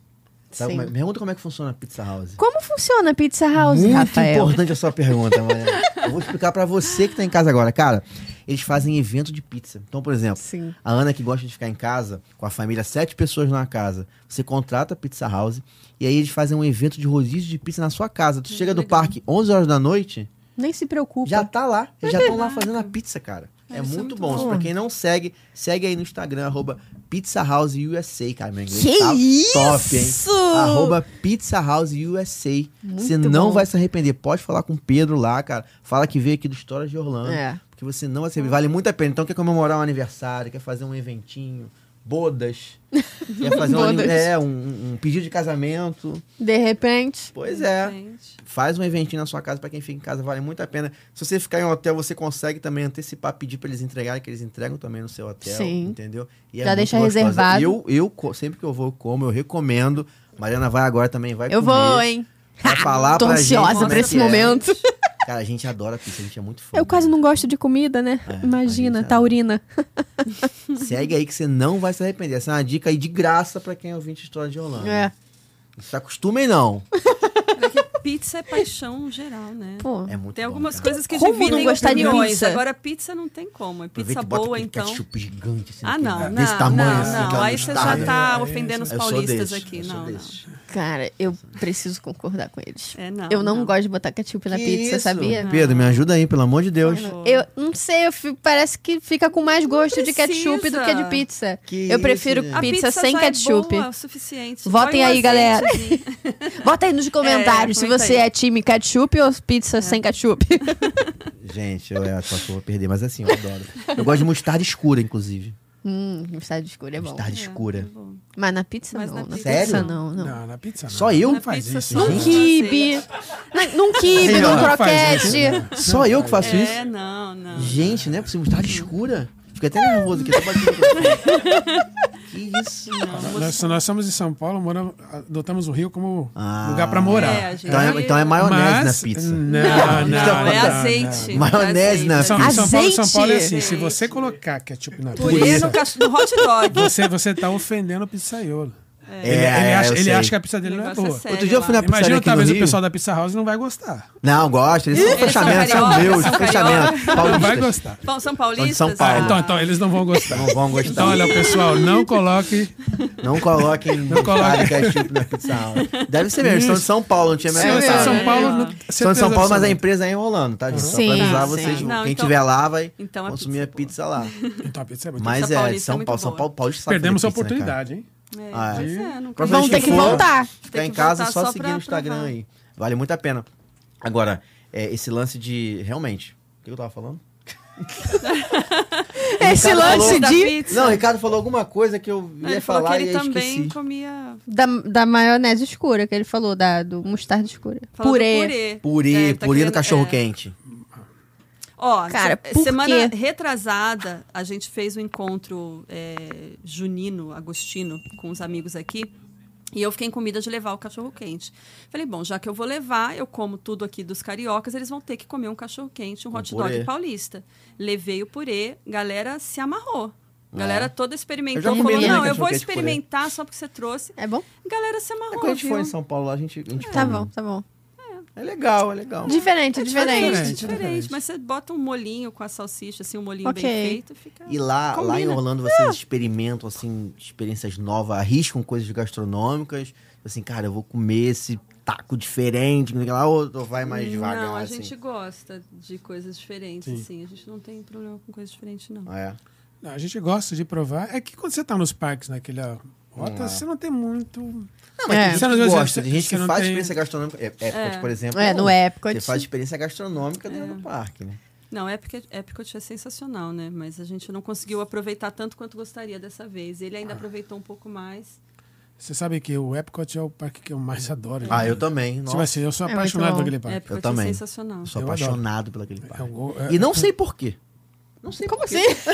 S2: Sabe
S1: Sim.
S2: como é? Pergunta como é que funciona a Pizza House.
S1: Como funciona a Pizza House,
S2: Muito
S1: Rafael?
S2: importante a sua pergunta, Mariana. Eu vou explicar pra você que tá em casa agora. Cara, eles fazem evento de pizza. Então, por exemplo,
S1: Sim.
S2: a Ana que gosta de ficar em casa, com a família, sete pessoas na casa, você contrata a Pizza House e aí eles fazem um evento de rodízio de pizza na sua casa.
S1: Hum,
S2: Tu chega do parque 11 horas da noite,
S1: Nem se preocupa.
S2: já tá lá. Eles já estão lá fazendo a pizza, cara. É,
S3: isso é
S2: muito
S3: muito
S2: bom.
S1: bom.
S2: Pra quem não segue, segue aí no Instagram, arroba Pizza House USA, cara. Meu inglês
S1: Que
S2: tá
S1: isso?
S2: top, hein? Arroba Pizza House USA. Você não
S1: bom.
S2: vai se arrepender. Pode falar com o Pedro lá, cara. Fala que veio aqui do História de Orlando.
S1: É.
S2: Porque você não vai se arrepender. Vale muito a pena. Então, quer comemorar um aniversário, quer fazer um eventinho, bodas. quer fazer um, ani-
S1: Bodas.
S2: é, um, um pedido de casamento.
S1: De repente.
S2: Pois é.
S3: Gente.
S2: Faz um eventinho na sua casa pra quem fica em casa, vale muito a pena. Se você ficar em um hotel, você consegue também antecipar, pedir pra eles entregarem, que eles entregam também no seu hotel,
S1: Sim.
S2: entendeu? E é
S1: Já
S2: muito
S1: deixa
S2: gostosa.
S1: reservado.
S2: Eu, eu, co- sempre que eu vou, eu como, eu recomendo. Mariana vai agora também, vai
S1: Eu
S2: comer,
S1: vou, hein?
S2: Vai falar
S1: Tô
S2: pra gente
S1: ansiosa
S2: como
S1: pra
S2: é
S1: esse
S2: que é.
S1: momento.
S2: Cara, a gente adora pizza, a gente é muito fã.
S1: Eu quase não gosto de comida, né?
S2: É, a
S1: Imagina,
S2: gente é-
S1: taurina.
S2: Segue aí que você não vai se arrepender. Essa é uma dica aí de graça pra quem é ouvinte de História de Holanda.
S1: É.
S2: Não se acostumem, não.
S3: Pizza é paixão geral, né?
S1: Pô.
S2: É muito
S3: Tem
S2: bom,
S3: algumas
S2: cara.
S3: coisas que
S1: Como
S3: dividem
S1: não gostar de
S3: opiniões.
S1: pizza?
S3: Agora pizza não tem como. É
S2: Aproveita
S3: pizza
S2: e bota
S3: boa,
S2: aquele
S3: então.
S2: ketchup gigante, assim,
S3: Ah,
S2: naquele-
S3: não, não,
S2: desse
S3: não,
S2: tamanho, assim,
S3: não.
S2: aquela
S3: Aí você já
S2: mostarda.
S3: tá
S4: É,
S3: ofendendo os
S4: isso.
S2: né? Eu sou
S3: paulistas
S2: desses,
S3: aqui.
S2: eu sou
S3: Não, não.
S2: desses.
S1: Cara, eu preciso concordar com eles.
S3: É, não,
S1: eu não,
S3: não.
S1: gosto de botar ketchup na
S2: Que
S1: pizza,
S2: isso?
S1: sabia?
S2: Pedro, me ajuda aí, pelo amor de Deus.
S3: Não.
S1: Eu não sei, eu fico- parece que fica com mais gosto de ketchup
S3: precisa.
S1: do que de pizza.
S2: Que
S1: eu
S2: isso,
S1: prefiro
S2: gente.
S3: A
S1: pizza, sem
S3: já
S1: ketchup.
S3: É boa o suficiente.
S1: Votem
S3: Põe um
S1: aí, galera.
S3: azeitezinho.
S1: Bota aí nos comentários se
S3: comenta
S1: você
S3: É, aí. É.
S1: é time ketchup ou pizza sem ketchup.
S2: Gente, eu acho que eu vou perder, mas assim, eu adoro. Eu gosto de mostarda escura, inclusive.
S1: hum, mostarda escura é bom.
S2: Mostarda
S3: É,
S2: escura.
S3: tá bom.
S1: Mas na pizza
S3: Mas
S1: não.
S3: na
S1: Na
S3: pizza
S1: pizza,
S2: Sério?
S1: não, não.
S4: Não, na pizza não.
S2: Só eu?
S4: Não faz
S3: pizza
S4: isso,
S3: só.
S4: gente.
S1: Num quibe. Na- num quibe,
S2: Aí, ó.
S1: num
S4: Não faz isso.
S1: croquete.
S2: Só eu que faço
S3: É,
S2: isso?
S3: não, não.
S2: Gente, né? Possível mostarda escura. Fiquei até nervoso aqui. tô batendo. que isso?
S4: Nós, nós somos de São Paulo, moramos, adotamos o Rio como
S2: Ah.
S4: lugar pra morar.
S3: É, a gente-
S2: Então é, então é maionese
S4: Mas- hum, né,
S2: na pizza.
S4: Não, não,
S3: Não, é
S4: não,
S3: azeite.
S4: não.
S2: Então, Maionese na
S3: É azeite.
S4: São, São, Paulo, São
S1: Azeite.
S4: Paulo é assim, se
S3: Azeite.
S4: você colocar ketchup na
S3: Purê no
S4: pizza,
S3: cach- no hot dog.
S4: você, você tá ofendendo o pizzaiolo.
S2: É,
S4: Ele, ele acha,
S2: eu
S4: ele
S2: sei.
S4: acha que a pizza dele
S3: O
S4: não é
S3: negócio é
S4: boa.
S3: sério.
S2: Outro dia eu fui na pizzaria
S4: Imagina,
S2: aqui no
S4: talvez o
S2: Rio.
S4: pessoal da Pizza House não vai gostar.
S2: Não, gosta. Eles são
S3: Eles são
S2: fechamento, são
S3: carioca,
S2: meus.
S3: são
S2: Fechamento.
S4: Não vai
S2: Paulistas.
S4: gostar.
S3: Bom, São Paulistas. Ah,
S2: São Paulo.
S4: Então, então, eles não vão gostar.
S2: Não vão gostar.
S4: Então, olha, pessoal, não coloque.
S2: Não coloquem mostarda e
S4: coloquem.
S2: ketchup na pizza. Deve ser mesmo. Eles são de São Paulo, não tinha a
S4: Se
S2: menor
S4: você é
S2: noção.
S4: de São Paulo, né? não-
S2: São
S4: certeza
S2: de São Paulo, mas a
S4: absoluta.
S2: empresa é enrolando, tá, gente? Só
S1: Sim,
S2: pra avisar
S1: sim.
S2: vocês,
S3: Não,
S2: quem
S3: então-
S2: tiver lá vai
S3: então a
S2: consumir
S3: pizza
S2: a pizza lá.
S4: Então, a pizza é muito
S2: Mas
S3: Pizza
S2: é, de
S3: paulista é
S2: São
S3: muito
S2: Paulo, São
S3: boa.
S2: Paulo, Paulista sabe
S4: Perdemos a
S2: fazer pizza, né, cara?
S4: oportunidade, hein?
S3: É,
S2: Ah, é.
S3: pois é, não
S2: Próxima
S1: Vão
S2: vez
S1: ter que
S2: for,
S1: voltar.
S2: Ficar
S3: Tem
S2: em
S3: que
S2: casa,
S3: voltar
S2: só,
S3: só
S2: seguir
S3: pra
S2: no Instagram
S3: provar.
S2: aí. Vale muito a pena. Agora, é, esse lance de... Realmente, o que eu tava falando?
S1: Esse
S2: Ricardo
S1: lance
S2: falou-
S3: da
S1: de,
S3: pizza.
S2: Não, o Ricardo falou alguma coisa que eu ia
S3: Ele falou
S2: falar
S3: que
S2: e
S3: ele
S2: aí
S3: também
S2: esqueci.
S3: comia
S1: da, da maionese escura que ele falou, da, do mostarda escura.
S3: falou do
S1: Purê.
S3: purê.
S2: Purê,
S3: É,
S2: purê
S3: tá
S2: no
S3: querendo-
S2: cachorro
S3: é.
S2: quente.
S3: Ó,
S1: Cara,
S3: se-
S1: por
S3: semana
S1: quê?
S3: retrasada, a gente fez um encontro é, junino, agostino, com os amigos aqui. E eu fiquei com comida de levar o cachorro quente. Falei, bom, já que eu vou levar, eu como tudo aqui dos cariocas, eles vão ter que comer um cachorro quente, um hot
S2: purê.
S3: dog paulista. Levei o purê, galera se amarrou. Galera toda experimentou.
S2: Né? Eu já
S1: comi
S3: falou,
S1: também
S3: não, eu
S2: cachorro
S3: vou
S2: quente com purê.
S3: experimentar só porque você trouxe.
S1: É bom?
S3: Galera se amarrou.
S2: É quando a gente
S3: viu?
S2: foi em São Paulo lá, a gente, a gente
S1: Tá
S2: come.
S1: bom, tá bom.
S2: É legal, é legal.
S1: Diferente, diferente.
S3: diferente,
S4: diferente.
S3: diferente. Mas você bota um molinho com a salsicha, assim, um molinho
S1: Ok.
S3: bem feito, fica.
S2: E lá, lá em
S3: Combina. É.
S2: Orlando vocês experimentam assim experiências novas, arriscam coisas gastronômicas. Assim, cara, eu vou comer esse taco diferente, não sei o que lá, ou ou vai
S1: Hum.
S2: mais devagar
S3: Não, a
S2: assim.
S3: gente gosta de coisas diferentes, assim. A gente não tem problema com coisas diferentes, não.
S2: É.
S4: Não, a gente gosta de provar. É que quando você tá nos parques naquela rota, você não tem muito.
S2: Não, mas
S1: É.
S2: tem gente
S4: Você
S2: que
S4: não-
S2: gosta,
S4: você-
S2: tem gente
S4: você
S2: que
S4: não
S2: faz
S4: tem-
S2: experiência gastronômica. É, Epcot, por exemplo.
S1: É,
S2: não.
S1: no Epcot.
S2: Você faz experiência gastronômica dentro do parque, né?
S3: Não, Epic, Epcot é sensacional, né? Mas a gente não conseguiu aproveitar tanto quanto gostaria dessa vez. Ele
S2: Ah.
S3: ainda aproveitou um pouco mais.
S4: Você sabe que o Epcot é o parque que eu mais adoro.
S2: Ah, eu também.
S4: Tipo
S2: Nossa,
S4: assim, eu sou
S1: É
S4: apaixonado por
S1: muito
S4: aquele
S1: bom.
S4: parque. um
S3: Epcot
S2: também.
S3: é sensacional.
S2: sou
S4: Eu É
S2: apaixonado por aquele
S3: É.
S2: parque.
S4: Eu- eu-
S2: E não sei por quê. Não sei
S1: Como
S2: por quê.
S1: assim?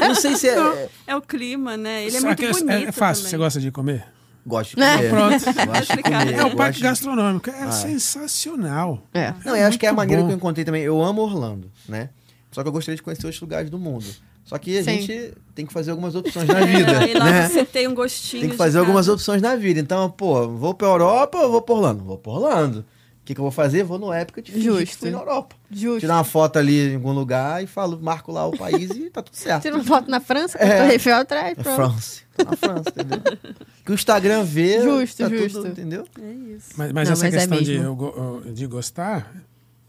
S2: Não sei se é.
S3: É o clima, né? Ele é
S4: Só
S3: muito
S4: que
S3: bonito.
S4: É fácil,
S3: também.
S4: você gosta de comer?
S2: Gosto de
S1: Né?
S2: comer.
S4: Pronto.
S2: Gosto de comer.
S4: É o
S2: gosto
S4: parque
S2: de- Ah,
S4: gastronômico. É sensacional.
S1: É.
S2: Não, eu acho que é a
S4: Tá Muito
S2: maneira
S4: bom.
S2: que eu encontrei também. Eu amo Orlando, né? Só que eu gostaria de conhecer outros lugares do mundo. Só que a
S1: Sim.
S2: gente tem que fazer algumas opções na
S3: É, aí
S2: vida,
S3: lá
S2: né?
S3: você tem um gostinho.
S2: Tem que
S3: de
S2: fazer
S3: cada- um.
S2: algumas opções na vida. Então, pô, vou pra Europa ou vou pra Orlando? Vou pra Orlando. O que, que eu vou fazer? Vou no época de
S1: Justo.
S2: fui na Europa.
S1: Justo.
S2: Tirar uma foto ali em algum lugar e falo, marco lá o país e tá tudo certo.
S1: Tira uma foto na França, com
S2: É.
S1: a Torre Eiffel atrás,
S2: É
S1: pronto.
S2: France. Na França, entendeu? que o Instagram vê.
S1: Justo,
S2: tá
S1: justo.
S2: Tudo, entendeu?
S3: É isso.
S4: Mas, mas
S1: Não,
S4: essa
S1: mas é
S4: questão de,
S1: mesmo.
S4: eu go- eu- de gostar,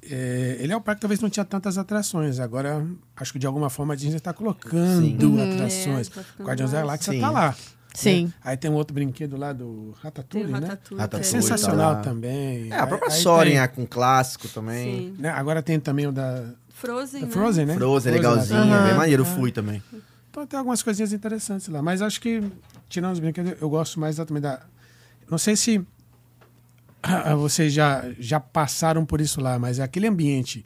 S4: é, ele é um parque que talvez não tinha tantas atrações. Agora, acho que de alguma forma a Disney está
S2: Sim.
S4: colocando atrações.
S3: É, tá ficando
S4: Guardiões da
S3: mais.
S4: Galáxia
S2: Sim.
S4: está lá.
S1: Sim.
S4: né? Aí tem um outro brinquedo lá do
S3: Tem
S4: Ratatouille,
S3: o
S4: né?
S3: Ratatouille.
S2: Ratatouille.
S3: é.
S4: Sensacional
S2: tá lá.
S4: também.
S2: É, a
S4: Aí-
S2: própria
S4: aí
S2: Soren
S4: tem,
S2: é com clássico também.
S3: Sim.
S4: né? Agora tem também o da
S3: Frozen,
S4: da
S3: né?
S4: Frozen, né?
S2: Frozen, é legalzinho, é
S4: né?
S2: bem maneiro, eu
S4: Ah.
S2: fui também.
S4: Então tem algumas coisinhas interessantes lá. Mas acho que, tirando os brinquedos, eu gosto mais da, também da. Não sei se ah, ah, vocês já, já passaram por isso lá, mas é aquele ambiente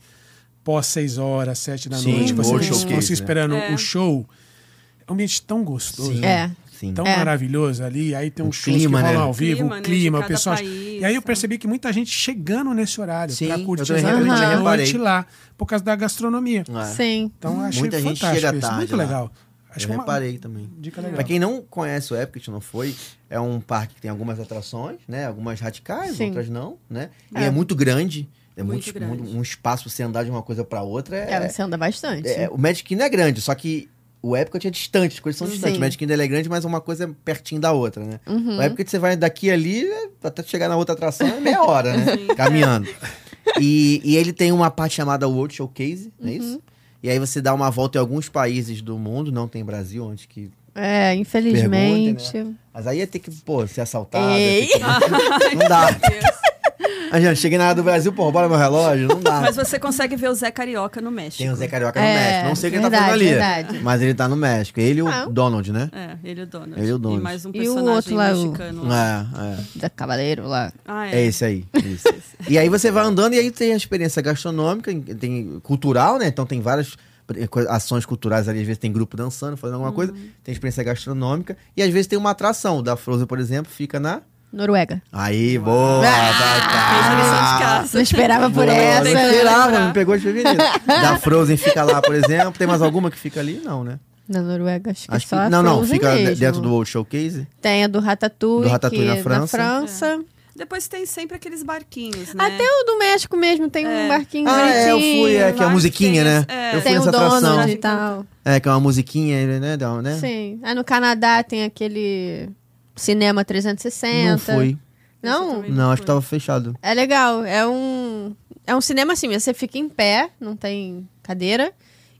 S4: pós seis horas, sete da
S2: Sim,
S4: noite, você
S2: o
S4: não
S2: showcase,
S4: você
S2: né?
S4: esperando
S3: É.
S4: o show. É um ambiente tão gostoso.
S2: Sim. Então,
S4: né?
S1: É.
S2: Sim.
S4: Tão
S1: É.
S4: maravilhoso ali, aí tem
S2: O
S4: um show que
S2: clima,
S4: rolam
S2: né?
S4: ao vivo,
S3: Clima,
S4: o
S3: né,
S4: clima,
S3: de
S4: o
S3: cada
S4: pessoal.
S3: país,
S4: e aí eu
S3: tá.
S4: percebi que muita gente chegando nesse horário
S2: Sim,
S4: pra
S2: eu
S4: curtir
S2: também
S4: exatamente
S1: reparei.
S4: a
S1: Aham.
S4: noite
S2: reparei.
S4: lá, por causa da gastronomia.
S2: É.
S1: Sim.
S4: Então eu achei
S2: Muita gente
S4: fantástico
S2: chega
S4: isso,
S2: tarde
S4: muito
S2: lá.
S4: legal. Acho
S2: Eu
S4: que é uma
S2: reparei também.
S4: dica legal.
S2: Pra quem não conhece o Epcot, não foi, é um parque que tem algumas atrações, né? Algumas radicais,
S1: Sim.
S2: outras não, né?
S1: É.
S2: E é, muito grande. É
S3: Muito
S2: muito,
S3: grande.
S2: muito- um espaço pra você andar de uma coisa pra outra.
S1: É,
S2: É,
S1: você anda bastante.
S2: é- o Magic Kingdom é grande, só que o Epcot é distante, as coisas são distantes.
S1: Sim.
S2: O Magic Kingdom ele é grande, mas uma coisa é pertinho da outra, né?
S1: Uhum.
S2: O Epcot você vai daqui ali é, até chegar na outra atração é meia hora, né? Caminhando. E, e ele tem uma parte chamada World Showcase, não é
S1: Uhum.
S2: isso? E aí você dá uma volta em alguns países do mundo, não tem Brasil, onde que
S1: É, infelizmente.
S2: mas aí ia ter que, pô, ser assaltado.
S1: Ei.
S2: ia né? Tá, ter
S3: Ah,
S2: que- Não dá. Mas, gente, cheguei na área do Brasil, pô, bora meu relógio, não dá.
S3: Mas você consegue ver o Zé Carioca no México.
S2: Ah. Tem o Zé Carioca
S1: É,
S2: no México. Não sei o que ele tá
S1: verdade,
S2: fazendo ali.
S1: verdade.
S2: Mas ele tá no México. Ele e o
S1: Ah.
S2: Donald, né?
S3: É, ele é o Donald.
S2: Ele é o Donald.
S3: E mais um
S1: E o
S3: personagem
S1: outro lá, o-
S3: mexicano. lá.
S2: É,
S1: Da Cavaleiro lá.
S3: Ah,
S2: é. É
S3: é.
S2: esse aí. isso. E aí você vai andando e aí tem a experiência gastronômica, tem cultural, né? Então tem várias pre- co- ações culturais ali. Às vezes tem grupo dançando, fazendo alguma coisa.
S3: Uhum.
S2: Tem experiência gastronômica. E às vezes tem uma atração. O Da Frozen, por exemplo, fica na...
S1: Noruega.
S2: Aí, boa!
S1: Ah,
S3: Fez a lição de
S2: tá, tá.
S3: casa.
S1: Não Ah, esperava por
S2: Boa,
S1: essa.
S2: Não
S1: né?
S2: esperava, me pegou desprevenido. da Frozen fica lá, por exemplo. Tem mais alguma que fica ali? Não, né?
S1: Na Noruega, acho que
S2: Acho que,
S1: É só a
S2: não, não.
S1: Frozen
S2: Fica de-
S1: mesmo.
S2: dentro do World Showcase.
S1: Tem a do Ratatouille,
S2: Do Ratatouille
S1: que é
S2: na França.
S1: França.
S3: Depois tem sempre aqueles barquinhos, né?
S1: Até o do México mesmo tem um
S3: É.
S1: barquinho
S2: Ah, é, eu
S1: bonitinho.
S2: fui. É, que é a
S3: vários
S2: musiquinha,
S3: tem
S2: né?
S3: esse- é.
S2: Eu fui
S1: Tem um o
S2: nessa atração.
S1: Donald e tal.
S2: É, que é uma musiquinha, né? Dá, né?
S1: Sim. Aí no Canadá tem aquele cinema 360.
S2: Não fui.
S1: Não?
S3: Exatamente.
S2: Não, acho
S3: Foi.
S2: que tava fechado.
S1: É legal. É um, é um cinema assim, você fica em pé, não tem cadeira.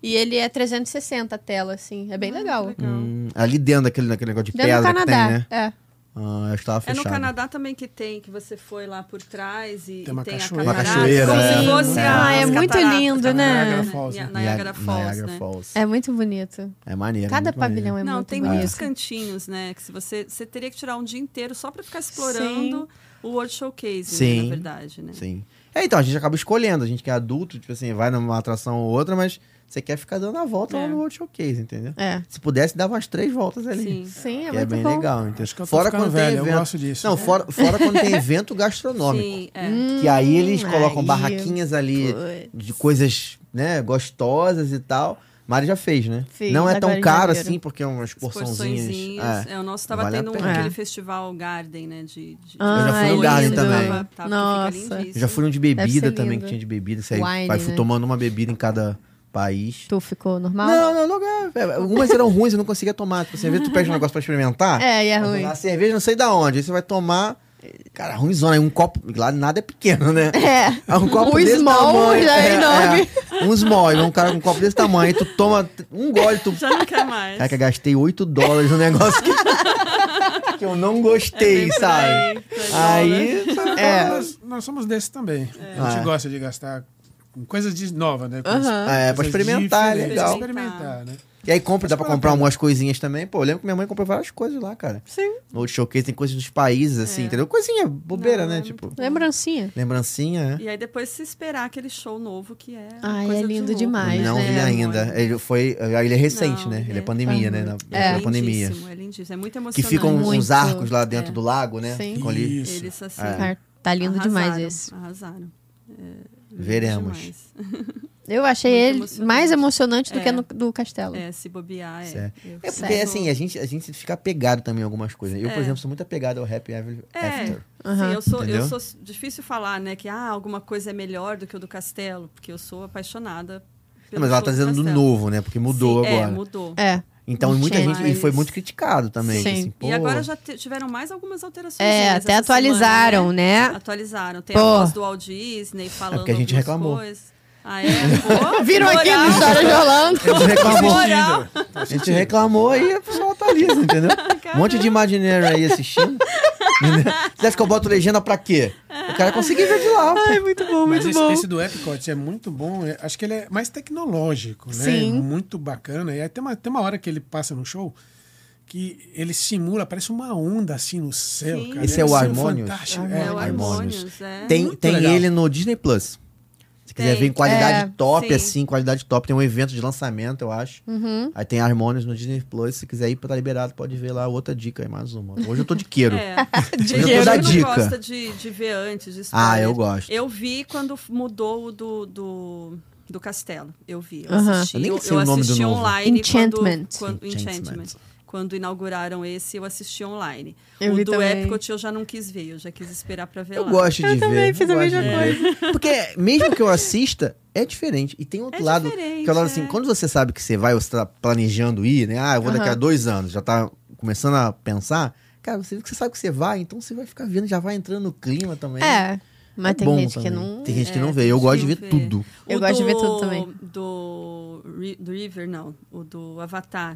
S1: E ele é 360 a tela, assim. É bem legal.
S2: Hum, ali dentro daquele, daquele negócio de
S1: Dentro do
S2: pedra que
S1: Canadá.
S2: tem, né?
S1: É.
S2: Ah, acho que tava
S3: É
S2: fechado.
S3: no Canadá também que tem, que você foi lá por trás e
S4: Tem uma
S3: e tem
S4: cachoeira.
S3: a catarata,
S2: Uma cachoeira,
S3: como
S2: é.
S3: se fosse
S2: É.
S3: a-
S1: Ah, é
S3: as
S1: muito
S3: cataratas,
S1: lindo, né?
S4: Niagara Falls,
S3: Ni-
S4: né?
S3: Niagara Falls,
S2: Niagara
S3: né?
S2: Falls.
S1: É muito bonito.
S2: É maneiro.
S1: Cada
S2: muito maneiro.
S1: pavilhão é
S3: Não,
S1: muito
S3: tem
S1: bonito.
S3: muitos cantinhos, né? Que se você, você teria que tirar um dia inteiro só pra ficar explorando o World Showcase, Né,
S2: Sim.
S3: na verdade, né?
S2: Sim. É, então, a gente acaba escolhendo. A gente que é adulto, tipo assim, vai numa atração ou outra, mas você quer ficar dando a volta
S3: É.
S2: lá no World Showcase, entendeu?
S1: É.
S2: Se pudesse, dava umas três voltas ali.
S3: Sim.
S1: Sim, é
S2: que é,
S1: muito
S2: bem
S1: bom.
S2: legal. Entendeu?
S4: Acho que eu tô
S2: fora
S4: ficando
S2: quando tem
S4: velho, eu
S2: evento...
S4: gosto disso.
S2: Não,
S4: É.
S2: fora, fora quando tem evento gastronômico.
S3: Sim, é.
S2: Que aí eles
S1: Hum,
S2: colocam
S1: aí,
S2: barraquinhas ali
S1: putz.
S2: de coisas, né, gostosas e tal. Mari já fez, né?
S1: Fiz,
S2: Não é
S1: agora
S2: tão
S1: em
S2: caro
S1: janeiro.
S2: assim, porque é umas
S3: As
S2: porçãozinhas.
S3: porçõezinhas.
S2: É.
S3: É, o nosso tava
S2: Vale a
S3: tendo um-
S2: pena. É.
S3: aquele festival Garden, né? De, de
S1: Ah,
S2: Eu já fui no
S3: flores,
S2: Garden
S3: né,
S2: também.
S3: tava- tava- fica
S1: Nossa.
S3: lindíssimo.
S2: Eu já fui um de
S1: ser
S2: bebida também,
S1: lindo.
S2: que tinha de bebida. Você
S1: Wine,
S2: aí vai fui
S1: né?
S2: tomando uma bebida em cada país.
S1: Tu ficou normal?
S2: Não, não, logo. é, é, Algumas eram ruins, eu não conseguia tomar. Tipo, cerveja, tu pede um negócio pra experimentar.
S1: É, e é
S2: mas
S1: ruim.
S2: A cerveja não sei da onde. Aí você vai tomar. Cara, ruimzona. Aí um copo. Lá nada é pequeno, né?
S1: É.
S2: É um copo
S1: Um
S2: desse
S1: small
S2: tamanho.
S1: já é enorme.
S2: é. um small, um cara com um copo desse tamanho. Aí tu toma um gole, tu.
S3: Já não quer mais.
S2: Caraca, gastei 8 dólares no negócio que, que eu não gostei,
S3: bem por aí,
S2: sabe?
S3: tá igual,
S2: Aí.
S4: É. Nós, nós somos desses também. A gente
S2: Ah.
S4: gosta de gastar com coisas de nova, né? Com
S1: Aham.
S2: É,
S4: coisas
S2: pra experimentar, é
S4: diferentes,
S2: legal.
S4: experimentar, né?
S2: E aí compra, dá pra
S3: Tipo,
S4: vale a
S2: comprar
S3: né?
S4: pena.
S2: umas coisinhas também. Pô, eu lembro que minha mãe comprou várias coisas lá, cara.
S1: Sim.
S2: No outro showcase tem coisas dos países, assim, entendeu? Coisinha bobeira,
S3: É. Não,
S2: né?
S3: é
S2: Tipo,
S1: Lembrancinha.
S2: lembrancinha, né?
S3: E aí depois se esperar aquele show novo que é.
S1: Ai,
S3: coisa
S1: é lindo
S3: de louco,
S1: demais,
S3: né?
S2: não
S1: né?
S2: vi ainda. Ele foi, ele é recente,
S3: Não,
S2: né? Ele é
S3: é.
S2: pandemia, né? Na, é. na pandemia.
S3: lindíssimo, É lindíssimo, é muito
S2: Que
S3: emocionante.
S2: ficam uns
S1: Muito.
S2: arcos lá dentro
S3: É.
S2: do lago, né?
S1: Sim.
S2: Ficam ali.
S4: Isso.
S3: Eles assim.
S1: Cara, tá lindo
S3: arrasaram,
S1: demais esse.
S3: Arrasaram.
S2: Veremos.
S3: Demais.
S1: Eu achei
S3: Muito
S1: ele
S3: emocionante.
S1: mais emocionante do
S3: É.
S1: que no do castelo.
S3: É, se bobear, é.
S2: Certo.
S3: Eu
S2: É porque,
S3: preciso-
S2: assim, a gente, a gente fica apegado também a algumas coisas. Eu, por
S3: É.
S2: exemplo, sou muito apegado ao Happy Ever
S3: É.
S2: After.
S1: Aham.
S3: Sim, eu sou,
S2: Entendeu?
S3: eu sou difícil falar, né, que ah, alguma coisa é melhor do que o do castelo, porque eu sou apaixonada
S2: Não,
S3: pelo
S2: mas ela
S3: show
S2: tá dizendo do
S3: Castelo.
S2: novo, né? Porque mudou
S3: Sim, É,
S2: agora.
S3: mudou.
S1: É.
S2: então, muita
S1: Mas-
S2: gente. E foi muito criticado também.
S1: Sim.
S2: assim,
S3: E
S2: pô,
S3: agora já te- tiveram mais algumas alterações.
S1: É, até
S3: essa
S1: atualizaram,
S3: semana,
S1: né?
S3: Atualizaram. Tem
S1: Pô.
S3: a voz do Walt Disney falando
S2: É, porque a gente
S3: algumas
S2: reclamou.
S3: coisas. Ah, é? Pô,
S1: Viram aqui
S3: moral.
S1: no História de Orlando.
S2: A gente reclamou.
S3: Moral.
S2: A gente reclamou e a pessoa atualiza, entendeu? Um monte de Imaginary aí assistindo. Entendeu? Você acha que eu boto legenda pra quê? O cara conseguiu ver de lá. pô.
S1: muito bom,
S4: Mas esse, esse do Epcot é muito bom. é- acho que ele é mais tecnológico, né?
S1: Sim.
S4: Muito bacana. E aí tem uma, tem uma hora que ele passa no show que ele simula, parece uma onda assim no céu,
S3: Sim.
S4: cara.
S2: Esse é o
S4: assim,
S2: Harmonious?
S4: fantástico.
S2: Ah,
S3: É, o
S2: Harmonious.
S3: Harmonious, é.
S2: Tem,
S4: Muito
S2: tem
S4: legal.
S2: ele no Disney Plus. Se quiser
S3: Tem.
S2: ver em qualidade
S1: É,
S2: top,
S3: sim.
S2: assim, qualidade top. Tem um evento de lançamento, eu acho.
S1: Uhum.
S2: Aí tem Harmonious no Disney Plus. Se quiser ir pra liberado, pode ver lá outra dica aí, mais uma. Hoje eu tô de queiro.
S3: É.
S2: eu
S3: Quem
S2: tô da
S3: não
S2: dica.
S3: gosta de, de ver antes, de spoiler.
S2: Ah, eu gosto.
S3: Eu vi quando f- mudou o do, do, do castelo. Eu vi, eu
S1: Aham.
S3: assisti.
S2: Eu nem
S3: Eu,
S2: sei o
S3: eu
S2: nome do
S3: assisti
S2: novo.
S3: online. quando-
S1: Enchantment.
S3: Quando, Enchantment.
S2: Enchantment.
S3: Quando inauguraram esse, eu assisti online.
S1: Eu
S3: o
S1: vi
S3: do
S1: também.
S3: Epcot eu já não quis ver, eu já quis esperar pra ver
S2: Eu
S3: lá.
S2: gosto de ver.
S1: também
S2: eu
S1: fiz a
S2: gosto
S1: mesma
S2: de ver. Porque mesmo que eu assista, é diferente. E tem outro
S3: É
S2: lado.
S3: diferente,
S2: Que é o lado assim,
S3: é.
S2: quando você sabe que você vai, você tá planejando ir, né? Ah, eu vou daqui a
S1: Aham.
S2: dois anos, já tá começando a pensar. Cara, você, você sabe que você vai, então você vai ficar vendo, já vai entrando no clima também.
S1: É. Mas
S2: É
S1: tem
S2: bom
S1: gente que
S2: também.
S1: não.
S2: Tem gente que
S3: É,
S2: não vê.
S3: tem
S2: Eu
S3: gente
S2: gosto de
S3: que
S2: ver
S3: não vê.
S2: tudo.
S1: Eu
S3: O
S1: gosto de ver
S3: do-
S1: tudo também.
S3: Do, Ri- do River, não. O do Avatar.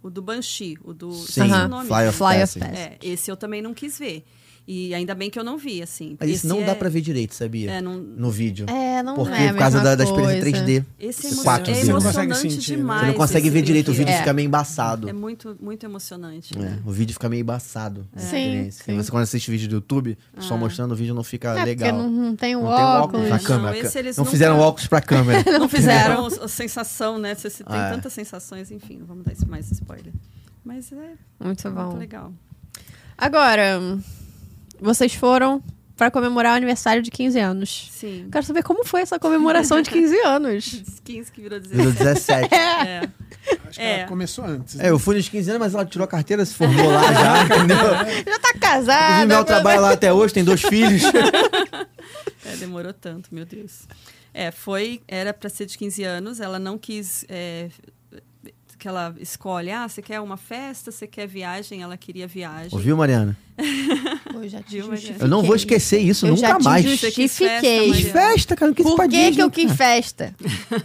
S3: O do Banshee. O do.
S2: Sim,
S3: esqueci o
S1: Aham.
S3: nome,
S2: Fly
S3: gente.
S2: of
S1: Fly of
S2: Passage.
S1: Passage.
S3: É, esse eu também não quis ver. E ainda bem que eu não vi, assim.
S2: Mas isso
S3: Esse
S2: não
S3: é-
S2: dá pra ver direito, sabia?
S3: É, não-
S2: No vídeo.
S1: É, não
S2: Porque
S1: é. a
S2: por causa
S1: mesma
S2: da, da
S1: coisa.
S2: experiência 3D.
S3: Esse é,
S2: Esse
S3: emo-
S2: quarto
S3: é
S2: vídeo. Você não
S4: consegue
S3: emocionante
S4: sentir, né?
S3: demais.
S2: Você não consegue
S3: esse
S2: ver direito, o vídeo
S1: É.
S2: fica meio
S3: É
S2: embaçado.
S3: muito, muito emocionante. né?
S2: É, o vídeo fica meio embaçado. É
S1: É.
S2: a
S1: Sim,
S2: experiência.
S1: sim. Ah.
S2: Você quando assiste vídeo do YouTube, só mostrando o vídeo não fica
S1: É,
S2: tá legal.
S1: porque não, não tem o
S2: Não tem um
S1: óculos.
S2: óculos
S3: Não,
S2: na câmera.
S3: esse eles
S2: não
S3: nunca-
S2: fizeram óculos pra câmera.
S1: Não fizeram.
S3: Então, a sensação, né? Você se- tem
S2: Ah, é.
S3: tantas sensações, enfim, não vamos dar esse- mais spoiler. Mas é
S1: Muito
S3: muito
S1: Tá bom.
S3: legal.
S1: Agora, vocês foram pra comemorar o aniversário de 15 anos.
S3: Sim.
S1: Eu quero saber como foi essa comemoração de 15 anos.
S3: Os 15 que virou 16.
S2: Virou 17.
S3: É.
S4: Acho que
S3: É.
S4: ela começou antes. né?
S2: É, eu fui nos 15 anos, mas ela tirou a carteira, se formou lá já, entendeu?
S1: Já tá
S2: O
S1: casada.
S2: Mel trabalha lá até hoje, tem dois filhos.
S3: É, demorou tanto, meu Deus. É, foi, era para ser de 15 anos, ela não quis é, que ela escolhe, ah, você quer uma festa, você quer viagem, ela queria viagem.
S2: Ouviu, Mariana?
S1: Pô, eu já te
S3: Viu, Mariana?
S1: justifiquei.
S2: Eu não vou esquecer isso
S1: Eu já
S2: nunca
S1: te
S2: mais.
S3: Você quis festa,
S1: justifiquei.
S2: Que
S3: Mariana.
S2: festa, cara, não quis ir pra
S1: Por que,
S2: Disney,
S1: que eu quis festa?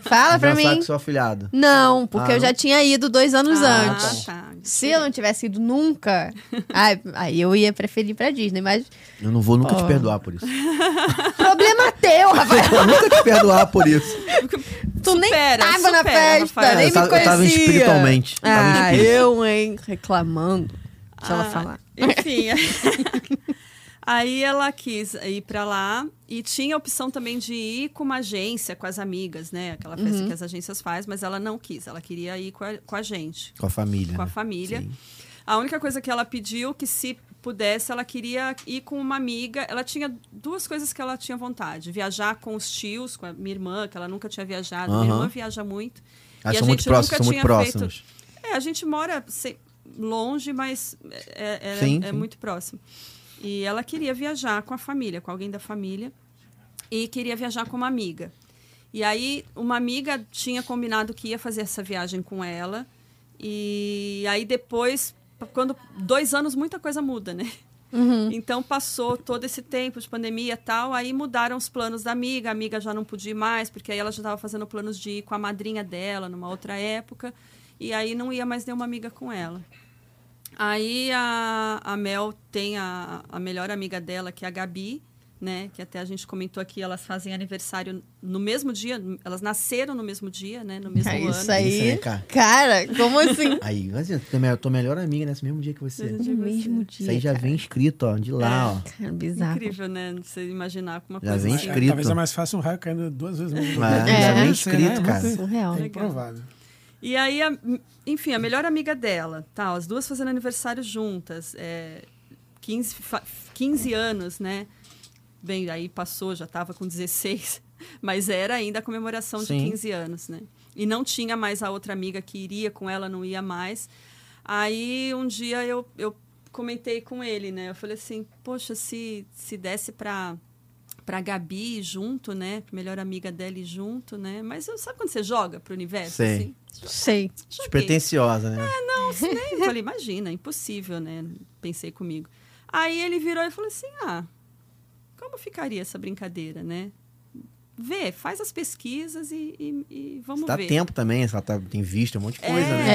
S1: Fala pra
S2: Dançar
S1: mim.
S2: com seu afilhado.
S1: Não, porque
S2: Ah,
S1: eu já
S2: não?
S1: tinha ido dois anos
S3: ah,
S1: antes.
S3: Tá.
S1: Se eu não tivesse ido nunca, ai, aí eu ia preferir ir pra Disney. Mas
S2: Eu não vou nunca te
S1: Ó.
S2: perdoar por isso.
S1: problema teu, rapaz.
S2: Eu nunca te perdoar por isso.
S1: Tu nem
S3: Supera,
S1: tava na
S3: supera,
S1: festa,
S3: Rafael.
S1: nem
S2: É, eu, tava,
S1: me conhecia.
S2: eu tava espiritualmente. Eu tava
S1: Ah,
S2: espiritualmente.
S1: eu, hein? Reclamando. Deixa ela
S3: Ah,
S1: falar.
S3: Enfim. é. Aí ela quis ir pra lá e tinha a opção também de ir com uma agência, com as amigas, né? Aquela festa
S2: Uhum.
S3: que as agências fazem, mas ela não quis. Ela queria ir com a- com a gente.
S2: Com a família.
S3: com a
S2: né?
S3: família.
S2: Sim.
S3: A única coisa que ela pediu que se pudesse, ela queria ir com uma amiga. Ela tinha duas coisas que ela tinha vontade: viajar com os tios, com a minha irmã, que ela nunca tinha viajado. Minha
S2: Aham.
S3: irmã viaja muito.
S2: Elas
S3: e
S2: Ah, são
S3: a
S2: muito
S3: gente
S2: próximas,
S3: nunca
S2: são muito
S3: tinha
S2: próximas.
S3: feito. É, a gente mora se- longe, mas é, é-
S2: Sim,
S3: é
S2: sim.
S3: muito próximo. E ela queria viajar com a família, com alguém da família, e queria viajar com uma amiga. E aí, uma amiga tinha combinado que ia fazer essa viagem com ela. E aí, depois, quando dois anos, muita coisa muda, né?
S1: Uhum.
S3: Então passou todo esse tempo de pandemia e tal, aí mudaram os planos da amiga, a amiga já não podia ir mais, porque aí ela já estava fazendo planos de ir com a madrinha dela numa outra época, e aí não ia mais nenhuma amiga com ela. Aí a, a Mel tem a, a melhor amiga dela, que é a Gabi, né? Que até a gente comentou aqui, elas fazem aniversário no mesmo dia, elas nasceram no mesmo dia, né? No mesmo
S1: É
S3: ano.
S1: isso
S2: Isso
S1: aí.
S2: aí, cara.
S1: Cara, como assim?
S2: Aí, mas eu tô minha- tô melhor amiga nesse mesmo dia que você.
S1: No mesmo dia.
S2: Isso aí já
S1: cara.
S2: vem escrito, ó, de
S1: É.
S2: lá, ó.
S1: Cara, bizarro.
S3: Incrível, né? Você imaginar como uma
S2: Já
S3: coisa
S2: vem
S3: assim.
S2: escrito.
S4: Talvez é mais fácil um raio caindo duas vezes. no mesmo
S2: É,
S4: lugar.
S1: já vem
S4: Não sei,
S2: escrito,
S4: né? É
S2: cara.
S4: muito-
S1: Surreal.
S4: É improvável.
S3: E aí, a- enfim, a melhor amiga dela, tá, as duas fazendo aniversário juntas, é, 15, fa- 15 anos, né? bem, aí passou, já estava com 16, mas era ainda a comemoração
S2: Sim.
S3: de 15 anos, né? E não tinha mais a outra amiga que iria com ela, não ia mais. Aí um dia eu, eu comentei com ele, né? Eu falei assim, poxa, se, se desse pra para Gabi ir junto, né? Pra Melhor amiga dela ir junto, né? Mas eu, sabe quando você joga pro universo?
S2: Sei.
S3: Assim?
S1: Sei.
S3: Joguei.
S2: Despretensiosa, né?
S1: É,
S3: Eu falei, imagina, impossível, né? Pensei comigo. Aí ele virou e falou assim: ah, como ficaria essa brincadeira, né? Vê, faz as pesquisas e, e- e vamos
S2: Você dá
S3: ver.
S2: tempo também, ela tá, tem visto um monte de coisa, né?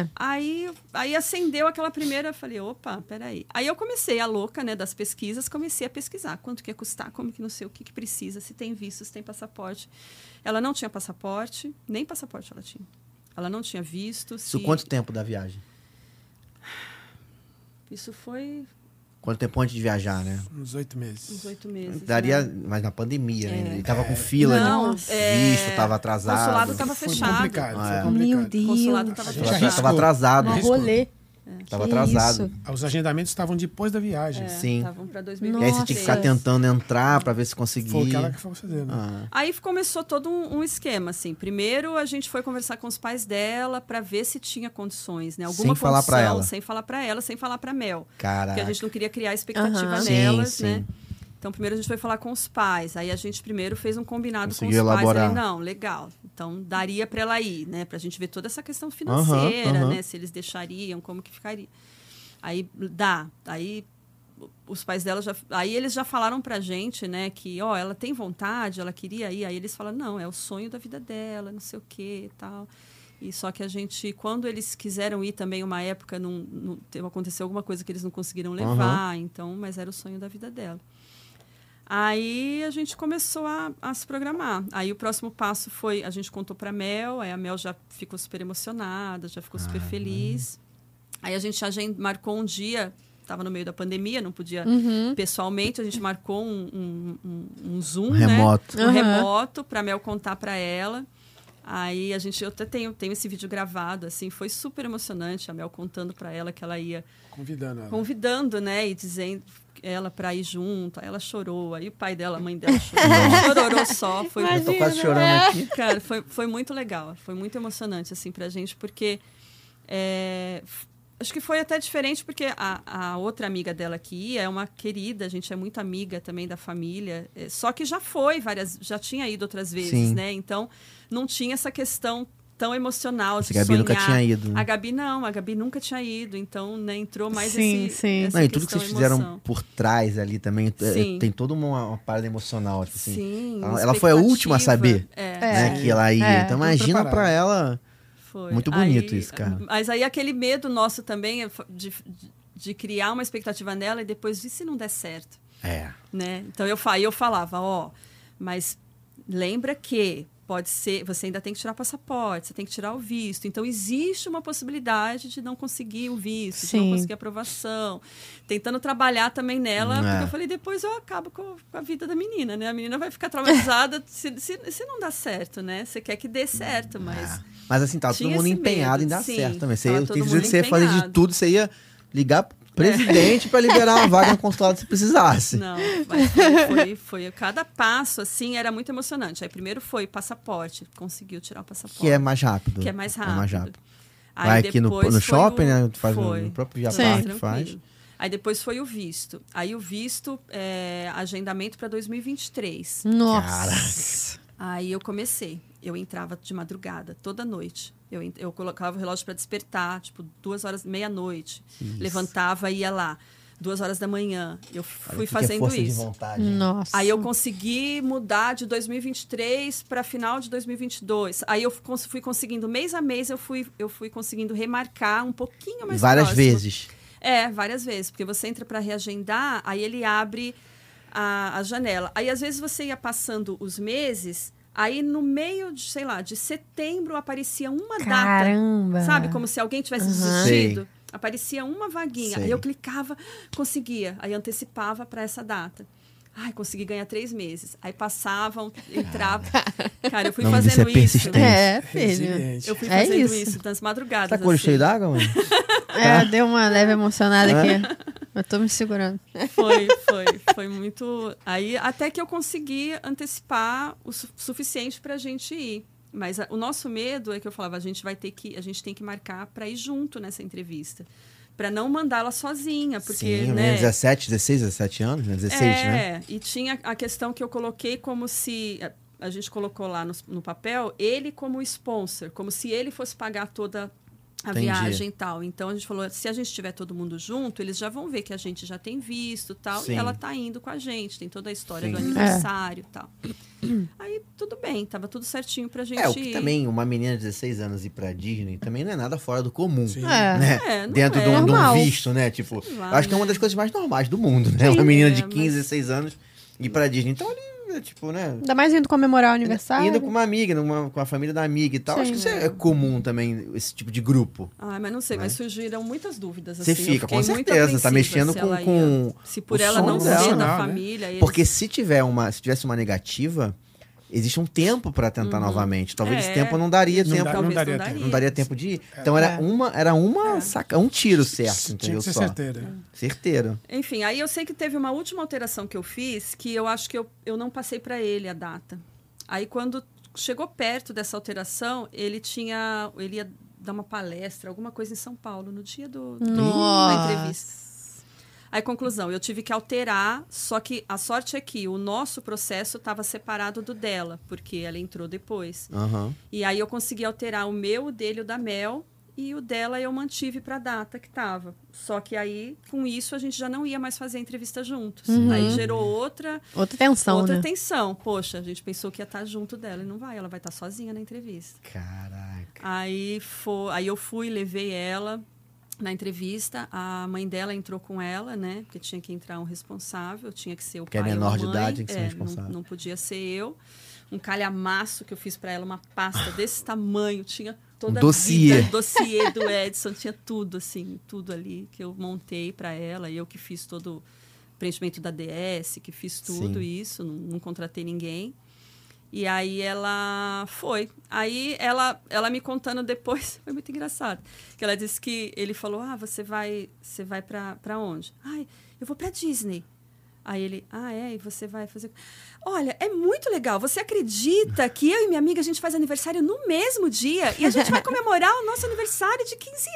S1: É.
S3: Aí, aí acendeu aquela primeira, eu falei, opa, peraí. Aí eu comecei a louca, né, das pesquisas, comecei a pesquisar quanto que ia custar, como que não sei o que, que precisa, se tem visto, se tem passaporte. Ela não tinha passaporte, nem passaporte ela tinha. Ela não tinha visto.
S2: Isso
S3: se-
S2: quanto tempo da viagem?
S3: Isso foi
S2: Quanto tempo antes de viajar, né?
S4: Uns oito meses.
S3: uns oito meses.
S2: Daria,
S3: né?
S2: mas na pandemia ainda. Ele tava com fila,
S3: É. Não,
S2: né?
S3: é,
S2: visto, tava atrasado.
S3: consulado tava
S4: foi
S3: fechado.
S4: complicado,
S2: Ah, é.
S4: foi complicado.
S1: Meu Deus.
S3: O consulado estava
S4: Gente,
S2: Tava-
S3: fechado.
S4: arriscou.
S2: Tava atrasado.
S1: Um rolê.
S2: Tava
S1: Que
S2: atrasado.
S1: isso.
S4: Os agendamentos estavam depois da
S3: É,
S4: viagem.
S2: Sim.
S3: Estavam para
S2: E assim. aí você tinha que ficar
S1: Nossa.
S2: tentando entrar pra ver se
S4: Foi o
S2: conseguia.
S4: que ela que foi fazendo.
S2: Ah,
S3: Aí começou todo um, um esquema, assim. Primeiro a gente foi conversar com os pais dela para ver se tinha condições, né?
S2: Sem
S3: Alguma
S2: falar
S3: condição,
S2: pra ela.
S3: sem falar para ela, sem falar para Mel, porque a
S2: caraca.
S3: gente não queria criar expectativa
S1: Aham.
S2: Sim,
S3: nelas,
S2: sim.
S3: né? Então primeiro a gente foi falar com os pais. Aí a gente primeiro fez um combinado
S2: Conseguiu
S3: com os
S2: elaborar.
S3: pais. Ele, não, legal. Então daria para ela ir, né? Pra gente ver toda essa questão financeira,
S2: Aham, aham.
S3: né? Se eles deixariam, como que ficaria. Aí dá. Aí os pais dela já. Aí eles já falaram pra gente, né, que, ó, ela tem vontade, ela queria ir. Aí eles falam, não, é o sonho da vida dela, não sei o quê e tal. E só que a gente, quando eles quiseram ir também, uma época, não, não- teve- aconteceu alguma coisa que eles não conseguiram levar, então, mas era o sonho da vida dela. Aí a gente começou a, a se programar. Aí o próximo passo foi, a gente contou pra Mel, aí a Mel já ficou super emocionada, já ficou super feliz. Aí a gente agen- marcou um dia, estava no meio da pandemia, não podia pessoalmente, a gente marcou um, um, um- um Zoom, né?
S2: Remoto.
S3: Um
S1: Aham.
S3: remoto, pra Mel contar pra ela. Aí a gente, eu até tenho, tenho esse vídeo gravado, assim, foi super emocionante, a Mel contando pra ela que ela ia
S4: Convidando ela.
S3: convidando, né? E dizendo ela pra ir junto. Aí ela chorou. Aí o pai dela, a mãe dela chorou. Chororou só. Foi,
S2: Eu tô quase
S3: né?
S2: chorando aqui.
S3: cara, foi, foi muito legal. Foi muito emocionante, assim, pra gente. Porque é, f- acho que foi até diferente, porque a, a outra amiga dela que ia é uma querida. A gente é muito amiga também da família. é, só que já foi várias... Já tinha ido outras vezes,
S2: Sim.
S3: né? Então, não tinha essa questão tão emocional de
S2: Esse Gabi nunca
S3: sonhar.
S2: tinha ido. né?
S3: A Gabi não, a Gabi nunca tinha ido, então né, entrou mais
S1: Sim,
S3: esse,
S1: sim.
S3: essa
S2: Não, e tudo que
S3: questão
S2: vocês fizeram
S3: emoção.
S2: por trás ali também, é,
S3: Sim.
S2: tem toda uma, uma parada emocional, tipo assim.
S3: Sim,
S2: Ela- ela foi a última a
S3: expectativa. É,
S2: Né,
S1: É.
S2: que ela ia.
S1: É.
S2: Então imagina
S4: Tudo
S2: pra
S4: preparado.
S2: ela.
S3: foi.
S2: Muito bonito isso, cara.
S3: Mas aí aquele medo nosso também é fa- de, de criar uma expectativa nela e depois, e se não der certo?
S2: É.
S3: né? Então eu, fa- eu falava, ó, mas lembra que pode ser, você ainda tem que tirar passaporte, você tem que tirar o visto. Então existe uma possibilidade de não conseguir o visto, de
S1: Sim.
S3: não conseguir aprovação. Tentando trabalhar também
S2: É.
S3: nela, porque eu falei, depois eu acabo com, com a vida da menina, né? A menina vai ficar traumatizada se, se, se não dá certo, né? Você quer que dê certo, mas
S2: É. Mas assim, tava
S3: Tinha
S2: todo mundo
S3: esse
S2: empenhado em
S3: medo,
S2: dar
S3: sim.
S2: certo também. Você,
S3: Tava
S2: eu
S3: todo
S2: tenho
S3: mundo
S2: certeza que você ia fazer de
S3: empenhado.
S2: tudo, você ia ligar pro presidente pra liberar uma vaga no consulado se precisasse.
S3: Não, mas foi, foi, foi- Cada passo, assim, era muito emocionante. Aí primeiro foi passaporte, conseguiu tirar o passaporte.
S2: Que é mais rápido.
S3: Que é mais rápido. Aí
S2: Vai aqui no-
S3: depois
S2: no
S3: foi
S2: shopping,
S3: o-
S2: né? Tu faz no-
S3: foi.
S2: no próprio Via
S3: Sim.
S2: Parque,
S3: Tranquilo.
S2: faz.
S3: Aí depois foi o visto. Aí o visto, é, agendamento para 2023.
S1: é. Nossa.
S3: Aí eu comecei. Eu entrava de madrugada, toda noite. Eu, en- eu colocava o relógio para despertar, tipo, duas horas, meia-noite. Levantava e ia lá. Duas horas da manhã.
S2: Olha
S3: Eu fui
S2: o que que é
S3: fazendo
S2: força de
S3: isso.
S2: vontade.
S1: Nossa.
S3: Aí eu consegui mudar de 2023 para final de 2022. Aí eu cons- fui conseguindo mês a mês eu fui eu fui conseguindo remarcar um pouquinho mais
S2: Várias
S3: próximo.
S2: vezes. Tá
S3: É, várias vezes, porque você entra para reagendar, aí ele abre a, a janela. Aí às vezes você ia passando os meses, aí no meio de, sei lá, de setembro aparecia uma data
S1: Caramba.
S3: Sabe? Como se alguém tivesse
S1: Ah. Aham.
S3: desistido. Aparecia uma vaguinha.
S2: Sei.
S3: Aí eu clicava, conseguia. Aí antecipava para essa data. Ai, consegui ganhar três meses. Aí passavam, entrava. Cara, eu fui
S2: O nome disso
S3: fazendo
S2: é
S3: isso.
S2: persistência.
S1: É, filho.
S4: Resiliente.
S3: Eu fui
S1: É
S3: fazendo
S1: isso.
S3: isso, nas madrugadas.
S2: Tá com o olho
S3: assim.
S2: cheio d'água, mãe?
S1: É, deu uma leve emocionada aqui. Eu tô me segurando.
S3: Foi, foi, foi muito. Aí até que eu consegui antecipar o su suficiente para a gente ir. Mas a- o nosso medo é que eu falava, a gente vai ter que, a gente tem que marcar para ir junto nessa entrevista, para não mandá-la sozinha,
S2: Sim,
S3: porque né,
S2: né? 17, 16, 17 anos, né? 16,
S3: é,
S2: né?
S3: e tinha a questão que eu coloquei como se. a- A gente colocou lá no, no papel ele como sponsor, como se ele fosse pagar toda a
S2: Entendi.
S3: viagem e tal. Então a gente falou: se a gente tiver todo mundo junto, eles já vão ver que a gente já tem visto e tal.
S2: Sim.
S3: E ela tá indo com a gente, tem toda a história
S2: Sim.
S3: do aniversário e tal. Aí tudo bem, tava tudo certinho pra gente
S2: É, o que
S3: ir.
S2: também, uma menina de 16 anos ir pra Disney também não é nada fora do comum.
S4: Sim.
S1: É.
S2: Né?
S3: É, não
S2: Dentro
S3: é.
S2: de, um, de um
S1: Normal.
S2: visto, né? Tipo,
S3: Sei lá,
S2: acho que é uma
S3: né?
S2: das coisas mais normais do mundo, né? Uma menina de
S3: É,
S2: 15, 16 anos ir pra Disney. Então, ali, é, tipo, né?
S1: Ainda mais indo comemorar o
S3: Tá
S1: aniversário.
S2: Indo com uma amiga, numa- com a família da amiga e tal.
S1: Sim.
S2: Acho que isso é comum também, esse tipo de grupo.
S3: Ah, mas não sei, mas
S2: Né?
S3: surgiram muitas dúvidas.
S2: Você
S3: assim, eu
S2: fica, com
S3: fiquei muito
S2: certeza, tá
S3: apreensiva
S2: mexendo
S3: se
S2: com-
S3: ela ia-
S2: com
S3: Se por
S2: o
S3: ela
S2: som
S3: não
S2: dela.
S3: ser da
S4: Né?
S3: família. eles-
S2: Porque se tiver uma, se tivesse uma negativa, existe um tempo pra tentar novamente. Talvez esse
S3: É.
S2: tempo não daria
S4: Não
S2: tempo.
S4: dá-
S3: Talvez
S4: daria tempo.
S2: Não daria tempo de ir. Então
S1: É.
S2: era uma, era uma
S3: É.
S2: saca, um tiro certo,
S4: Tinha
S2: entendeu?
S4: que ser
S2: Só.
S4: certeira.
S2: Certeiro.
S3: Enfim, aí eu sei que teve uma última alteração que eu fiz que eu acho que eu, eu não passei para ele a data. Aí quando chegou perto dessa alteração, ele tinha. ele ia dar uma palestra, alguma coisa em São Paulo, no dia do, do- da
S1: Nossa.
S3: entrevista. Aí, conclusão, eu tive que alterar, só que a sorte é que o nosso processo estava separado do dela, porque ela entrou depois.
S2: Aham.
S3: E aí eu consegui alterar o meu, o dele, o da Mel e o dela eu mantive para a data que tava. Só que aí com isso a gente já não ia mais fazer a entrevista juntos. Aí gerou outra
S1: Outra Uhum. tensão,
S3: outra
S1: né?
S3: tensão. Poxa, a gente pensou que ia estar junto dela e não vai, ela vai estar sozinha na entrevista.
S2: Caraca.
S3: Aí, fo- aí eu fui, levei ela na entrevista. A mãe dela entrou com ela, né? Porque tinha que entrar um responsável, tinha que ser o
S2: Porque é
S3: pai
S2: menor
S3: ou a
S2: de
S3: mãe.
S2: idade, tem que ser
S3: É,
S2: responsável.
S3: Não, não podia ser eu. Um calhamaço que eu fiz para ela, uma pasta desse tamanho, tinha toda
S2: Um dossiê.
S3: a vida, dossiê do Edson, tinha tudo assim, tudo ali que eu montei para ela, eu que fiz todo o preenchimento da DS, que fiz tudo
S2: Sim.
S3: isso, não- não contratei ninguém. E aí ela foi. Aí ela, ela me contando depois, foi muito engraçado. Que ela disse que ele falou: "Ah, você vai, você vai para para onde?" "Ai, eu vou para Disney." Aí ele: "Ah, é, e você vai fazer Olha, é muito legal. Você acredita que eu e minha amiga a gente faz aniversário no mesmo dia e a gente vai comemorar o nosso aniversário de 15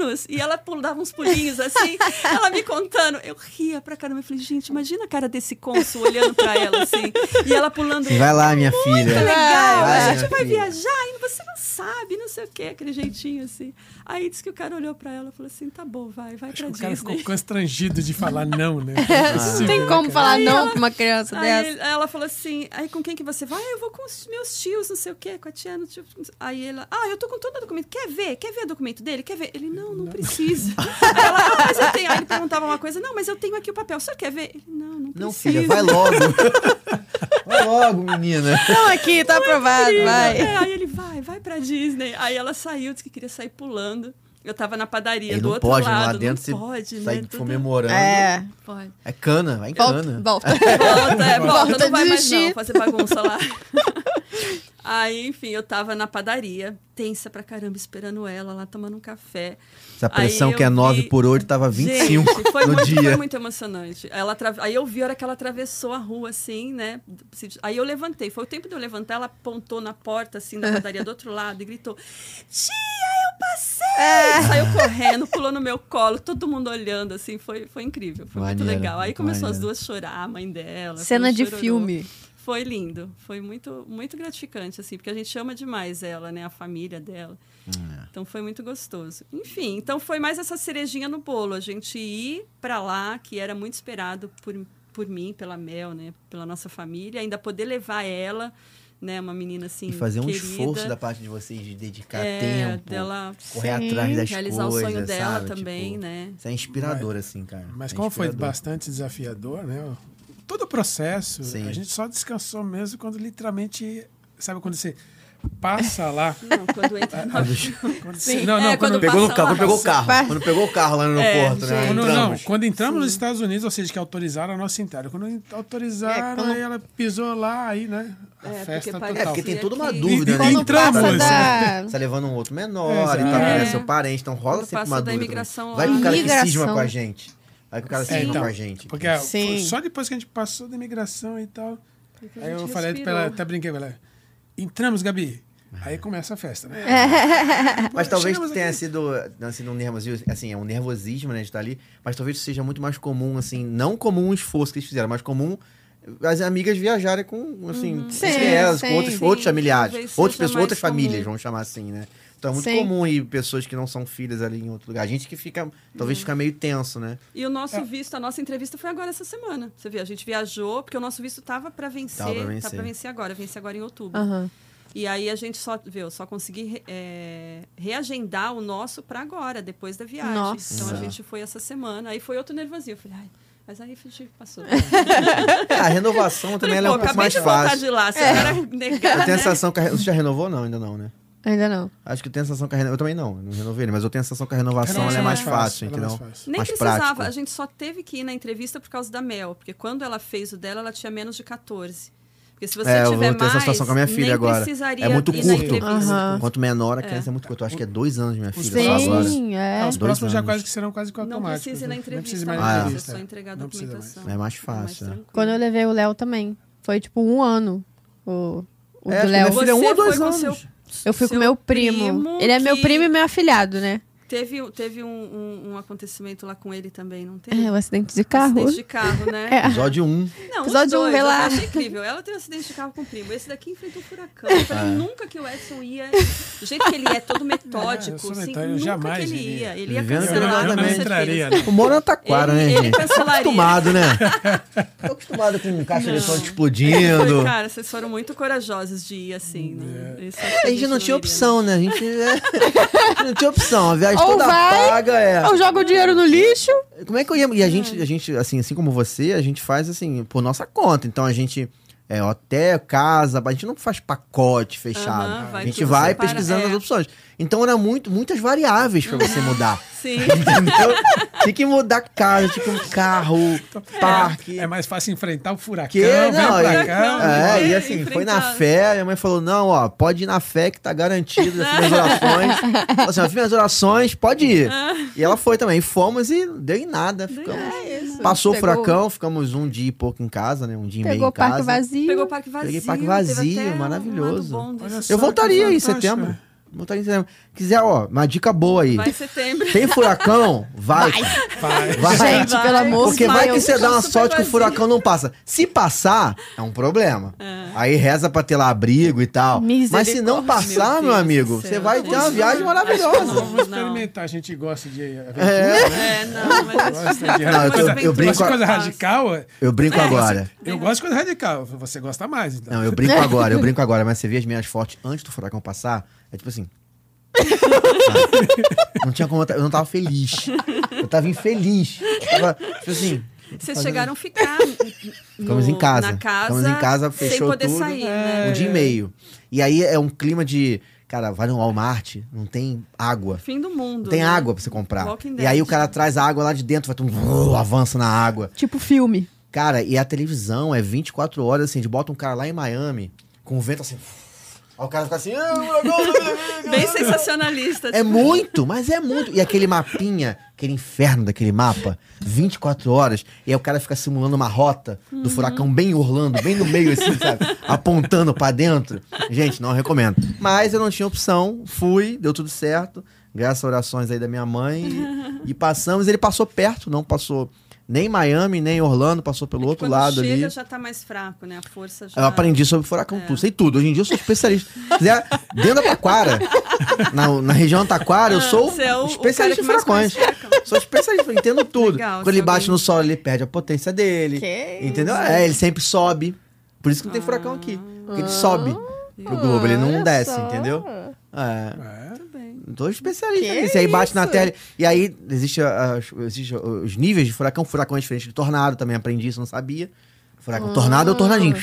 S3: anos?" E ela pul- dava uns pulinhos assim, ela me contando. Eu ria pra caramba, eu falei: "Gente, imagina a cara desse cônsul olhando pra ela assim, e ela pulando
S2: Vai lá, minha
S3: muito
S2: filha.
S3: É legal, né?
S2: Vai,
S3: a gente vai
S2: filha.
S3: viajar e você não sabe, não sei o que, aquele jeitinho assim. Aí disse que o cara olhou pra ela e falou assim: tá bom, vai, vai
S4: Acho
S3: pra
S4: que o cara ficou
S3: Disney.
S4: constrangido de falar não, né?
S2: Ah,
S1: Não tem como falar não pra uma criança
S3: Aí
S1: dessa.
S3: ele- ela falou assim: aí com quem que você vai? "Ah, eu vou com os meus tios, não sei o que, com a tia. não sei o quê." Aí ela, ah, eu tô com todo o documento, quer ver? Quer ver o documento dele? Quer ver? Ele, não, não, precisa. aí ela, "Ah, mas eu tenho. Aí ele perguntava uma coisa: não, mas eu tenho aqui o papel, o senhor quer ver? Ele, não, não precisa.
S2: Não, filha, vai logo. vai logo, menina.
S1: Não, aqui, tá aprovado,
S3: Sim,
S1: vai.
S3: é, aí ele vai, vai pra Disney. Aí ela saiu, disse que queria sair pulando. Eu tava na padaria
S2: Ele
S3: do
S2: não
S3: outro
S2: pode, né?
S3: lado.
S2: lá dentro
S3: não
S2: se
S3: pode,
S2: sai
S3: né? Tudo
S2: comemorando. É.
S1: É.
S3: pode.
S2: cana, vai em
S1: Volta,
S2: cana.
S1: volta.
S3: Volta, é, volta,
S1: Volta,
S3: não vai mais
S1: desistir.
S3: não, fazer bagunça lá. Aí, enfim, eu tava na padaria, tensa pra caramba, esperando ela lá, tomando um café.
S2: Essa pressão
S3: Aí eu
S2: que é 9
S3: vi-
S2: por 8 tava 25
S3: Gente, foi
S2: no
S3: muito,
S2: dia.
S3: Foi muito emocionante. Ela atra- Aí eu vi a hora que ela atravessou a rua, assim, né? Se- Aí eu levantei. Foi o tempo de eu levantar, ela apontou na porta, assim, da padaria do outro lado e gritou: Tia, eu passei!
S1: É.
S3: Saiu correndo, pulou no meu colo, todo mundo olhando, assim. Foi, foi incrível, foi muito
S2: Maneiro,
S3: legal. Aí
S2: muito
S3: começou as
S2: maneiro.
S3: duas a chorar, a mãe dela. foi um
S1: Cena de
S3: chororô.
S1: filme.
S3: Foi lindo, foi muito, muito gratificante, assim, porque a gente ama demais ela, né? A família dela.
S2: Hum, é.
S3: Então foi muito gostoso. Enfim, então foi mais essa cerejinha no bolo, a gente ir pra lá, que era muito esperado por, por mim, pela Mel, né? Pela nossa família, ainda poder levar ela, né? Uma menina assim.
S2: E fazer um
S3: querida,
S2: esforço da parte de vocês de dedicar
S3: é,
S2: tempo,
S3: dela
S2: correr
S1: Sim.
S2: atrás das
S3: realizar
S2: coisas,
S3: o sonho dela
S2: sabe?
S3: também,
S2: Tipo,
S3: né?
S2: Isso é inspirador, assim, cara.
S4: Mas
S2: É
S4: como foi
S2: inspirador.
S4: bastante desafiador, né? Todo o processo,
S2: Sim.
S4: a gente só descansou mesmo quando literalmente, sabe quando você passa lá,
S3: Não, quando entra.
S4: quando você, não,
S3: É,
S4: não, quando,
S3: quando
S2: Pegou no
S3: Passa
S2: carro,
S3: lá.
S2: quando pegou o carro.
S1: Passa.
S2: Quando pegou o carro lá no
S3: É,
S2: aeroporto, né?
S4: quando- não,
S2: Entramos.
S4: quando entramos nos Estados Unidos, ou seja, que autorizaram a nossa entrada. Quando autorizaram,
S1: É, quando-
S4: aí ela pisou lá, aí, né? A
S3: É,
S4: festa
S3: porque parece-
S2: É,
S4: total.
S2: porque tem
S3: E
S2: toda uma
S3: aqui-
S2: dúvida,
S4: E
S2: né?
S4: quando
S2: de tá
S4: passa
S2: levando-
S1: da-
S2: Você tá levando um outro menor,
S4: É,
S2: e tal, né?
S3: é.
S2: Seu parente, então rola
S3: Quando
S2: sempre
S3: passa
S2: uma
S3: da
S2: dúvida.
S3: imigração
S2: Vai com
S1: lá.
S2: o cara que cisma
S1: Imigração.
S2: com a gente. Aí que o cara se
S4: É,
S2: chama
S4: então,
S2: com a gente.
S4: Porque ó, foi
S1: Sim.
S4: só depois que a gente passou da imigração e tal.
S3: Porque a
S4: Aí eu
S3: gente
S4: falei pra
S3: respirou.
S4: ela, até brinquei com ela. Entramos, Gabi. Aí começa a festa, né?
S3: É,
S1: É.
S2: Mas talvez
S4: Chegamos
S2: tenha
S4: aqui.
S2: sido, tenha sido um nervosismo, assim, é um nervosismo, né, de estar ali, mas talvez seja muito mais comum, assim, não comum o esforço que eles fizeram, mas comum as amigas viajarem com, assim, com
S1: Uhum. Sim,
S2: elas,
S1: sim.
S2: com outros,
S1: Sim,
S2: outros
S3: talvez
S2: familiares, outras
S3: seja
S2: pessoas, outras
S3: mais comum.
S2: famílias, vamos chamar assim, né? Então é muito
S1: Sim.
S2: comum ir pessoas que não são filhas ali em outro lugar. A gente que fica, talvez
S1: Uhum.
S2: fica meio tenso, né?
S3: E o nosso visto, a nossa entrevista foi agora essa semana. Você viu, a gente viajou, porque o nosso visto tava para vencer,
S2: Tava pra
S3: tá
S2: vencer.
S3: para vencer agora, vencer agora em outubro.
S1: Aham.
S3: E aí a gente só, viu, só consegui re- é, reagendar o nosso para agora, depois da viagem.
S1: Nossa.
S3: Então a gente foi essa semana, aí foi outro nervosinho, eu falei, ai, mas aí a gente passou.
S2: É, a renovação também
S3: Falei,
S2: ela é um
S3: pô,
S2: pouco
S3: acabei
S2: mais
S3: de voltar
S2: fácil. É.
S3: de lá, se era negar,
S2: Eu tenho a
S3: né?
S2: sensação que a, re- você já renovou? Não, ainda não, né?
S1: Ainda não.
S2: Acho que eu tenho a sensação que a renovação... Eu também não, não renovei ele, mas eu tenho a sensação que a renovação ela é
S4: Renovação
S2: mais
S4: é
S2: fácil,
S4: fácil, ela é
S2: entendeu?
S4: mais fácil.
S3: Nem
S2: mais
S3: precisava,
S2: prático.
S3: a gente só teve que ir na entrevista por causa da Mel, porque quando ela fez o dela, ela tinha menos de 14. Porque se você
S2: é, eu
S3: tiver
S2: vou ter
S3: mais,
S2: essa situação com a minha filha
S3: nem
S2: agora.
S3: precisaria
S2: É muito
S3: ir
S2: curto.
S3: na entrevista.
S1: Aham.
S2: Quanto menor a criança é. muito curto. Eu acho que é dois anos, minha filha. Só agora.
S1: Sim, é.
S4: Ah, os
S2: Dois
S4: próximos já
S2: anos.
S4: quase que serão quase que
S3: Não
S4: automáticos.
S3: precisa
S4: né?
S3: ir na
S4: Não
S3: entrevista,
S4: precisa mais
S2: mais. Ah,
S4: na
S3: mais, é
S4: entrevista.
S3: só entregar a
S4: Não precisa mais.
S3: documentação.
S2: É mais fácil, é.
S3: tranquilo.
S1: Quando eu levei o Léo também. Foi tipo um ano. O, o
S2: É,
S1: do
S2: acho
S1: Léo.
S2: que minha filha é um
S3: Você
S2: ou dois
S3: foi com
S2: anos.
S3: seu-
S1: Eu fui com
S3: seu
S1: meu primo. Ele é meu
S3: que
S1: primo e meu afilhado, né?
S3: Teve, teve um, um- um acontecimento lá com ele também, não teve?
S1: É, o acidente de carro.
S3: Acidente de carro, né?
S1: É.
S2: Episódio 1. Um.
S3: Não, os
S1: Episódio um,
S3: dois,
S1: vê lá.
S3: Eu achei incrível. Ela teve um acidente de carro com o primo. Esse daqui enfrentou um furacão. Eu
S4: É.
S3: falei, nunca que o Edson ia. Do jeito que ele é, todo metódico,
S4: Ah, eu sou
S3: assim,
S4: metódico, eu
S3: nunca
S4: jamais
S3: que ele
S4: iria.
S3: ia. Ele ia
S2: Vivendo
S3: cancelar
S2: pela
S3: com
S2: vida,
S4: não
S2: né?
S4: entraria.
S3: certeza.
S4: né?
S2: Eu moro na taquara,
S3: Ele-
S2: né,
S3: ele
S2: gente? Tô
S3: cancelaria.
S2: acostumado, né? Tô acostumado com um caixa eletrônica explodindo.
S3: Cara, vocês foram muito corajosos de ir assim, né?
S4: É.
S3: Isso acho que
S2: A gente não tinha
S3: iria.
S2: opção, né? A gente é, não tinha opção. A viagem
S1: Ou
S2: toda
S1: vai,
S2: paga é.
S1: Eu jogo o dinheiro no lixo.
S2: Como é que eu ia. E a gente, a gente, assim, assim como você, a gente faz assim, por nossa conta. Então a gente. É, hotel, casa, a gente não faz pacote fechado.
S3: Aham, vai
S2: a gente
S3: tudo
S2: vai
S3: separa-
S2: pesquisando
S3: é. Uhum.
S2: as opções. Então era muito, muitas variáveis pra você mudar.
S3: Sim.
S2: Entendeu? tinha que mudar casa, tinha que um carro, parque.
S4: É mais fácil enfrentar o furacão,
S2: Que,
S4: vem
S2: não,
S4: pra
S2: e-
S4: cá.
S2: é,
S3: e
S2: e assim, foi na
S3: enfrentar.
S2: fé, minha mãe falou, não, ó, pode ir na fé que tá garantido, eu fiz minhas orações, Falou assim, eu fiz minhas orações, pode ir. E ela foi também, fomos e deu em nada, ficamos,
S1: É
S2: passou o
S1: Pegou-
S2: furacão, ficamos um dia e pouco em casa, né, um dia e meio
S1: Pegou
S2: em
S1: o parque
S2: casa.
S1: vazio.
S3: Pegou o parque vazio.
S2: Peguei parque
S3: teve até
S2: vazio,
S3: um
S2: maravilhoso.
S3: lado bom desse-
S4: Olha só.
S2: Eu voltaria
S4: que
S3: né?
S2: em
S4: fantástico.
S2: setembro, voltaria em setembro. Quiser, ó, uma dica boa aí,
S3: Vai em setembro.
S2: tem furacão? Vai,
S4: Vai.
S2: vai.
S1: Gente,
S3: Vai.
S1: pelo amor de
S2: Porque
S1: Deus.
S2: vai que você dá uma
S3: Super
S2: sorte que o
S3: vazio.
S2: furacão não passa. Se passar, é um problema. Aí reza pra ter lá abrigo e tal. Mas se não
S1: É. Misericórdia.
S2: passar, meu,
S3: Meu Deus
S2: amigo,
S3: do céu.
S2: você vai ter uma viagem maravilhosa.
S4: Vamos
S3: Não.
S4: experimentar, a gente gosta de aventura, né?
S3: É, não, mas.
S4: gosta de
S2: Não, eu tô- eu
S4: Mas
S2: brinco
S4: gosta de coisa
S3: a-
S4: radical. é-
S2: Eu brinco agora.
S4: Eu gosto de coisa radical. Você gosta mais, então.
S2: Não, eu brinco agora, eu brinco agora. Mas você vê as minhas fortes antes do furacão passar, é tipo assim. Sabe? não tinha como. Eu não tava feliz. Eu tava infeliz. Eu tava, tipo assim.
S3: Vocês
S2: fazendo-
S3: chegaram a ficar.
S2: Ficamos
S3: no-
S2: em casa.
S3: Na casa.
S2: Ficamos em casa, fechou
S3: Sem poder
S2: tudo.
S3: sair.
S2: um
S3: né?
S2: dia e meio. E aí é um clima de, cara, vai no Walmart, não tem água.
S3: Fim do mundo.
S2: Não tem
S3: né?
S2: água pra você comprar.
S3: Walking
S2: E aí
S3: Dead.
S2: o cara traz a água lá de dentro, vai tum, vrum, avança na água.
S1: Tipo filme.
S2: Cara, e a televisão é 24 horas, assim, de bota um cara lá em Miami, com o vento assim. Aí o cara fica assim. "Ah, meu Deus".
S3: Bem sensacionalista. tipo,
S2: É muito, mas é muito. E aquele mapinha, aquele inferno daquele mapa, 24 horas, e aí o cara fica simulando uma rota do furacão bem em Orlando, bem no meio, assim, sabe? Apontando pra dentro. Gente, não recomendo. Mas eu não tinha opção, fui, deu tudo certo, graças a orações aí da minha mãe. E, e passamos, ele passou perto, não passou nem em Miami, nem em Orlando, passou pelo outro
S3: Quando
S2: lado
S3: chega,
S2: ali.
S3: já tá mais fraco, né? A força já.
S2: Eu aprendi sobre furacão,
S3: É.
S2: tudo, sei tudo. Hoje em dia eu sou especialista. Se quiser, dentro da Taquara, na, na região da Taquara, eu
S3: Ah,
S2: sou
S3: você é o- o
S2: especialista em
S3: cara que mais
S2: furacões. Sou especialista, eu entendo tudo.
S3: Legal,
S2: Quando ele
S3: se
S2: bate
S3: alguém-
S2: no solo, ele perde a potência dele.
S1: Que
S2: entendeu? É, ele sempre sobe. Por isso que não tem
S3: Ah.
S2: furacão aqui. Porque ele sobe pro globo, ele não
S1: Olha
S2: desce,
S1: só.
S2: entendeu? É.
S4: É.
S3: Tudo bem.
S2: Tô especialista
S1: Que
S2: nisso. E aí bate na
S1: isso?
S2: tela. E aí existe, as- existe os níveis de furacão. Furacão é diferente de tornado, também aprendi isso, não sabia. Furacão, tornado é o
S1: Oh.
S2: tornadinho.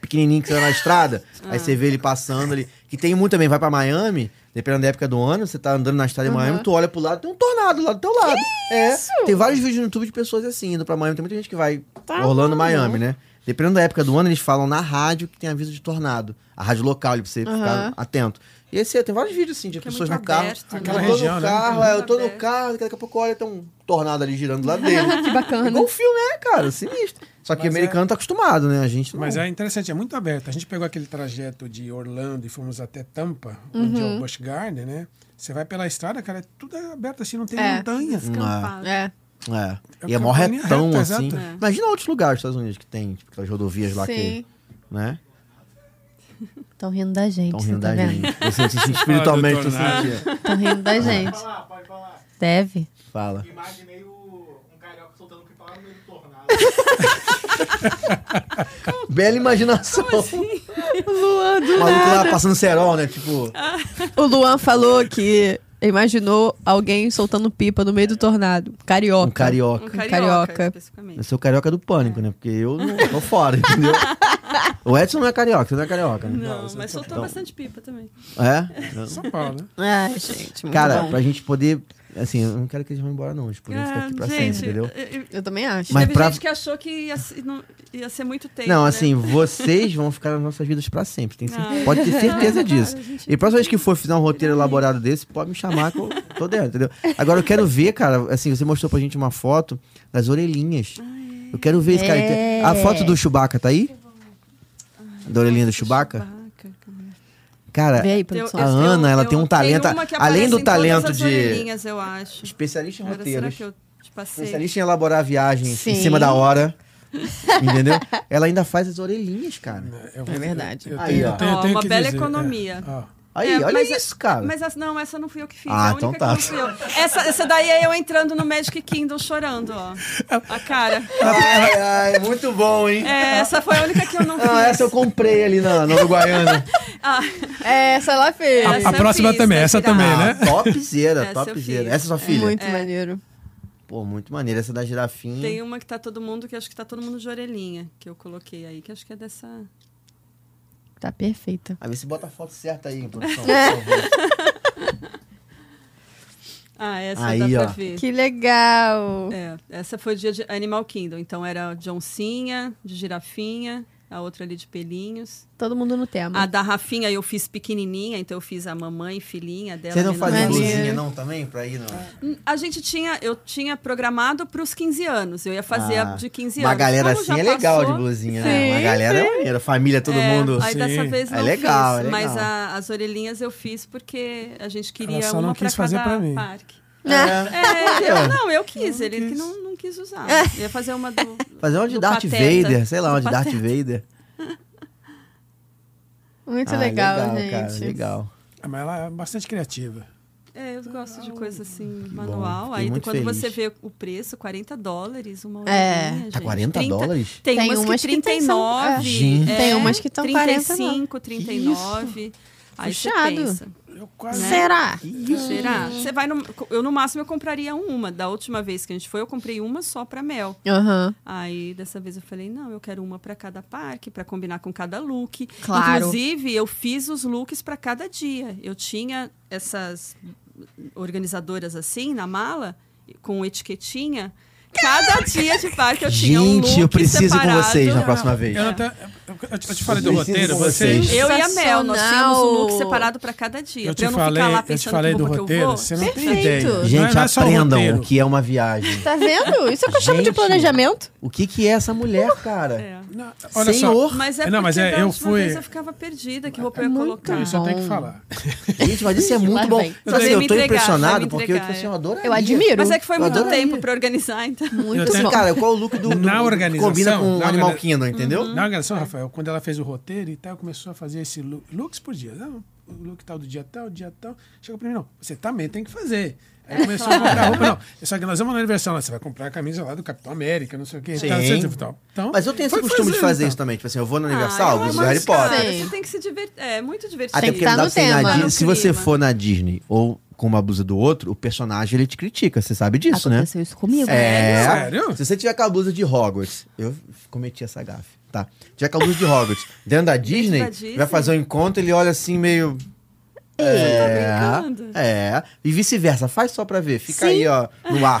S2: Pequenininho que você vai na estrada.
S1: Ah.
S2: Aí você vê ele passando ali. Que tem muito também, vai pra Miami, dependendo da época do ano, você tá andando na estrada em Miami, tu olha pro lado, tem um tornado lá do teu lado. é. Tem vários vídeos no YouTube de pessoas assim, indo pra Miami. Tem muita gente que vai
S1: Tá
S2: Orlando,
S1: bom.
S2: Miami, né? Dependendo da época do ano, eles falam na rádio que tem aviso de tornado. A rádio local, ali, pra você
S1: Aham.
S2: ficar atento. E esse tem vários vídeos assim de
S3: Que é
S2: pessoas
S3: muito
S2: no carro.
S3: aberto, né?
S4: Aquela
S2: eu tô
S4: região,
S2: no
S4: né?
S2: carro, é,
S3: Muito
S2: eu tô no
S3: aberto.
S2: carro, daqui a pouco olha, tem um tornado ali girando lá dentro.
S1: Que bacana.
S2: Igual o filme, né, cara? Sinistro. Só que o
S4: Mas é-
S2: americano tá acostumado, né? A gente não.
S4: Mas é interessante, é muito aberto. A gente pegou aquele trajeto de Orlando e fomos até Tampa, onde é
S3: Uhum.
S4: o Busch Garden, né? Você vai pela estrada, cara, é tudo aberto assim, não tem
S1: É.
S4: montanha.
S3: Descampado.
S1: É.
S2: É.
S4: É
S2: E é mó
S4: campanha
S2: retão,
S4: reta,
S2: assim.
S4: exato.
S3: É.
S2: Imagina outros lugares dos Estados Unidos que tem, tipo, aquelas rodovias lá
S1: Sim.
S2: que. Né?
S1: Estão rindo da gente,
S2: Estão
S1: você
S2: rindo
S1: tá
S2: da
S1: vendo?
S2: gente. Eu senti assim, espiritualmente, assim, é. eu
S4: Fala do
S2: senti.
S1: Estão rindo da gente.
S5: falar, Ah, pode falar.
S1: Deve.
S2: Fala.
S5: Imaginei o, um carioca soltando pipa lá no meio do tornado.
S2: Bela imaginação.
S3: assim?
S1: Luan,
S2: O maluco lá passando cerol, né? Tipo.
S3: Ah.
S1: O Luan falou que imaginou alguém soltando pipa no meio do tornado. Carioca.
S2: Um carioca.
S3: Um
S1: Carioca.
S3: carioca, especificamente.
S2: Eu sou carioca do pânico, né? Porque eu não tô fora, entendeu? O Edson não é carioca, você não é carioca, né?
S3: Não,
S4: você
S3: mas
S4: tá-
S3: soltou
S2: então-
S3: bastante pipa também.
S2: É?
S4: São Paulo, né?
S1: Ai, gente, muito
S2: Cara,
S1: bom.
S2: pra gente poder. Assim, eu não quero que eles vão embora, não. Eles podem ficar aqui
S3: Ah,
S2: pra sempre, entendeu?
S3: eu- eu-
S1: Eu também acho.
S2: Mas
S3: teve
S2: pra-
S3: gente que achou que ia, se- não- ia ser muito tempo.
S2: Não,
S3: né?
S2: assim, vocês vão ficar nas nossas vidas pra sempre. Tem cer-
S3: Ah.
S2: Pode ter certeza disso.
S3: a gente-
S2: E a próxima vez que for fizer um roteiro elaborado desse, pode me chamar que eu tô dentro, entendeu? Agora eu quero ver, cara, assim, você mostrou pra gente uma foto das orelhinhas. Eu quero ver isso, cara.
S1: É.
S2: A foto do Chewbacca tá aí? Da orelhinha do Chewbacca?
S3: Chewbacca, cara.
S2: Cara,
S1: Vê aí,
S3: Tem-
S1: produção.
S2: a
S3: tá eu-
S2: Ana, ela tem um talento,
S3: uma que
S2: além
S3: aparece
S2: do
S3: em todas
S2: talento
S3: as
S2: de-
S3: orelhinhas, eu acho.
S2: especialista em
S3: Cara, será
S2: roteiros.
S3: que eu tipo, te passei?
S2: Especialista em elaborar a viagem
S1: Sim.
S2: em cima da hora. Entendeu? Ela ainda faz as orelhinhas, cara.
S4: né? Eu
S1: É verdade.
S4: Eu
S2: Aí,
S4: tenho,
S2: ó.
S4: eu tenho, eu
S3: Ó,
S4: tenho
S3: uma
S4: que
S3: bela
S4: dizer,
S3: economia.
S4: é. Ó,
S2: Aí,
S3: É,
S2: olha
S3: mas-
S2: isso, cara.
S3: Mas essa, não, essa não fui eu que fiz.
S2: Ah,
S3: a única
S2: então
S3: que
S2: tá.
S3: não fui eu. Essa, essa daí é eu entrando no Magic Kingdom chorando, ó. A cara.
S2: Ai, ai, muito bom, hein?
S3: É, essa foi a única que eu não fiz.
S2: Ah, essa eu comprei ali na, na Uruguaiana.
S3: Ah,
S1: É, sei lá, fez.
S3: Essa
S4: A
S3: eu
S4: próxima
S3: fiz,
S4: também,
S3: vai
S4: essa
S3: virar.
S4: também,
S2: Ah,
S4: né?
S2: topzera,
S3: Essa eu
S2: topzera.
S3: fiz.
S2: Essa é sua filha?
S1: Muito maneiro.
S2: Pô, muito maneiro. Essa é da girafinha.
S3: Tem uma que tá todo mundo, que acho que tá todo mundo de orelhinha, que eu coloquei aí, que acho que é dessa.
S1: Tá perfeita.
S2: A ver se bota a foto certa aí, produção. por favor.
S3: Ah, essa
S2: Aí,
S3: dá
S2: ó.
S3: pra ver.
S1: Que legal.
S3: É, essa foi o dia de Animal Kingdom. Então era de oncinha, de girafinha, a outra ali de pelinhos.
S1: Todo mundo no tema.
S3: A da Rafinha eu fiz pequenininha, então eu fiz a mamãe, filhinha dela.
S2: Você não
S3: menor.
S2: fazia
S1: Maneiro.
S2: luzinha não também pra ir, não?
S3: A gente tinha, eu tinha programado para os 15 anos. Eu ia fazer
S2: Ah,
S3: a de 15 anos.
S2: Uma galera
S3: Como
S2: assim
S3: já
S2: é legal de
S3: passou,
S2: blusinha,
S1: Sim,
S2: né? Uma galera é maneira. Família, todo
S3: é,
S2: mundo.
S3: Aí dessa
S4: Sim.
S3: vez
S2: É
S3: não
S2: legal,
S3: fiz,
S2: é legal.
S3: mas a- as orelhinhas eu fiz porque a gente queria
S4: só
S3: uma
S4: não
S3: pra
S4: quis fazer
S3: cada
S4: pra mim.
S3: parque.
S1: Né? ah,
S2: É.
S3: É,
S2: É.
S3: eu, não, eu quis, ele que
S4: quis.
S3: não, não quis usar. Eu ia fazer uma do.
S2: Fazer uma de
S3: do
S2: Darth
S3: Pateta.
S2: Vader, sei lá, uma
S3: Do
S2: de Darth Vader.
S1: Muito
S2: Ah,
S1: legal, gente.
S2: Cara, legal.
S4: Ah, Mas ela é bastante criativa.
S3: É, eu gosto de coisa assim, manual.
S2: bom, fiquei
S3: Aí
S2: muito
S3: quando
S2: feliz.
S3: você vê o preço, 40 dólares, uma orelhinha,
S1: É.
S3: gente.
S2: Tá 40
S3: 30
S2: dólares?
S3: Tem,
S1: Tem
S3: umas,
S1: umas que
S3: que
S1: tem, são-
S3: 39.
S1: é.
S2: Gente.
S1: Tem umas que tão
S3: 35, 39. Aí você
S1: Puxado. Hum.
S3: pensa.
S4: Eu quase.
S3: Né?
S1: Será?
S3: Será? Você vai no, eu no máximo eu compraria uma. Da última vez que a gente foi, eu comprei uma só pra Mel.
S1: Aham.
S3: Aí dessa vez eu falei, não, eu quero uma pra cada parque, pra combinar com cada look.
S1: Claro.
S3: Inclusive, eu fiz os looks pra cada dia. Eu tinha essas organizadoras assim na mala com etiquetinha. Cada dia de parque eu tinha um look
S2: Gente, eu preciso ir com
S3: separado.
S2: vocês na próxima vez.
S4: Eu, não tenho- eu- eu te eu te falei do
S2: Eu
S4: roteiro,
S2: preciso
S4: você.
S2: vocês.
S3: Eu e a Mel, nós tínhamos um look
S1: Sensacional.
S3: separado pra cada dia.
S4: Eu
S3: pra
S4: te
S3: eu não
S4: falei,
S3: ficar lá
S4: eu te
S3: pensando
S4: falei
S3: que
S4: do
S3: roupa que eu
S4: roteiro,
S3: vou.
S4: você não tem
S1: Perfeito.
S4: ideia.
S2: Gente,
S4: não é só o
S2: aprendam
S4: roteiro.
S2: o que é uma viagem.
S1: Tá vendo? Isso é o que eu chamo de
S2: Gente.
S1: planejamento.
S2: O que, que é essa mulher, cara?
S3: É.
S4: Não, olha
S2: Senhor.
S3: Mas é
S4: Não, mas
S3: porque
S4: é,
S3: da
S4: eu
S3: última
S4: fui-
S3: vez eu ficava perdida que roupa eu
S1: É
S3: ia
S1: muito
S4: só.
S3: colocar.
S4: Isso eu tenho que
S1: Bom.
S4: falar.
S2: Gente, mas isso é
S1: Lá
S2: muito bom.
S1: vem.
S2: Só que
S3: Vai me
S2: eu tô
S3: entregar, vai
S2: impressionado
S3: me
S2: porque eu, tipo,
S3: entregar,
S2: assim, eu
S3: é.
S2: adoro.
S1: Eu admiro.
S3: Mas é que foi
S2: Eu
S3: muito
S2: adoraria. Tipo assim,
S3: tempo pra organizar, então.
S1: Muito
S4: tenho-
S1: bom.
S2: Cara, qual o look do, do-
S4: Na
S2: do-
S4: organização,
S2: combina com o
S4: na
S2: Animal
S4: organi-
S2: Kingdom, entendeu?
S3: Hum. Uhum.
S4: Na organização, Rafael, quando ela fez o roteiro e tal, começou a fazer esse look, looks por dia. Não, o look tal do dia tal, dia tal. Chegou pra mim, não, você também tem que fazer. Aí
S3: É.
S4: começou a comprar roupa, não. Só que nós vamos na aniversário, né? você vai comprar a camisa lá do Capitão América, não sei o quê.
S2: Sim.
S4: tal, etc, tal. Então,
S2: Mas eu tenho esse
S4: foi
S2: costume de
S4: fazendo,
S2: fazer
S4: então.
S2: isso também. Tipo assim, eu vou no
S3: Ah,
S2: aniversário,
S3: eu
S2: vou
S3: amo
S2: do Harry
S3: isso, cara.
S2: Potter.
S1: Sim.
S3: Você tem que se divertir. É muito divertido.
S2: Até
S1: Tem que
S2: porque
S1: tá
S2: não dá
S1: no
S2: pra você ir na
S1: tema.
S2: Disney. Se
S3: Tá no
S2: você
S3: clima.
S2: for na Disney ou com uma blusa do outro, o personagem ele te critica. Você sabe
S3: Ah,
S2: disso, né?
S1: Aconteceu isso comigo.
S2: É.
S4: Sério?
S2: Se você tiver com a blusa de Hogwarts, eu cometi essa gafe, tá? Tiver com a blusa de Hogwarts dentro da Disney,
S3: da Disney? tá
S2: vai fazer um encontro, ele olha assim meio. É,
S3: brincando?
S2: é. E vice-versa, faz só pra ver. Fica aí, ó, no ar.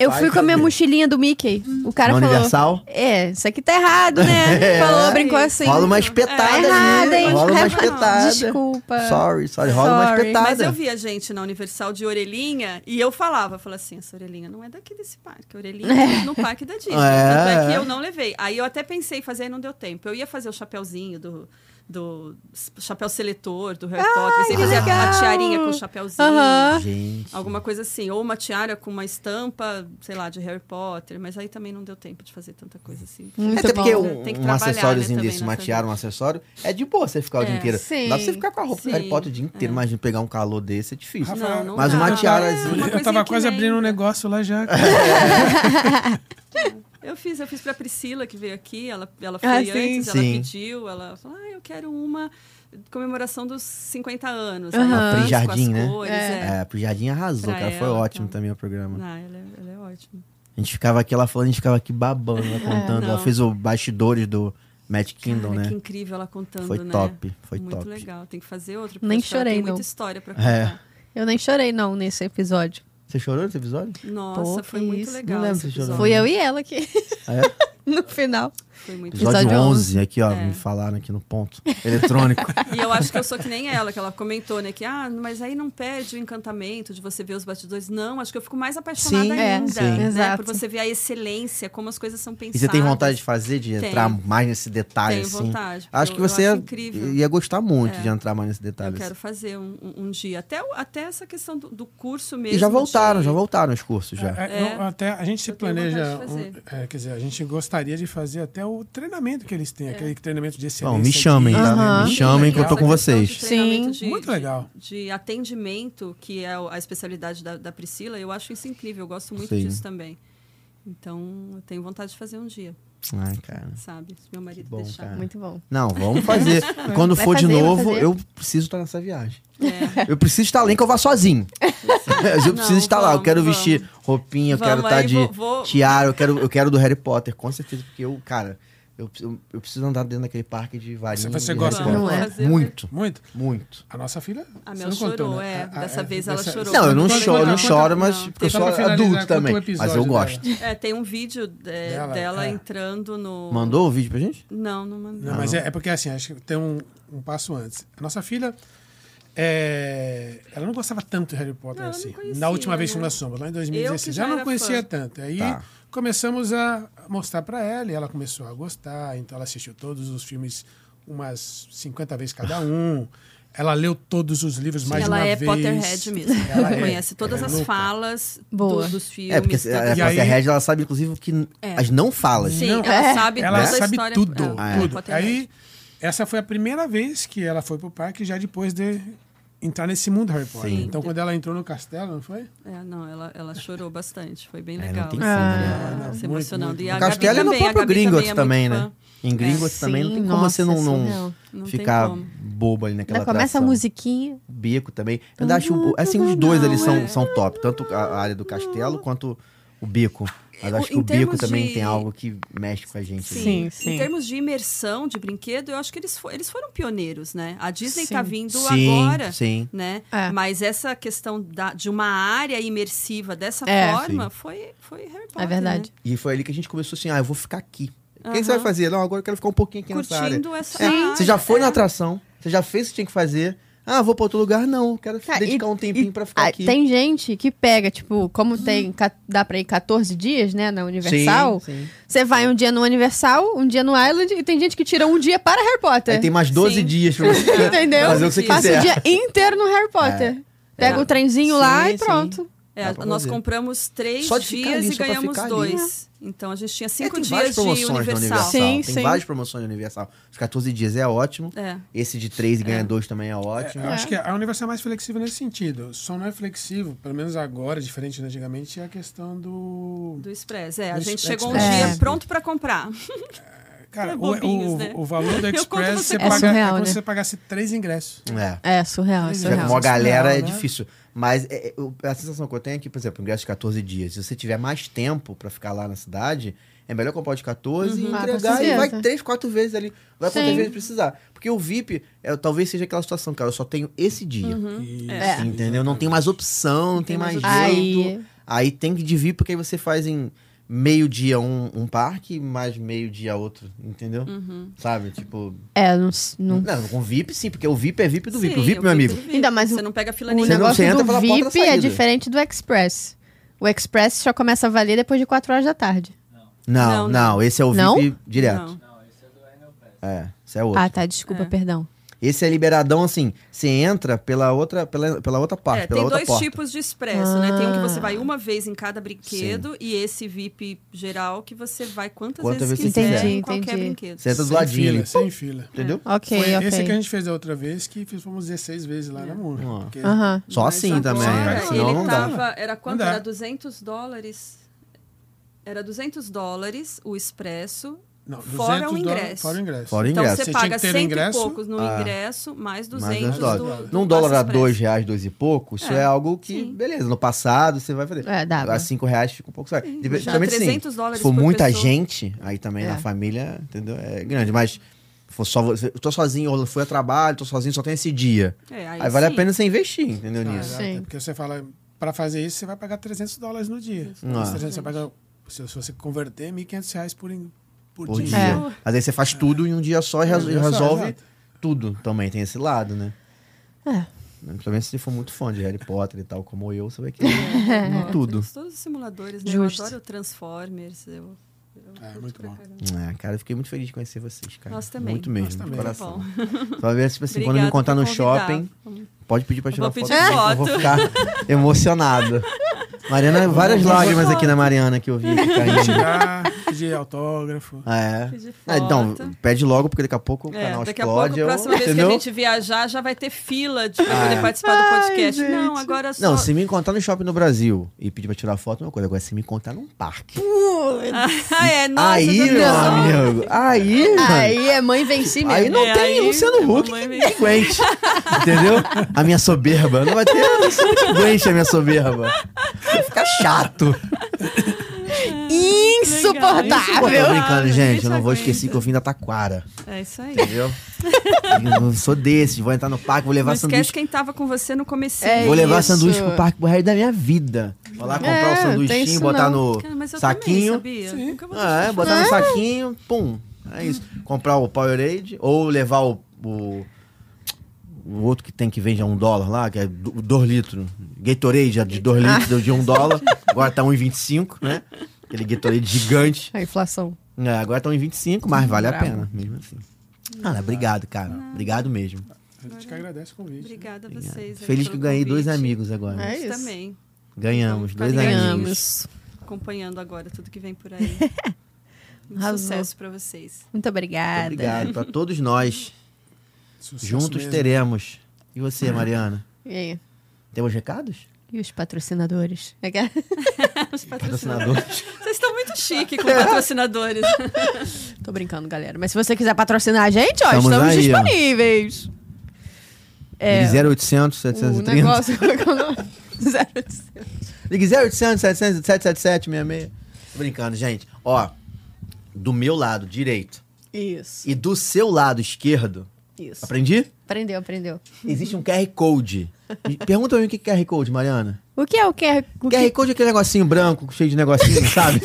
S1: Eu
S2: Vai
S1: fui com a minha
S2: saber.
S1: mochilinha do Mickey. O cara
S2: Na
S1: falou.
S2: Universal?
S1: É, isso aqui tá errado, né? Falou, brincou assim.
S2: É. Rola uma
S1: Tá
S3: É
S2: espetada
S1: errado,
S2: ali.
S1: hein?
S2: Rola uma
S1: Repa-
S2: espetada.
S1: Desculpa.
S2: Sorry, sorry. Rola uma
S1: Sorry.
S2: espetada.
S1: Nada.
S3: Mas eu via gente na Universal de orelhinha e eu falava, falava assim, essa orelhinha não é daqui desse parque, a orelhinha é no parque da Disney.
S2: É.
S3: Tanto é que eu não levei. Aí eu até pensei em fazer e não deu tempo. Eu ia fazer o chapeuzinho do, do s- chapéu seletor, do Harry Potter, pensei em
S1: que
S3: fazer a-
S1: legal.
S3: a tiarinha com o chapeuzinho.
S1: Aham.
S2: Gente.
S3: Alguma coisa assim, ou uma tiara com uma estampa, sei lá, de Harry Potter, mas aí também não deu tempo de fazer tanta coisa assim.
S1: Muito
S2: Até
S1: bom.
S2: porque
S3: né?
S2: um,
S3: Tem que
S2: um
S3: trabalhar,
S2: acessóriozinho
S3: né, também
S2: desse,
S3: nessa
S2: uma tiara, um acessório, é de boa você ficar o dia
S3: É,
S2: inteiro.
S1: sim.
S2: Dá pra você ficar com a roupa do
S3: Sim,
S2: Harry Potter o dia inteiro, mas pegar um calor desse é difícil.
S4: Rafa,
S3: Não, não
S2: Mas
S3: dá.
S2: uma
S3: É,
S2: tiarazinha.
S3: uma
S4: eu
S3: coisinha
S4: tava
S3: que
S4: quase abrindo um
S3: lembra.
S4: negócio lá já.
S3: Eu fiz, eu fiz pra Priscila, que veio aqui, ela, ela foi
S1: Ah, sim.
S3: antes, ela
S2: Sim.
S3: pediu, ela falou, ah, eu quero uma comemoração dos 50 anos.
S1: Aham.
S3: Aí eu
S2: Pri
S3: fiz
S2: Jardim,
S3: com as
S2: né?
S3: cores, é.
S2: É, pro Jardim arrasou,
S3: Pra
S2: cara. Foi
S3: ela,
S2: ótimo
S3: tá.
S2: também o programa.
S3: Ah, ela, é- ela é ótima.
S2: A gente ficava aqui, ela falando, a gente ficava aqui babando, ela contando. ela
S3: É, não.
S2: fez o bastidores do Matt Kingdom,
S3: Cara,
S2: né?
S3: Que incrível ela contando,
S2: Foi
S3: né?
S2: top, foi
S3: Muito
S2: top.
S3: legal, tem que fazer outro.
S1: Nem
S3: porque ela
S1: chorei,
S3: Tem
S1: não.
S3: muita história pra
S2: É.
S3: contar.
S1: Eu nem chorei, não, nesse episódio.
S2: Você chorou nesse episódio?
S3: Nossa,
S1: Pô,
S3: foi
S1: que
S3: muito
S1: isso.
S3: legal.
S2: Não lembro
S3: esse
S2: se chorou.
S3: episódio.
S1: Foi eu e ela que
S2: Ah, é?
S1: no final.
S3: Foi muito
S2: Episódio,
S1: Episódio
S2: 11, aqui, ó,
S3: É.
S2: me falaram aqui no ponto eletrônico.
S3: E eu acho que eu sou que nem ela, que ela comentou, né? Que, ah, mas aí não perde o encantamento de você ver os bastidores. Não, acho que eu fico mais apaixonada
S2: Sim,
S1: é,
S3: ainda.
S2: sim.
S3: Né?
S1: Exato.
S3: Por você ver a excelência, como as coisas são pensadas.
S2: e você tem vontade de fazer, de
S3: Tenho.
S2: entrar mais nesse detalhe,
S3: Tenho
S2: assim?
S3: vontade, porque
S2: Acho que
S3: eu- eu
S2: você
S3: acho
S2: ia-
S3: incrível.
S2: ia gostar muito
S3: É.
S2: de entrar mais nesse
S3: Eu
S2: detalhe.
S3: quero
S2: assim.
S3: fazer um, um- um dia. Até, o- até essa questão do, do curso mesmo.
S2: E já voltaram,
S3: de-
S2: já voltaram os cursos já.
S4: É, não, até a gente se
S3: Eu tenho vontade
S4: planeja.
S3: de fazer.
S4: um- é, quer dizer, a gente gostaria de fazer até o treinamento que eles têm,
S3: É.
S4: aquele treinamento de excelência.
S2: Bom, me chamem,
S3: Ah,
S1: aqui,
S2: tá?
S1: Aham.
S2: Me chamem que eu tô com
S3: Essa questão de
S2: vocês.
S3: treinamento
S1: Sim.
S3: de-
S4: Muito
S3: de-
S4: legal.
S3: De, atendimento, que é o- a especialidade da, da Priscila, eu acho isso incrível. Eu gosto muito
S2: Sim.
S3: disso também. Então, eu tenho vontade de fazer um dia,
S2: Ai, cara.
S3: sabe? Se meu marido
S2: bom,
S3: deixar.
S2: cara.
S1: Muito bom.
S2: Não, vamos fazer. E quando
S1: Vai
S2: for de
S1: fazer, vai
S2: novo,
S1: fazer.
S2: eu preciso estar nessa viagem.
S3: É.
S2: Eu preciso estar além que eu vá sozinho. Mas eu
S3: Não,
S2: preciso estar lá. Eu
S3: vamos,
S2: quero
S3: vamos.
S2: vestir roupinha, eu
S3: Vamos,
S2: quero estar
S3: aí
S2: de
S3: vou- vou-
S2: tiara, eu quero, eu quero do Harry Potter, com certeza. Porque eu, cara, eu, preciso- eu preciso andar dentro daquele parque de varinha.
S4: Você- você
S2: de
S4: gosta
S2: Harry
S4: de
S2: Potter.
S3: Harry Potter?
S2: Muito,
S4: Muito.
S2: muito.
S4: A nossa filha.
S3: A
S4: você
S3: Mel
S4: não contou,
S3: chorou,
S4: né?
S3: é.
S4: A- a-
S3: Dessa vez ela chorou.
S2: Não, eu não
S3: Quando-
S2: choro, eu não
S3: quando-
S2: choro, mas
S3: não.
S2: porque eu
S4: Só
S2: sou
S4: Então, pra finalizar,
S2: adulto
S4: conta o
S2: também. Mas eu
S4: episódio
S2: gosto.
S3: É, tem um vídeo é,
S4: Dela,
S3: dela,
S4: é.
S3: entrando
S4: né?
S3: no.
S2: Mandou o vídeo pra gente?
S3: Não, não mandou.
S4: Não, mas é, é porque assim, acho que tem um, um passo antes. A nossa filha. é, ela não gostava tanto de Harry Potter
S3: Não, ela não
S4: assim.
S3: conhecia,
S4: Na última vez
S3: né?
S4: que fomos na Sombra, lá em
S3: Eu
S4: 2016.
S3: que
S4: Já,
S3: já
S4: não
S3: era
S4: conhecia
S3: fã.
S4: tanto. Aí
S2: Tá.
S4: começamos a mostrar pra ela e ela começou a gostar. Então ela assistiu todos os filmes umas 50 vezes cada um. Ela leu todos os livros mais
S3: ela
S4: de uma
S3: é
S4: vez.
S3: Potterhead mesmo.
S4: Ela
S3: Ela
S4: é.
S3: conhece todas
S4: Ela é
S3: as
S4: louca.
S3: falas
S1: Boa.
S3: do- dos filmes.
S2: É, porque
S3: todas-
S2: a, a,
S4: E aí-
S2: a Red, ela sabe, inclusive, o que n-
S3: É.
S2: as não falas.
S3: Sim,
S4: Não,
S3: ela sabe
S4: Ela
S3: toda a
S4: sabe
S3: história.
S4: tudo,
S3: é,
S4: tudo.
S3: Potterhead.
S4: Aí, essa foi a primeira vez que ela foi pro parque já depois de entrar nesse mundo Harry Potter.
S2: Sim.
S4: Então, quando ela entrou no castelo, não foi?
S3: É, não, ela, ela chorou bastante. Foi bem
S2: É,
S3: legal.
S2: não tem
S3: assim,
S2: fim, né?
S3: é,
S4: Ah, não,
S3: se
S4: muito,
S3: emocionando.
S4: muito.
S3: E
S4: No
S3: a
S2: No
S3: Gabi
S2: Castelo e é no
S3: também, a
S2: próprio
S3: Gabi também
S2: Gringotts
S3: é muito
S2: também, né?
S3: fã.
S2: Em Gringotts
S1: É.
S2: também não tem
S1: Sim,
S2: como você não,
S1: nossa,
S2: não
S1: surreal.
S3: Não tem
S2: ficar
S3: como.
S2: bobo ali naquela
S1: Ainda começa a
S2: atração.
S1: musiquinha.
S2: Bico também. Eu ainda acho, o- assim, os dois ali são,
S3: é.
S2: são top. Tanto a a área do castelo quanto o bico. Mas
S3: O-
S2: acho que
S3: em
S2: o bico
S3: termos
S2: também
S3: de-
S2: tem algo que mexe com a gente. né?
S3: Sim.
S2: ali.
S1: sim.
S3: Em termos de imersão de brinquedo, eu acho que eles, fo- eles foram pioneiros, né? A Disney
S1: Sim.
S3: tá vindo
S2: Sim,
S3: agora,
S2: sim.
S3: né?
S1: É.
S3: Mas essa questão da- de uma área imersiva dessa
S1: É.
S3: forma foi, foi Harry Potter,
S1: É verdade.
S3: né?
S2: E foi ali que a gente começou assim, ah, eu vou ficar aqui. O que
S3: Aham.
S2: você vai fazer? Não, agora eu quero ficar um pouquinho aqui nessa área.
S3: Curtindo essa
S2: É,
S3: área.
S2: Você já foi
S3: é.
S2: na atração, você já fez o que tinha que fazer. Ah, vou pra outro lugar? Não, quero
S1: Cara,
S2: dedicar
S1: Tá, e-
S2: um tempinho
S1: e-
S2: pra ficar
S1: ah,
S2: aqui.
S1: Tem gente que pega, tipo, como tem, ca- dá pra ir 14 dias, né, na Universal.
S2: Sim, sim.
S1: Você vai um dia no Universal, um dia no Island, e tem gente que tira um dia para Harry Potter.
S2: Aí tem mais 12
S3: Sim.
S2: dias pra você
S1: Entendeu?
S2: fazer o que você
S3: Passa
S1: Passa
S2: quiser.
S1: o dia inteiro no Harry Potter. Pega
S2: É.
S1: o trenzinho
S2: Sim,
S1: lá e
S2: sim.
S1: pronto.
S3: É,
S2: Dá pra
S3: nós
S2: fazer.
S3: compramos três
S2: Só de ficar
S3: dias
S2: ali,
S3: e
S2: só pra
S3: ganhamos
S2: ficar ali. né?
S3: dois. Então a gente tinha
S2: É,
S3: cinco
S2: tem várias
S3: dias de
S2: promoções
S3: Universal.
S2: na Universal.
S1: Sim,
S2: tem
S1: sim.
S2: várias promoções na Universal. Os 14 dias é ótimo.
S3: É.
S2: Esse de 3 e ganha 2 também é ótimo.
S4: Eu acho que a Universal é mais flexível nesse sentido. Só não é flexível, pelo menos agora, diferente de antigamente, é a questão do.
S3: Do Express, é. A
S4: Do
S3: gente
S4: Express.
S3: chegou um
S1: É.
S3: dia pronto pra comprar.
S4: Cara,
S3: É
S4: o,
S3: bobinhos,
S4: o-
S3: né?
S4: o valor do
S3: Eu conto
S4: Express você
S3: você
S1: pra- É
S4: paga,
S1: surreal,
S4: é como
S1: né?
S4: se você pagasse três ingressos.
S2: É.
S1: É, surreal, é
S4: Pois é,
S2: Já com
S1: surreal.
S2: uma galera é
S4: Não, né?
S2: difícil. Mas é, é, eu- a sensação que eu tenho é que, por exemplo, ingresso de 14 dias. Se você tiver mais tempo pra ficar lá na cidade, é melhor comprar o de 14 e
S1: Ah, com
S2: entregar e
S1: certeza.
S2: vai três, quatro vezes ali. Vai quantas
S1: Sim.
S2: vezes precisar. Porque o VIP é, talvez seja aquela situação, cara, eu só tenho esse dia.
S3: Hum.
S4: E-
S1: É.
S2: Assim, Entendeu? Não tem mais opção, não tem,
S3: tem
S2: mais
S3: mais
S2: jeito.
S1: opção.
S2: Aí... tem que dividir, porque aí você faz em meio-dia um, um parque, mais meio-dia outro, entendeu?
S3: Uhum.
S2: Sabe? Tipo.
S1: É, não. s- não...
S2: Não, com VIP sim, porque o VIP é VIP do VIP.
S3: Sim,
S2: o VIP, meu
S3: eu vi
S2: amigo.
S3: tudo.
S1: Ainda mais
S3: Você
S1: Então, o-
S3: não pega fila
S1: O
S2: Você
S3: nenhuma.
S2: não
S1: negócio
S2: senta tá
S1: do
S2: pela porta da
S1: VIP é
S2: saída.
S1: diferente do Express. O Express só começa a valer depois de 4 horas da tarde.
S2: Não, não,
S3: Não, não.
S2: esse é o
S1: Não?
S2: VIP direto.
S3: Não.
S2: É, esse é outro.
S1: Ah, tá, desculpa,
S3: É.
S1: perdão.
S2: Esse é liberadão assim, você entra pela outra, pela, pela outra parte,
S3: É,
S2: pela
S3: tem
S2: outra
S3: dois
S2: porta.
S3: tipos de expresso, né? Tem um que você
S1: Ah.
S3: vai uma vez em cada brinquedo e esse VIP geral que você vai quantas
S2: Quantas
S3: vezes
S2: vezes
S3: quiser
S1: quiser.
S3: em
S1: Entendi,
S3: qualquer
S1: entendi.
S3: brinquedo.
S2: Você entra do
S4: Sem
S2: ladinho,
S4: fila,
S2: ali,
S4: sem fila.
S3: né?
S2: entendeu?
S1: Ok,
S4: Foi
S1: ok.
S4: esse que a gente fez da outra vez, que fomos 16 vezes
S3: É.
S4: lá na Moura.
S2: Ó.
S4: porque-
S1: Aham.
S2: Só
S3: Mas
S2: assim
S3: agora
S2: também,
S4: né?
S2: senão
S3: ele tá
S2: não dá.
S3: tava, Era quanto?
S4: Não dá.
S3: Era 200 dólares. Era 200 dólares o expresso.
S4: Não,
S3: Fora
S4: 200 dólares,
S3: o ingresso.
S4: Fora o ingresso.
S2: Fora o
S3: Então
S2: ingresso.
S3: você,
S4: Você tinha
S3: paga
S4: que ter
S3: cento
S4: ingresso?
S3: e poucos no
S2: Ah.
S3: ingresso, mais 200
S2: 200
S3: do,
S2: dólares.
S3: do
S2: Num dólar a
S3: passe
S2: dois
S3: expresso.
S2: reais, dois e pouco, isso é,
S3: É.
S2: algo que,
S3: Sim.
S2: beleza, no passado você vai fazer.
S1: É, dá.
S2: a cinco reais fica um pouco... sabe? Dep-
S3: já
S2: Principalmente, assim,
S3: 300
S2: sim,
S3: dólares
S2: se for
S3: por
S2: muita
S3: pessoa.
S2: gente, aí também
S1: É.
S2: na família, entendeu? É grande, mas... se For só você, eu tô sozinho, ou fui a trabalho, tô sozinho, só tem esse dia.
S3: É,
S2: Aí, vale a
S3: sim.
S2: pena você investir, entendeu
S4: Ah,
S2: nisso?
S4: exato, é
S1: Sim.
S4: Porque você fala, pra fazer isso, você vai pagar 300 dólares no dia.
S2: Ah.
S4: Esses 300 você paga, se, se você converter, 1.500 reais por, in- por,
S2: Por dia.
S4: dia.
S1: É.
S2: Às vezes você faz tudo em um dia só e
S4: Um
S2: res-
S4: dia só,
S2: resolve
S4: exato.
S2: tudo. Também tem esse lado, né?
S1: É.
S2: Principalmente se for muito fã de Harry Potter e tal, como eu, você vai querer
S3: Nossa,
S2: tudo.
S3: Todos os simuladores, né?
S1: Justo.
S3: Eu adoro Transformers. Eu, eu
S4: É,
S3: curto
S4: muito
S3: pra
S4: bom.
S3: caramba.
S2: É, cara, eu fiquei muito feliz de conhecer vocês, cara.
S3: Nós também.
S2: Muito mesmo,
S4: Nós
S2: de
S4: também.
S2: coração.
S3: Muito
S2: Talvez, tipo assim, quando me
S3: Obrigada
S2: encontrar
S3: por
S2: no
S3: convidar.
S2: shopping, pode pedir pra tirar
S3: vou
S2: foto.
S3: pedir
S2: comigo, que Eu vou ficar emocionado. Mariana, várias lágrimas aqui na Mariana que eu vi aqui caindo.
S4: Tirar, pedir autógrafo.
S2: É.
S3: Pedir
S2: Ah, então,
S3: foto.
S2: pede logo, porque daqui a pouco o
S3: É,
S2: canal
S3: daqui a pouco, a
S2: explode. eu-
S3: próxima vez que
S2: entendeu?
S3: a gente viajar, já vai ter fila de pra
S2: Ah,
S3: poder
S2: é.
S3: participar do podcast. não,
S1: gente.
S3: agora só.
S2: Não, se me encontrar no shopping no Brasil e pedir pra tirar foto, é uma coisa. Agora, se me encontrar num parque.
S3: Ah, é, nossa,
S2: aí,
S3: Deus.
S2: meu amigo. Aí, mano.
S1: Aí é mãe venci mesmo.
S2: Aí não
S3: É,
S2: tem
S3: aí a
S2: Luciano Huck que
S3: mamãe
S2: me
S3: vem.
S2: aguente. Entendeu? A minha soberba. Não vai ter Luciano que aguente a minha soberba. Vai ficar chato. Pô,
S3: Ah,
S2: tô
S1: Insuportável.
S3: Legal.
S2: brincando, gente. Eu
S3: Ninguém
S2: não vou
S3: aguenta.
S2: esquecer que eu vim da Taquara.
S3: É isso aí.
S2: Entendeu? Eu sou desse. Vou entrar no parque, vou
S3: Não
S2: levar
S3: esquece
S2: sanduíche.
S3: quem tava com você no comecinho.
S1: É
S2: Vou levar
S1: isso.
S2: sanduíche pro parque pro resto da minha vida. Vou lá comprar
S1: É,
S2: o
S1: tem
S2: sanduichinho,
S1: isso
S2: botar
S1: não.
S2: no
S3: Cara, mas eu
S2: saquinho.
S3: também, sabia? Nunca vou
S2: Ah, é,
S3: deixar.
S2: botar no saquinho, pum. É isso. Comprar o Powerade ou levar o, o, o outro que tem que vende a um dólar lá, que é 2 litros. Gatorade é de 2
S3: Ah.
S2: litros, deu de 1 um dólar. Agora tá 1,25, né? Aquele Gatorade gigante.
S1: A inflação.
S2: É, agora tá 1,25, mas vale a
S1: Bravo.
S2: pena, mesmo assim. Cara, obrigado, cara. Obrigado mesmo.
S4: A gente que agradece o convite.
S3: Obrigada a vocês. aí
S2: Feliz que
S3: pelo
S2: eu ganhei dois
S3: convite.
S2: amigos agora.
S1: É isso.
S3: Também.
S2: Ganhamos, dois amigos.
S1: Ganhamos.
S3: Acompanhando agora tudo que vem por aí. Muito
S1: Arrasou.
S3: sucesso pra vocês.
S1: Muito obrigada.
S2: Obrigado pra todos nós.
S4: Sucesso
S2: Juntos
S4: mesmo.
S2: teremos. E você, Mariana?
S1: E aí?
S2: Temos recados?
S1: E os patrocinadores? É que-
S3: Os patrocinadores.
S2: Patrocinadores.
S3: Vocês estão muito chique com patrocinadores.
S1: Tô brincando, galera. Mas se você quiser patrocinar a gente, ó,
S2: Estamos
S1: estamos
S2: aí, ó.
S1: disponíveis. É,
S2: Ligue 0800
S1: o
S2: 730.
S1: negócio... Zero de cem.
S2: Ligue 0800 700 777 66. Tô brincando, gente. Ó, do meu lado direito
S1: isso,
S2: e do seu lado esquerdo,
S1: isso.
S2: aprendi?
S1: Aprendeu, aprendeu.
S2: Existe um QR Code. Me Pergunta pra mim o que é QR Code, Mariana.
S1: O que é o QR... O
S2: QR
S1: que...
S2: Code é aquele negocinho branco, cheio de negocinho, sabe?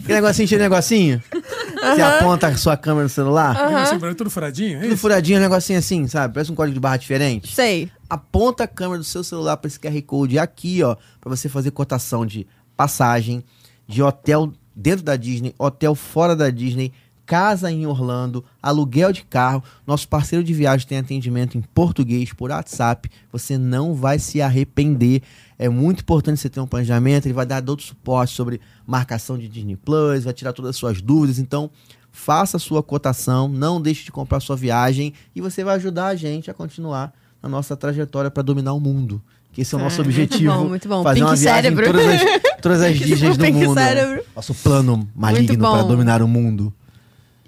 S2: Aquele negocinho cheio de negocinho. Você aponta a sua câmera no celular.
S4: Porque você lembrou, tudo furadinho, é
S2: Tudo
S4: isso?
S2: furadinho, um negocinho assim, sabe? Parece um código de barra diferente.
S1: Sei.
S2: aponta a câmera do seu celular para esse QR Code aqui, ó, para você fazer cotação de passagem, de hotel dentro da Disney, hotel fora da Disney, casa em Orlando, aluguel de carro. Nosso parceiro de viagem tem atendimento em português por WhatsApp. Você não vai se arrepender. É muito importante você ter um planejamento, ele vai dar todo o suporte sobre marcação de Disney Plus, vai tirar todas as suas dúvidas. Então, faça a sua cotação, não deixe de comprar a sua viagem e você vai ajudar a gente a continuar na nossa trajetória para dominar o mundo. Que esse é o nosso
S1: Ah, muito
S2: objetivo.
S1: bom, muito bom.
S2: Fazer
S1: Pink
S2: uma viagem em
S1: cérebro.
S2: todas as, todas as Disneys do
S1: Pink
S2: mundo.
S1: cérebro.
S2: Nosso plano maligno
S1: Muito bom.
S2: para dominar o mundo.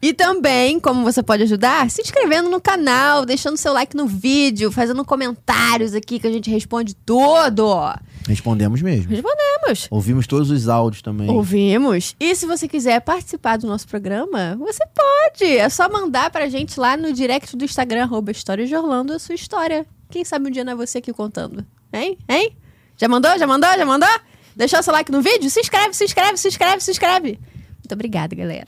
S1: E também, como você pode ajudar? Se inscrevendo no canal, deixando seu like no vídeo, fazendo comentários aqui que a gente responde tudo.
S2: Respondemos mesmo.
S1: Respondemos.
S2: Ouvimos todos os áudios também.
S1: Ouvimos. E se você quiser participar do nosso programa, você pode. É só mandar pra gente lá no direct do Instagram, arroba Histórias de Orlando, a sua história. Quem sabe um dia não é você aqui contando. Hein? Hein? Já mandou? Já mandou? Já mandou? Deixou seu like no vídeo? Se inscreve, se inscreve, se inscreve, se inscreve. Muito obrigada, galera.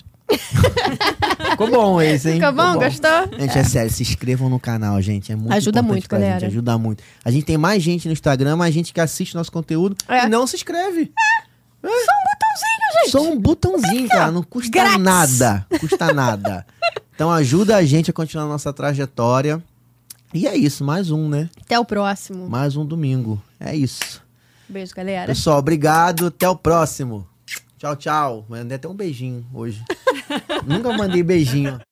S2: Ficou bom esse, hein?
S1: Ficou bom? Gostou?
S2: Gente, é sério, se inscrevam no canal, gente. É muito
S1: Ajuda
S2: importante
S1: muito,
S2: pra
S1: galera.
S2: Gente, ajuda muito. A gente tem mais gente no Instagram, mais gente que assiste nosso conteúdo
S1: É.
S2: e não se inscreve.
S1: Só um botãozinho, gente.
S2: Só um botãozinho, cara. Não custa
S1: Grátis.
S2: nada. Custa nada. Então ajuda a gente a continuar nossa trajetória. E é isso, mais um, né?
S1: Até o próximo.
S2: Mais um domingo. É isso.
S1: Beijo, galera.
S2: Pessoal, obrigado. Até o próximo. Tchau, tchau. Mandei até um beijinho hoje. Nunca mandei beijinho.